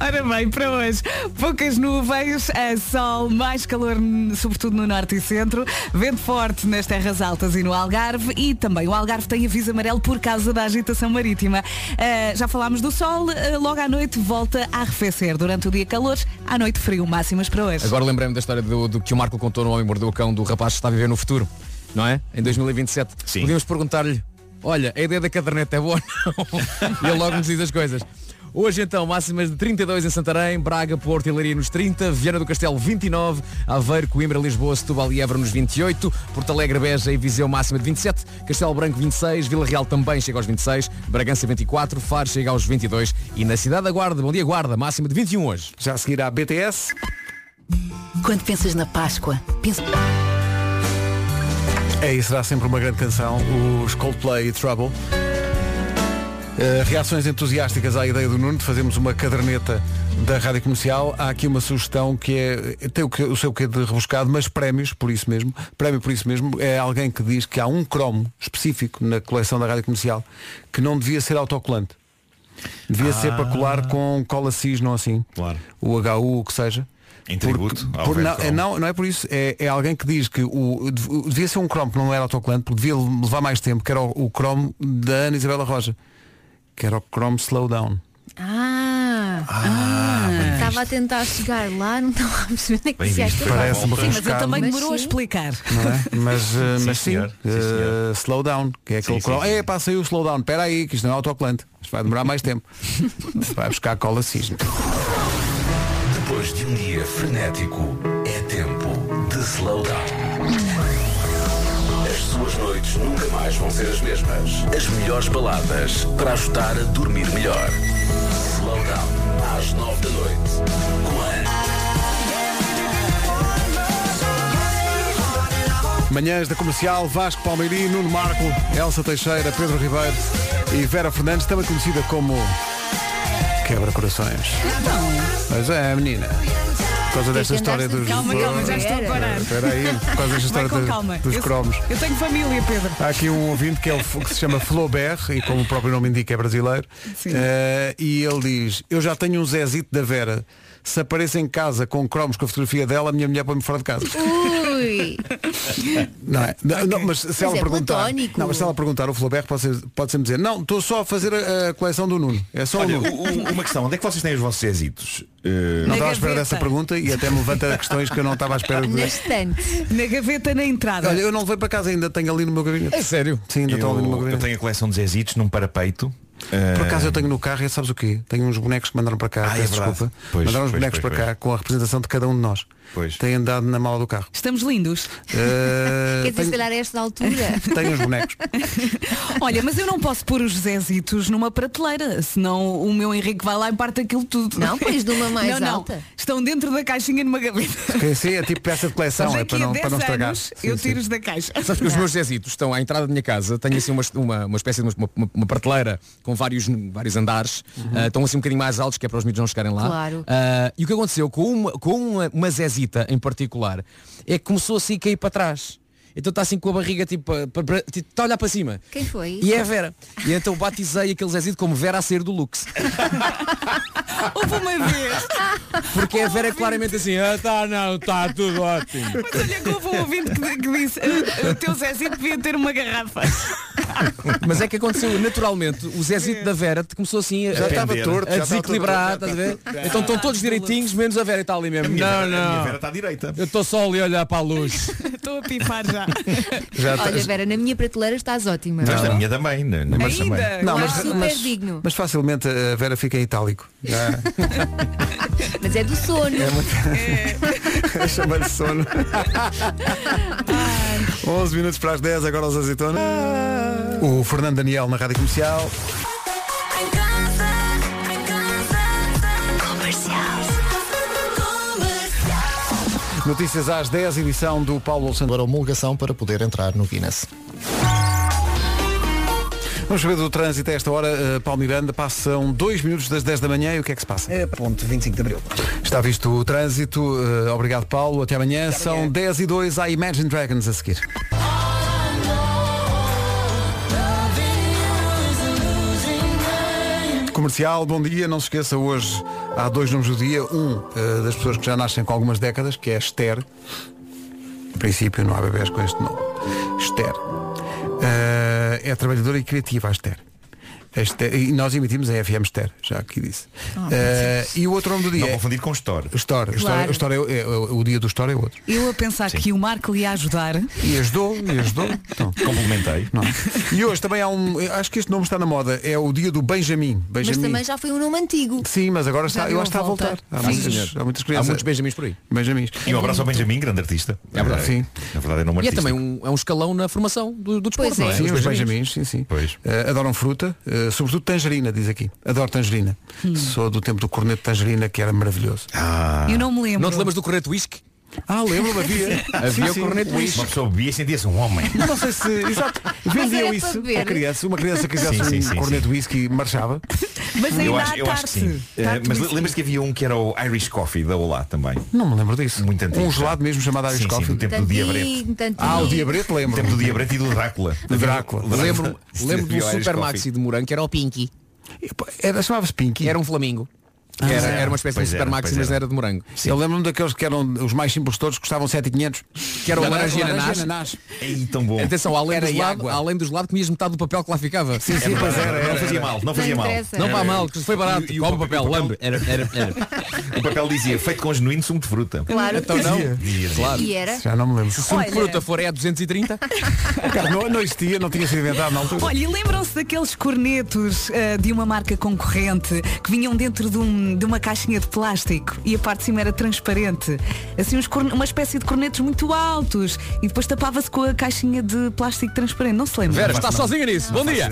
[SPEAKER 3] Ora bem, para hoje, poucas nuvens, a sol, mais calor, n- sobretudo no norte e centro, vento forte nas terras altas e no Algarve e também o Algarve tem aviso amarelo por causa da agitação marítima. Ah, já falámos do sol, ah, logo à noite volta a arrefecer. Durante o dia calor, à noite frio, máximas para hoje.
[SPEAKER 2] Agora lembrei-me da história do, do que o Marco contou no Homem que Mordeu o Cão do rapaz que está a viver no futuro, não é? Em 2027. Sim. Podíamos perguntar-lhe, olha, a ideia da caderneta é boa ou não? e ele logo nos diz as coisas. Hoje então, máximas de 32 em Santarém, Braga, Porto e Leiria nos 30, Viana do Castelo 29, Aveiro, Coimbra, Lisboa, Setúbal e Évora nos 28, Porto Alegre, Beja e Viseu máxima de 27, Castelo Branco 26, Vila Real também chega aos 26, Bragança 24, Faro chega aos 22 e na cidade da Guarda, Bom Dia Guarda, máxima de 21 hoje.
[SPEAKER 10] Já a seguir à BTS.
[SPEAKER 20] Quando pensas na Páscoa, pensa...
[SPEAKER 10] É isso, será sempre uma grande canção, os Coldplay e Trouble. Eh, reações entusiásticas à ideia do Nuno de fazermos uma caderneta da rádio comercial. Há aqui uma sugestão que é, tem o, que, o seu quê de rebuscado, mas prémios por isso mesmo. Prémio por isso mesmo é alguém que diz que há um cromo específico na coleção da rádio comercial que não devia ser autocolante. Devia ser para colar com cola cis, não assim.
[SPEAKER 6] Claro.
[SPEAKER 10] O HU, o que seja.
[SPEAKER 6] Em tributo ao
[SPEAKER 10] Por-
[SPEAKER 6] velho
[SPEAKER 10] não,
[SPEAKER 6] cromo.
[SPEAKER 10] não, não é por isso. É, é alguém que diz que o, dev- devia ser um cromo que não era autocolante, porque devia levar mais tempo, que era o, o cromo da Ana Isabela Roja, que era o cromo slowdown.
[SPEAKER 4] Ah, estava a tentar chegar lá, não estava a perceber onde é que
[SPEAKER 10] Bem
[SPEAKER 4] se
[SPEAKER 10] visto,
[SPEAKER 4] acha.
[SPEAKER 10] parece
[SPEAKER 6] um
[SPEAKER 10] uma
[SPEAKER 3] Sim, mas ele
[SPEAKER 10] rebuscada.
[SPEAKER 3] também
[SPEAKER 4] Mas
[SPEAKER 3] demorou a
[SPEAKER 4] sim.
[SPEAKER 3] explicar.
[SPEAKER 10] Não é? Mas, eh, mas sim,
[SPEAKER 6] senhor. Sim,
[SPEAKER 10] eh,
[SPEAKER 6] senhor.
[SPEAKER 10] slowdown, que é aquele
[SPEAKER 6] sim,
[SPEAKER 10] cromo. É, pá, saiu o slowdown, espera aí, que isto não é autocolante. Isto vai demorar mais tempo. vai buscar cola cis.
[SPEAKER 21] Depois de um dia frenético, é tempo de slowdown. As suas noites nunca mais vão ser as mesmas. As melhores baladas para ajudar a dormir melhor. Slowdown, às nove da noite. Com a Ana.
[SPEAKER 10] Manhãs da Comercial, Vasco Palmeiri, Nuno Marco, Elsa Teixeira, Pedro Ribeiro e Vera Fernandes, também conhecida como
[SPEAKER 2] Quebra corações. Mas é, menina. Por causa desta
[SPEAKER 3] que andaste-
[SPEAKER 2] história dos.
[SPEAKER 3] Calma, calma, já estou a parar.
[SPEAKER 2] Espera aí, por causa desta
[SPEAKER 3] Vai
[SPEAKER 2] história
[SPEAKER 3] com
[SPEAKER 2] dos-
[SPEAKER 3] calma.
[SPEAKER 2] dos
[SPEAKER 3] Eu-
[SPEAKER 2] cromos.
[SPEAKER 3] Eu tenho família, Pedro.
[SPEAKER 2] Há aqui um ouvinte que, é o, F- que se chama Flaubert e como o próprio nome indica é brasileiro Eh, e ele diz eu já tenho um Zezito da Vera se apareço em casa com cromos com a fotografia dela a minha mulher põe-me fora de casa
[SPEAKER 4] Ui!
[SPEAKER 2] não é? Não, não, mas se
[SPEAKER 4] Mas
[SPEAKER 2] ela
[SPEAKER 4] é
[SPEAKER 2] perguntar
[SPEAKER 4] platónico.
[SPEAKER 2] não, mas se ela perguntar o Flaubert pode, ser- pode sempre dizer não estou só a fazer a, a coleção do Nuno é só
[SPEAKER 6] Olha,
[SPEAKER 2] o Nuno
[SPEAKER 6] u- u- um, uma questão, onde é que vocês têm os vossos êxitos? Eh,
[SPEAKER 2] não estava à espera dessa pergunta e até me levanta questões que eu não estava à espera de
[SPEAKER 3] estante. Na gaveta, na entrada.
[SPEAKER 2] Olha, eu não levei para casa, ainda tenho ali no meu gabinete. É sério? Sim, ainda estão ali no meu
[SPEAKER 6] eu, eu
[SPEAKER 2] gabinete.
[SPEAKER 6] tenho a coleção de Zezitos num parapeito.
[SPEAKER 2] Por acaso eu tenho no carro, e sabes o quê? Tenho uns bonecos que mandaram para cá,
[SPEAKER 6] Ah, é
[SPEAKER 2] peço
[SPEAKER 6] verdade.
[SPEAKER 2] desculpa.
[SPEAKER 6] Pois,
[SPEAKER 2] mandaram uns
[SPEAKER 6] pois,
[SPEAKER 2] bonecos
[SPEAKER 6] pois,
[SPEAKER 2] para cá com a representação de cada um de nós. Pois. Tem andado na mala do carro.
[SPEAKER 3] Estamos lindos.
[SPEAKER 2] Eh,
[SPEAKER 4] Quer dizer, se
[SPEAKER 2] tenho,
[SPEAKER 4] calhar a esta altura.
[SPEAKER 2] tenho uns bonecos.
[SPEAKER 3] Olha, mas eu não posso pôr os Zezitos numa prateleira, senão o meu Henrique vai lá e parte aquilo tudo.
[SPEAKER 4] Não, pões numa mais
[SPEAKER 3] não, não.
[SPEAKER 4] alta.
[SPEAKER 3] Estão dentro da caixinha numa gaveta.
[SPEAKER 2] Porque assim é tipo peça de coleção,
[SPEAKER 3] Mas
[SPEAKER 2] é
[SPEAKER 3] daqui
[SPEAKER 2] para
[SPEAKER 3] a
[SPEAKER 2] não,
[SPEAKER 3] 10
[SPEAKER 2] para não estragar.
[SPEAKER 3] anos eu
[SPEAKER 10] sim.
[SPEAKER 3] tiro-os da caixa.
[SPEAKER 10] Sabes que os meus Zezitos estão à entrada da minha casa, tenho assim uma, uma, uma espécie de uma, uma- uma prateleira com vários, vários andares, ah, estão assim um bocadinho mais altos, que é para os miúdos não chegarem lá.
[SPEAKER 4] Uhum. Claro.
[SPEAKER 10] Ah, e o que aconteceu com uma, com uma, uma Zezita em particular é que começou assim a cair para trás. Então está assim com a barriga tipo, a- para- para- tipo, está a olhar para cima.
[SPEAKER 4] Quem foi?
[SPEAKER 10] E é a Vera. E então batizei aquele Zezito como Vera a sair do Lux.
[SPEAKER 3] Houve uma vez.
[SPEAKER 10] Porque a Vera é claramente assim, ah tá não, está tudo ótimo.
[SPEAKER 3] Mas olha que houve um ouvinte que, que disse, "Ah, o teu Zezito devia ter uma garrafa.
[SPEAKER 10] Mas é que aconteceu naturalmente. O Zezito da Vera te começou assim a,
[SPEAKER 6] Já estava
[SPEAKER 10] a-
[SPEAKER 2] tá
[SPEAKER 6] torto,
[SPEAKER 10] a
[SPEAKER 6] já estava
[SPEAKER 10] desequilibrar.
[SPEAKER 6] torto,
[SPEAKER 10] estás
[SPEAKER 6] já
[SPEAKER 10] a ver?
[SPEAKER 6] estava-
[SPEAKER 10] Então estão todos direitinhos, menos a Vera e está ali mesmo.
[SPEAKER 6] A minha
[SPEAKER 10] não,
[SPEAKER 6] Vera- a
[SPEAKER 10] não.
[SPEAKER 6] minha Vera está à direita.
[SPEAKER 10] Eu estou só ali a olhar para a luz.
[SPEAKER 3] Estou a pipar já.
[SPEAKER 2] Já
[SPEAKER 4] Olha,
[SPEAKER 2] tá-
[SPEAKER 4] Vera, na minha prateleira estás ótima.
[SPEAKER 2] Mas na minha
[SPEAKER 6] também, na,
[SPEAKER 2] mas,
[SPEAKER 4] Ainda?
[SPEAKER 2] Não,
[SPEAKER 4] Eu
[SPEAKER 2] mas,
[SPEAKER 4] acho super
[SPEAKER 2] mas-
[SPEAKER 4] digno.
[SPEAKER 2] mas facilmente a Vera fica em itálico. Já-
[SPEAKER 4] Mas é do sono.
[SPEAKER 2] É muito... Chama-lhe sono. 11 minutos para as 10, agora os azeitonas. O Fernando Daniel na Rádio Comercial. Notícias às 10, edição do Paulo Santos.
[SPEAKER 13] Para homologação para poder entrar no Guinness.
[SPEAKER 2] Vamos saber do trânsito a esta hora, eh, Paulo Miranda. Passam 2 minutos das 10 da manhã e o que é que se passa?
[SPEAKER 9] É, ponto 25 de abril.
[SPEAKER 2] Está visto o trânsito. eh, obrigado, Paulo. Até amanhã. São 10 e 2 à Imagine Dragons a seguir. Comercial, bom dia. Não se esqueça, hoje há dois nomes do dia. Um eh, das pessoas que já nascem com algumas décadas, que é Esther. Em princípio, não há bebés com este nome. Esther. Eh, é trabalhadora e criativa, a Esther. A Esther- E nós emitimos a FM Esther, já aqui disse.
[SPEAKER 6] Ah,
[SPEAKER 2] Eh, e o outro nome do dia.
[SPEAKER 6] Não confundir com Store.
[SPEAKER 2] Store. O Store-
[SPEAKER 3] Claro.
[SPEAKER 2] o Store é- é- o dia do Store é outro.
[SPEAKER 3] Eu a pensar que o Marco lhe ia ajudar.
[SPEAKER 2] E ajudou, e ajudou. Então.
[SPEAKER 6] Complementei.
[SPEAKER 2] E hoje também há um. Acho que este nome está na moda. É o dia do Benjamin.
[SPEAKER 4] Mas
[SPEAKER 2] Benjamin.
[SPEAKER 4] também já foi um nome antigo.
[SPEAKER 2] Sim, mas agora está,
[SPEAKER 4] Já
[SPEAKER 2] eu
[SPEAKER 4] deu
[SPEAKER 2] acho que está a
[SPEAKER 4] volta.
[SPEAKER 2] voltar. Há,
[SPEAKER 4] Sim,
[SPEAKER 2] muitas,
[SPEAKER 4] senhor.
[SPEAKER 2] há muitas
[SPEAKER 10] Há
[SPEAKER 2] crianças.
[SPEAKER 10] muitos Benjamins por aí.
[SPEAKER 2] Benjamins.
[SPEAKER 6] E um abraço ao Benjamin, grande artista.
[SPEAKER 2] É verdade. Sim.
[SPEAKER 6] Na verdade é
[SPEAKER 10] E
[SPEAKER 6] nome
[SPEAKER 10] é
[SPEAKER 6] artista.
[SPEAKER 10] também um, é um escalão na formação do, do desporto,
[SPEAKER 2] Sim,
[SPEAKER 10] não é?
[SPEAKER 2] os Benjamins, sim, sim. Eh, adoram fruta, eh, sobretudo tangerina, diz aqui. Adoro tangerina.
[SPEAKER 4] Hum.
[SPEAKER 2] Sou do tempo do corneto de tangerina, que era maravilhoso.
[SPEAKER 3] Eu não me lembro.
[SPEAKER 10] Não te lembras do corneto whisky?
[SPEAKER 2] Ah, lembro-me, havia.
[SPEAKER 10] Havia o corneto whisky.
[SPEAKER 6] Uma pessoa bebia e sentia-se um homem.
[SPEAKER 2] Não sei se. Exato. Vendiam
[SPEAKER 3] era para
[SPEAKER 2] isso
[SPEAKER 3] beber.
[SPEAKER 2] a criança. Se uma criança quisesse
[SPEAKER 6] Sim, sim,
[SPEAKER 2] um
[SPEAKER 6] sim,
[SPEAKER 2] corneto whisky, marchava.
[SPEAKER 3] Mas ainda
[SPEAKER 6] eu
[SPEAKER 3] há
[SPEAKER 6] acho, eu acho que
[SPEAKER 3] tarte.
[SPEAKER 6] sim. Eh,
[SPEAKER 3] Tarte
[SPEAKER 6] mas
[SPEAKER 3] whisky.
[SPEAKER 6] lembras que havia um que era o Irish Coffee da Olá também.
[SPEAKER 2] Não me lembro disso.
[SPEAKER 6] Muito antigo.
[SPEAKER 2] Um gelado mesmo chamado Irish
[SPEAKER 6] sim,
[SPEAKER 2] Coffee.
[SPEAKER 6] Sim, do tempo do Diabrete.
[SPEAKER 2] Ah, o Diabrete lembro.
[SPEAKER 6] Do tempo do Diabrete e do Drácula.
[SPEAKER 2] Drácula.
[SPEAKER 10] Lembro-me lembro do
[SPEAKER 6] Havia o Irish
[SPEAKER 10] Super
[SPEAKER 6] Coffee.
[SPEAKER 10] Maxi de Morango, que era o Pinky.
[SPEAKER 2] Era, chamava-se Pinky.
[SPEAKER 10] Era um flamingo.
[SPEAKER 2] Ah,
[SPEAKER 10] era,
[SPEAKER 2] era.
[SPEAKER 10] era uma espécie
[SPEAKER 2] Pois
[SPEAKER 10] de Super
[SPEAKER 2] era,
[SPEAKER 10] Maxi,
[SPEAKER 2] pois
[SPEAKER 10] mas
[SPEAKER 2] era.
[SPEAKER 10] era de morango.
[SPEAKER 2] Eu lembro-me daqueles que eram os mais simples de todos, que custavam 7,500.
[SPEAKER 10] Que era o laranja e ananás.
[SPEAKER 2] ananás.
[SPEAKER 6] Ei, tão bom.
[SPEAKER 10] Atenção, além
[SPEAKER 2] Era
[SPEAKER 10] do,
[SPEAKER 2] e
[SPEAKER 10] lado,
[SPEAKER 2] água.
[SPEAKER 10] além do gelado, comias metade do papel que lá ficava.
[SPEAKER 2] Sim, sim, pois era, era,
[SPEAKER 6] Não fazia
[SPEAKER 2] era.
[SPEAKER 6] mal, não fazia
[SPEAKER 10] Não
[SPEAKER 6] mal.
[SPEAKER 10] interessa. Não faz mal, que foi barato.
[SPEAKER 6] E- e
[SPEAKER 10] Come o papel, lambe. Era, era,
[SPEAKER 6] O papel dizia, feito com genuíno sumo de fruta.
[SPEAKER 4] Claro.
[SPEAKER 10] Então não.
[SPEAKER 6] Dizia, dizia.
[SPEAKER 10] Claro.
[SPEAKER 4] E era?
[SPEAKER 2] Já não me lembro. um
[SPEAKER 10] Se o sumo de
[SPEAKER 3] Olha.
[SPEAKER 10] fruta for é a 230,
[SPEAKER 2] Cara, não, não existia, não tinha sido inventado na altura.
[SPEAKER 3] Olha, e lembram-se daqueles cornetos ah, de uma marca concorrente que vinham dentro de, um- de uma caixinha de plástico e a parte de cima era transparente? Assim, uns corne- uma espécie de cornetos muito altos e depois tapava-se com a caixinha de plástico transparente. Não se lembra?
[SPEAKER 10] Vera, está sozinha nisso. Bom dia.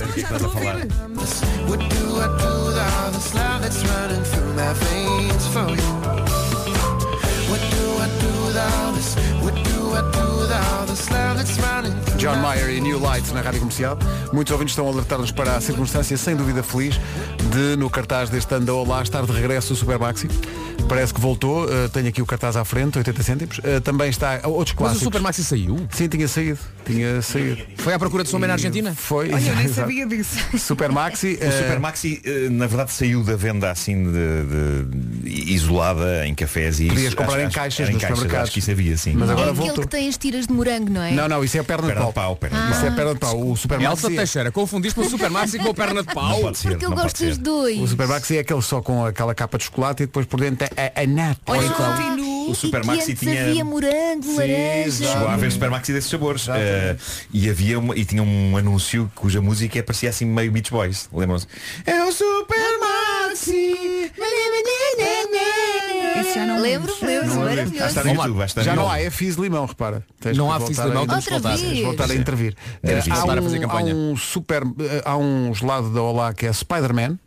[SPEAKER 2] John Mayer e New Lights na Rádio Comercial. Muitos ouvintes estão a alertar-nos para a circunstância sem dúvida feliz de, no cartaz deste ano da Olá, estar de regresso o Super Maxi. Parece que voltou, eh, tenho aqui o cartaz à frente, 80 cêntimos. Eh, também está outros
[SPEAKER 10] Mas
[SPEAKER 2] clássicos.
[SPEAKER 10] o Super Maxi saiu?
[SPEAKER 2] Sim, tinha saído. Tinha saído.
[SPEAKER 10] Foi à procura de sua mãe na
[SPEAKER 2] E
[SPEAKER 10] Argentina?
[SPEAKER 2] Foi.
[SPEAKER 3] Olha, eu nem
[SPEAKER 2] exato.
[SPEAKER 3] sabia disso.
[SPEAKER 2] Super Maxi.
[SPEAKER 6] O Super Maxi, eh, na verdade, saiu da venda assim de, de- isolada em cafés e
[SPEAKER 2] Podias
[SPEAKER 6] isso-
[SPEAKER 2] comprar
[SPEAKER 6] acho-
[SPEAKER 2] em
[SPEAKER 6] acho-
[SPEAKER 2] caixas
[SPEAKER 6] era em
[SPEAKER 2] nos
[SPEAKER 6] caixas,
[SPEAKER 2] supermercados.
[SPEAKER 6] Acho que isso havia, sim.
[SPEAKER 2] Mas
[SPEAKER 4] um
[SPEAKER 2] agora
[SPEAKER 22] é aquele
[SPEAKER 2] voltou.
[SPEAKER 22] que tem as tiras de morango, não é?
[SPEAKER 2] Não, não, isso é a perna,
[SPEAKER 6] Perna
[SPEAKER 2] de pau.
[SPEAKER 6] de pau, perna
[SPEAKER 22] de
[SPEAKER 2] Isso é
[SPEAKER 22] pau.
[SPEAKER 2] perna de pau. O Super Maxi. é-
[SPEAKER 10] Elsa Teixeira, confundiste o Super Maxi com a perna de pau?
[SPEAKER 6] Não pode ser,
[SPEAKER 22] Porque eu
[SPEAKER 6] não pode
[SPEAKER 22] gosto dos
[SPEAKER 6] ser.
[SPEAKER 22] dois.
[SPEAKER 2] O Super Maxi é aquele só com aquela capa de chocolate e depois por dentro é a, a nata.
[SPEAKER 22] Olha,
[SPEAKER 2] Ou então-
[SPEAKER 22] continuo.
[SPEAKER 6] o Super
[SPEAKER 22] e que
[SPEAKER 6] Maxi
[SPEAKER 22] antes
[SPEAKER 6] tinha-
[SPEAKER 22] havia morango, laranja.
[SPEAKER 6] Chegou a haver supermaxi desses sabores Eh, e havia uma- e tinha um anúncio cuja música parecia assim meio Beach Boys lembram-se
[SPEAKER 1] É o Super Maxi.
[SPEAKER 22] Isso já não lembro, lembro,
[SPEAKER 6] Vai
[SPEAKER 22] maravilhoso.
[SPEAKER 6] estar Ah, no
[SPEAKER 2] Vamos lá.
[SPEAKER 6] YouTube, vai estar no
[SPEAKER 2] Já não
[SPEAKER 6] YouTube.
[SPEAKER 2] há, é Fizz Limão, repara. Tens
[SPEAKER 10] Não
[SPEAKER 2] que
[SPEAKER 10] há
[SPEAKER 2] voltar
[SPEAKER 10] Fizz
[SPEAKER 2] a-
[SPEAKER 10] Limão, temos
[SPEAKER 2] Tens
[SPEAKER 10] que Outra voltar.
[SPEAKER 2] que
[SPEAKER 10] vez.
[SPEAKER 2] voltar a intervir.
[SPEAKER 10] Temos
[SPEAKER 2] Eh,
[SPEAKER 10] que voltar
[SPEAKER 2] há
[SPEAKER 10] a fazer
[SPEAKER 2] um-
[SPEAKER 10] campanha.
[SPEAKER 2] Há um, super, eh, há um gelado da Olá que é Spider-Man.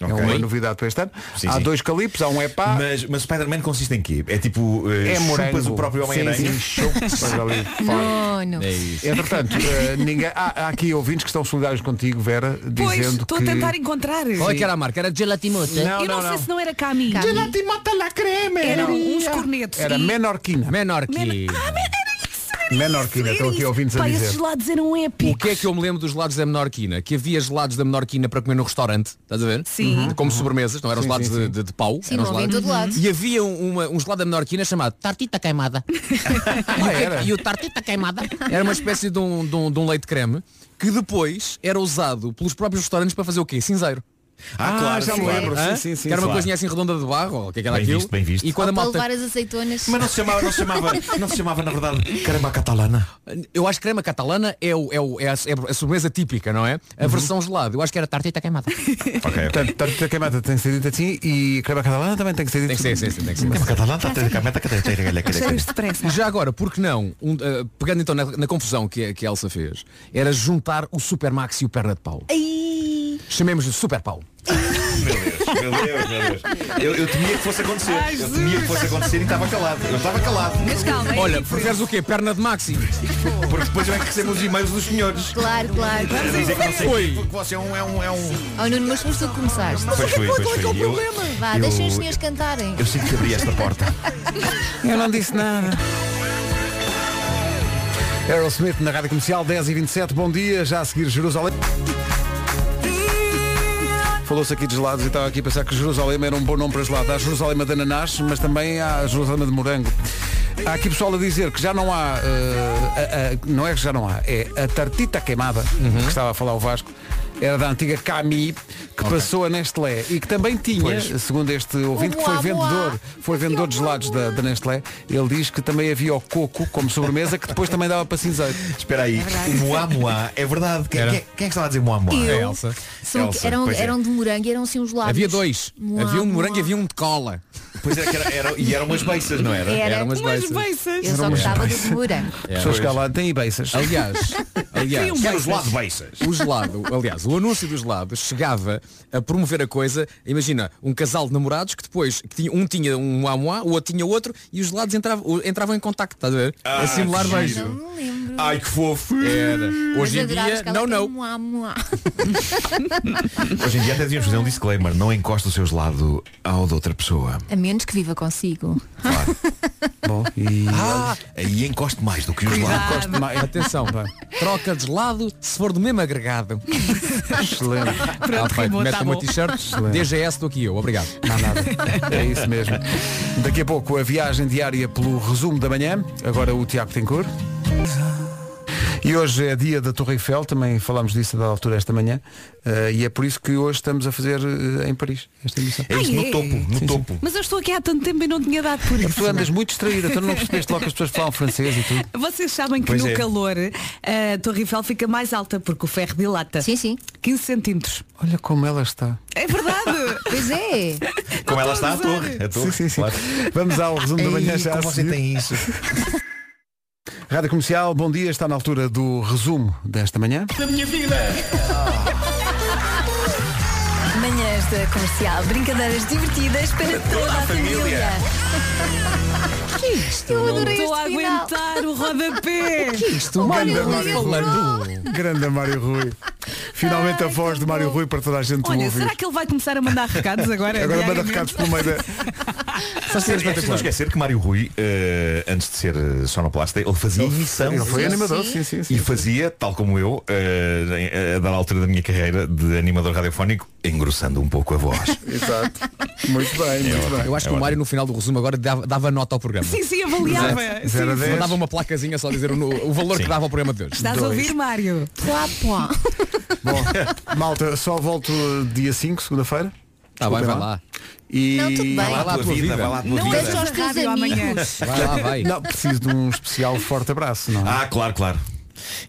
[SPEAKER 2] É
[SPEAKER 6] Ok.
[SPEAKER 2] uma novidade para este ano.
[SPEAKER 6] Sim,
[SPEAKER 2] há
[SPEAKER 6] sim.
[SPEAKER 2] dois calipos, há um epá.
[SPEAKER 6] mas, mas Spider-Man consiste em quê? É tipo eh,
[SPEAKER 2] É
[SPEAKER 6] chupas
[SPEAKER 2] morango.
[SPEAKER 6] o próprio
[SPEAKER 2] Sim,
[SPEAKER 6] Homem-Aranha
[SPEAKER 2] sim, chupas ali fora.
[SPEAKER 22] Não, não.
[SPEAKER 2] Entretanto, eh, ninguém, há, há aqui ouvintes que estão solidários contigo, Vera,
[SPEAKER 3] Pois,
[SPEAKER 2] dizendo
[SPEAKER 3] estou
[SPEAKER 2] que...
[SPEAKER 3] a tentar encontrar.
[SPEAKER 10] Qual é que era a marca? Era Gelatimota?
[SPEAKER 2] Não,
[SPEAKER 3] eu não,
[SPEAKER 2] não,
[SPEAKER 3] sei
[SPEAKER 2] não.
[SPEAKER 3] se não era Cami.
[SPEAKER 2] Gelatimota la creme.
[SPEAKER 3] Eram
[SPEAKER 2] Maria.
[SPEAKER 3] uns cornetos.
[SPEAKER 2] Era
[SPEAKER 3] e-
[SPEAKER 2] menorquina.
[SPEAKER 10] Menorquinha.
[SPEAKER 3] Ah,
[SPEAKER 2] Menorquina, estão aqui ouvintes a
[SPEAKER 3] Pá, esses
[SPEAKER 2] dizer.
[SPEAKER 3] lados eram
[SPEAKER 10] O
[SPEAKER 3] épicos.
[SPEAKER 10] que é que eu me lembro dos lados da menorquina? Que havia gelados da menorquina para comer no restaurante, estás a ver?
[SPEAKER 3] Sim. Uhum.
[SPEAKER 10] Como sobremesas, não eram
[SPEAKER 2] Sim,
[SPEAKER 10] gelados
[SPEAKER 2] sim,
[SPEAKER 10] de,
[SPEAKER 2] sim.
[SPEAKER 10] de, de pau.
[SPEAKER 22] Sim,
[SPEAKER 10] eram
[SPEAKER 22] não havia em
[SPEAKER 10] gelados.
[SPEAKER 22] todo lado.
[SPEAKER 10] E havia um, uma- um gelado da menorquina chamado Tartita Queimada.
[SPEAKER 2] Ah, era?
[SPEAKER 10] é E o Tartita Queimada era uma espécie de um, de um, de um leite creme que depois era usado pelos próprios restaurantes para fazer o quê? Cinzeiro.
[SPEAKER 6] Ah, claro,
[SPEAKER 2] já me
[SPEAKER 6] claro.
[SPEAKER 2] lembro.
[SPEAKER 10] Hã?
[SPEAKER 2] Sim, sim,
[SPEAKER 10] que
[SPEAKER 2] sim.
[SPEAKER 10] era uma
[SPEAKER 2] claro.
[SPEAKER 10] coisinha assim redonda de barro, ou o que é que era
[SPEAKER 6] Bem
[SPEAKER 10] aquilo.
[SPEAKER 6] visto, bem visto.
[SPEAKER 10] E quando a
[SPEAKER 22] Para
[SPEAKER 10] malta...
[SPEAKER 22] levar as azeitonas.
[SPEAKER 6] mas não se chamava não se chamava não se chamava na verdade caramba catalana
[SPEAKER 10] Eu acho que crema catalana é, o, é, o, é, a, é a sobremesa típica, não é? A versão gelada. Eu acho que era tartita queimada. É.
[SPEAKER 6] ok
[SPEAKER 2] Portanto, Tartita Queimada tem que ser dito assim e crema catalana também tem que ser dito
[SPEAKER 10] Tem que ser, assim. sim, sim, tem que ser.
[SPEAKER 6] catalana está a ter a cameta que tem- tem- tem- tem- tem-
[SPEAKER 10] é
[SPEAKER 3] Cheios de
[SPEAKER 6] tem-
[SPEAKER 3] pressa.
[SPEAKER 10] Já agora, porque não, um, eh, pegando então na, na confusão que, a- que a Elsa fez, era juntar o Supermax e o Perna de Pau. Chamemos-lhe Super Pau.
[SPEAKER 6] Meu Deus, meu Deus. Eu, eu temia que fosse acontecer.
[SPEAKER 3] Ai,
[SPEAKER 6] eu temia que fosse acontecer e estava calado. Eu estava calado.
[SPEAKER 3] Mas calma, é
[SPEAKER 10] Olha,
[SPEAKER 3] diferente.
[SPEAKER 10] preferes o quê? Perna de Maxi?
[SPEAKER 6] Porque depois eu é que recebo os e-mails dos senhores.
[SPEAKER 22] Claro, claro.
[SPEAKER 6] A dizer que não sei
[SPEAKER 10] Oi.
[SPEAKER 6] quê, porque você é um. É um, é um...
[SPEAKER 22] Oh Nuno, mas foste tu que começaste.
[SPEAKER 6] Pois foi, pois foi. Eu,
[SPEAKER 22] Vá,
[SPEAKER 6] Eu-
[SPEAKER 22] deixem os senhores cantarem.
[SPEAKER 6] eu sinto que abri esta porta.
[SPEAKER 2] Eu não disse nada. Aerosmith na Rádio Comercial, 10 e 27 bom dia, já a seguir Jerusalém. Falou-se aqui de gelados e estava aqui a pensar que Jerusalém era um bom nome para gelado. Há Jerusalém de ananás, mas também há Jerusalém de morango. Há aqui pessoal a dizer que já não há, eh, a- a- não é que já não há, é a tartita queimada,
[SPEAKER 10] Uhum.
[SPEAKER 2] que estava a falar o Vasco, era da antiga Cami, que passou a Nestlé e que também tinha, segundo este ouvinte, que foi
[SPEAKER 22] Boa, boa.
[SPEAKER 2] vendedor, foi vendedor de gelados da, da Nestlé, ele diz que também havia o coco como sobremesa, que depois também dava para cinzeiro.
[SPEAKER 6] Espera aí. o Moá Moá. É verdade. Quem,
[SPEAKER 10] Era.
[SPEAKER 6] quem, quem é que estava a dizer Moá Moá?
[SPEAKER 22] Eu.
[SPEAKER 10] Elsa.
[SPEAKER 22] São,
[SPEAKER 6] Elsa,
[SPEAKER 22] eram,
[SPEAKER 6] pois é.
[SPEAKER 22] eram de morango e eram assim uns lados.
[SPEAKER 10] Havia dois.
[SPEAKER 22] Mua,
[SPEAKER 10] havia um de morango
[SPEAKER 22] mua.
[SPEAKER 10] e havia um de cola.
[SPEAKER 6] Pois era, que era, era- e eram umas beiças, não era?
[SPEAKER 22] Era.
[SPEAKER 10] Eram umas
[SPEAKER 3] Umas
[SPEAKER 10] beças.
[SPEAKER 3] beiças.
[SPEAKER 22] Eu só gostava do de morango.
[SPEAKER 2] As pessoas que lá têm beiças.
[SPEAKER 10] É.
[SPEAKER 2] um
[SPEAKER 10] Aliás, aliás,
[SPEAKER 3] Queriam
[SPEAKER 6] Era os lado beiças.
[SPEAKER 10] O gelado, aliás, o anúncio do gelado chegava a promover a coisa, imagina, um casal de namorados que depois que tinha, um tinha um muamuá, o outro tinha outro e os gelados entravam, o- entravam em contacto, estás a ver? a simular
[SPEAKER 6] Ah, que
[SPEAKER 10] beijo.
[SPEAKER 6] giro.
[SPEAKER 22] Não me lembro.
[SPEAKER 6] Ai que fofo.
[SPEAKER 10] Era. Hoje em
[SPEAKER 22] Mas adorava
[SPEAKER 10] dia,
[SPEAKER 22] chegar lá
[SPEAKER 10] não,
[SPEAKER 22] e
[SPEAKER 10] não.
[SPEAKER 22] muá, muá.
[SPEAKER 6] Hoje em dia até devíamos fazer um disclaimer. Não encosta o seu gelado ao de outra pessoa.
[SPEAKER 22] A menos que viva consigo.
[SPEAKER 2] Bom, e
[SPEAKER 6] Aí encoste mais do que o gelado.
[SPEAKER 2] gosto de mais.
[SPEAKER 10] eh, Atenção, troca de gelado se for do mesmo agregado.
[SPEAKER 2] Excelente.
[SPEAKER 10] Ah,
[SPEAKER 3] Pronto,
[SPEAKER 10] feito.
[SPEAKER 3] rimou,
[SPEAKER 10] Mete
[SPEAKER 3] tá
[SPEAKER 10] uma
[SPEAKER 3] bom.
[SPEAKER 10] t-shirt, DGS do que eu, obrigado.
[SPEAKER 2] Não há nada. É isso mesmo. Daqui a pouco a viagem diária pelo resumo da manhã. Agora o Tiago Tencourt. E hoje é dia da Torre Eiffel, também falámos disso a dada altura esta manhã, eh, e é por isso que hoje estamos a fazer eh, em Paris esta emissão.
[SPEAKER 6] É isto
[SPEAKER 3] Ai, é.
[SPEAKER 6] no topo, no topo.
[SPEAKER 3] Mas eu estou aqui há tanto tempo e não tinha dado por isso.
[SPEAKER 2] Tu andas muito distraída, tu não percebeste logo que as pessoas falam francês e tudo.
[SPEAKER 3] Vocês sabem que
[SPEAKER 6] Pois
[SPEAKER 3] no
[SPEAKER 6] é.
[SPEAKER 3] calor eh, a Torre Eiffel fica mais alta porque o ferro dilata.
[SPEAKER 22] Sim, sim.
[SPEAKER 3] 15 centímetros.
[SPEAKER 2] Olha como ela está.
[SPEAKER 3] É verdade.
[SPEAKER 22] Pois é.
[SPEAKER 6] Como ela está
[SPEAKER 3] estou
[SPEAKER 6] a
[SPEAKER 3] a
[SPEAKER 6] torre. A torre.
[SPEAKER 2] Sim, sim, sim.
[SPEAKER 6] É claro.
[SPEAKER 2] Vamos ao resumo da manhã
[SPEAKER 6] Ei,
[SPEAKER 2] já. a
[SPEAKER 6] como você
[SPEAKER 2] seguir.
[SPEAKER 6] tem isso?
[SPEAKER 2] Rádio Comercial, bom dia, está na altura do resumo desta manhã.
[SPEAKER 23] Manhãs da Comercial. Brincadeiras divertidas para toda a família.
[SPEAKER 3] Que isto?
[SPEAKER 23] Eu adorei
[SPEAKER 3] Estou
[SPEAKER 23] este
[SPEAKER 3] a
[SPEAKER 23] final.
[SPEAKER 3] aguentar o rodapé.
[SPEAKER 2] Que
[SPEAKER 10] isto?
[SPEAKER 2] Mário Rui falando. Grande Mário Rui. Finalmente a voz de Mário Rui para toda a gente
[SPEAKER 3] Olha,
[SPEAKER 2] ouvir.
[SPEAKER 3] será que ele vai começar a mandar recados agora?
[SPEAKER 10] é
[SPEAKER 2] Agora manda recados
[SPEAKER 3] diariamente?
[SPEAKER 2] pelo meio da.
[SPEAKER 6] Só se é preciso não esquecer que Mário Rui, eh, antes de ser eh, sonoplasta, ele fazia emissão.
[SPEAKER 2] ele foi Sim, animador, sim. sim,
[SPEAKER 6] E fazia, tal como eu, eh, em- a dar a altura da minha carreira de animador radiofónico, engrossando um pouco a voz.
[SPEAKER 2] Exato. Muito
[SPEAKER 10] É
[SPEAKER 2] bem,
[SPEAKER 6] muito bem.
[SPEAKER 10] Eu acho que o Mário no final do resumo agora dava, dava nota ao programa.
[SPEAKER 3] Sim, sim, avaliava.
[SPEAKER 10] Exato.
[SPEAKER 3] Sim, sim.
[SPEAKER 10] Mandava um- uma placazinha só a dizer o, no- o valor que dava ao programa de hoje.
[SPEAKER 3] Estás a ouvir, Mário? Quá, quá.
[SPEAKER 2] Bom, malta, só volto eh, dia 5, segunda-feira.
[SPEAKER 10] Tá bem,
[SPEAKER 2] Desculpem
[SPEAKER 10] vai
[SPEAKER 2] lá.
[SPEAKER 10] lá.
[SPEAKER 2] E...
[SPEAKER 10] Não, tudo bem. Vai lá a tua vida, vai lá a tua Não vida.
[SPEAKER 4] Deixa aos teus
[SPEAKER 3] é Rádio amanhã.
[SPEAKER 4] amigos.
[SPEAKER 10] Vai lá, vai.
[SPEAKER 2] Não, preciso de um especial forte abraço, não é?
[SPEAKER 6] Ah, claro, claro.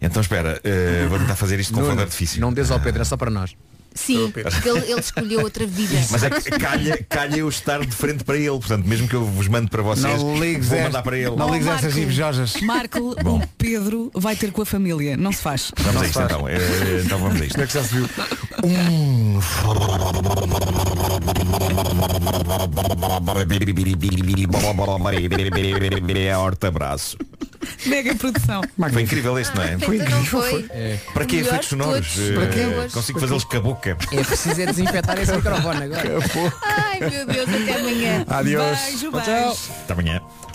[SPEAKER 6] Então espera, eh, vou tentar fazer isto com
[SPEAKER 10] Nuno,
[SPEAKER 6] fogo artifício.
[SPEAKER 10] Não dês ao Pedro, é só para nós.
[SPEAKER 4] Sim, porque ele, ele escolheu outra vida.
[SPEAKER 6] Mas é que calha, calha eu estar de frente para ele, portanto, mesmo que eu vos mande para vocês,
[SPEAKER 2] Não ligues
[SPEAKER 6] vou
[SPEAKER 2] esta-
[SPEAKER 6] mandar para ele.
[SPEAKER 2] não ligues estas invejojas.
[SPEAKER 3] Marco, o Pedro vai ter com a família. Não se faz.
[SPEAKER 6] Vamos a isto então. Eh, então vamos a isto.
[SPEAKER 2] é que já se viu?
[SPEAKER 6] Horta braço.
[SPEAKER 3] Mega produção.
[SPEAKER 6] Foi incrível este, não é?
[SPEAKER 3] Foi Então não incrível, foi. foi.
[SPEAKER 6] É. Para que
[SPEAKER 3] O melhor
[SPEAKER 6] efeitos
[SPEAKER 3] de
[SPEAKER 6] sonoros?
[SPEAKER 3] todos.
[SPEAKER 6] Eh,
[SPEAKER 3] Para quê?
[SPEAKER 6] Consigo fazê-los com a boca.
[SPEAKER 10] É preciso é desinfetar esse microfone agora.
[SPEAKER 4] Ai meu Deus, até amanhã.
[SPEAKER 6] Adiós.
[SPEAKER 4] Beijo,
[SPEAKER 6] Tchau,
[SPEAKER 4] beijo.
[SPEAKER 6] Até amanhã.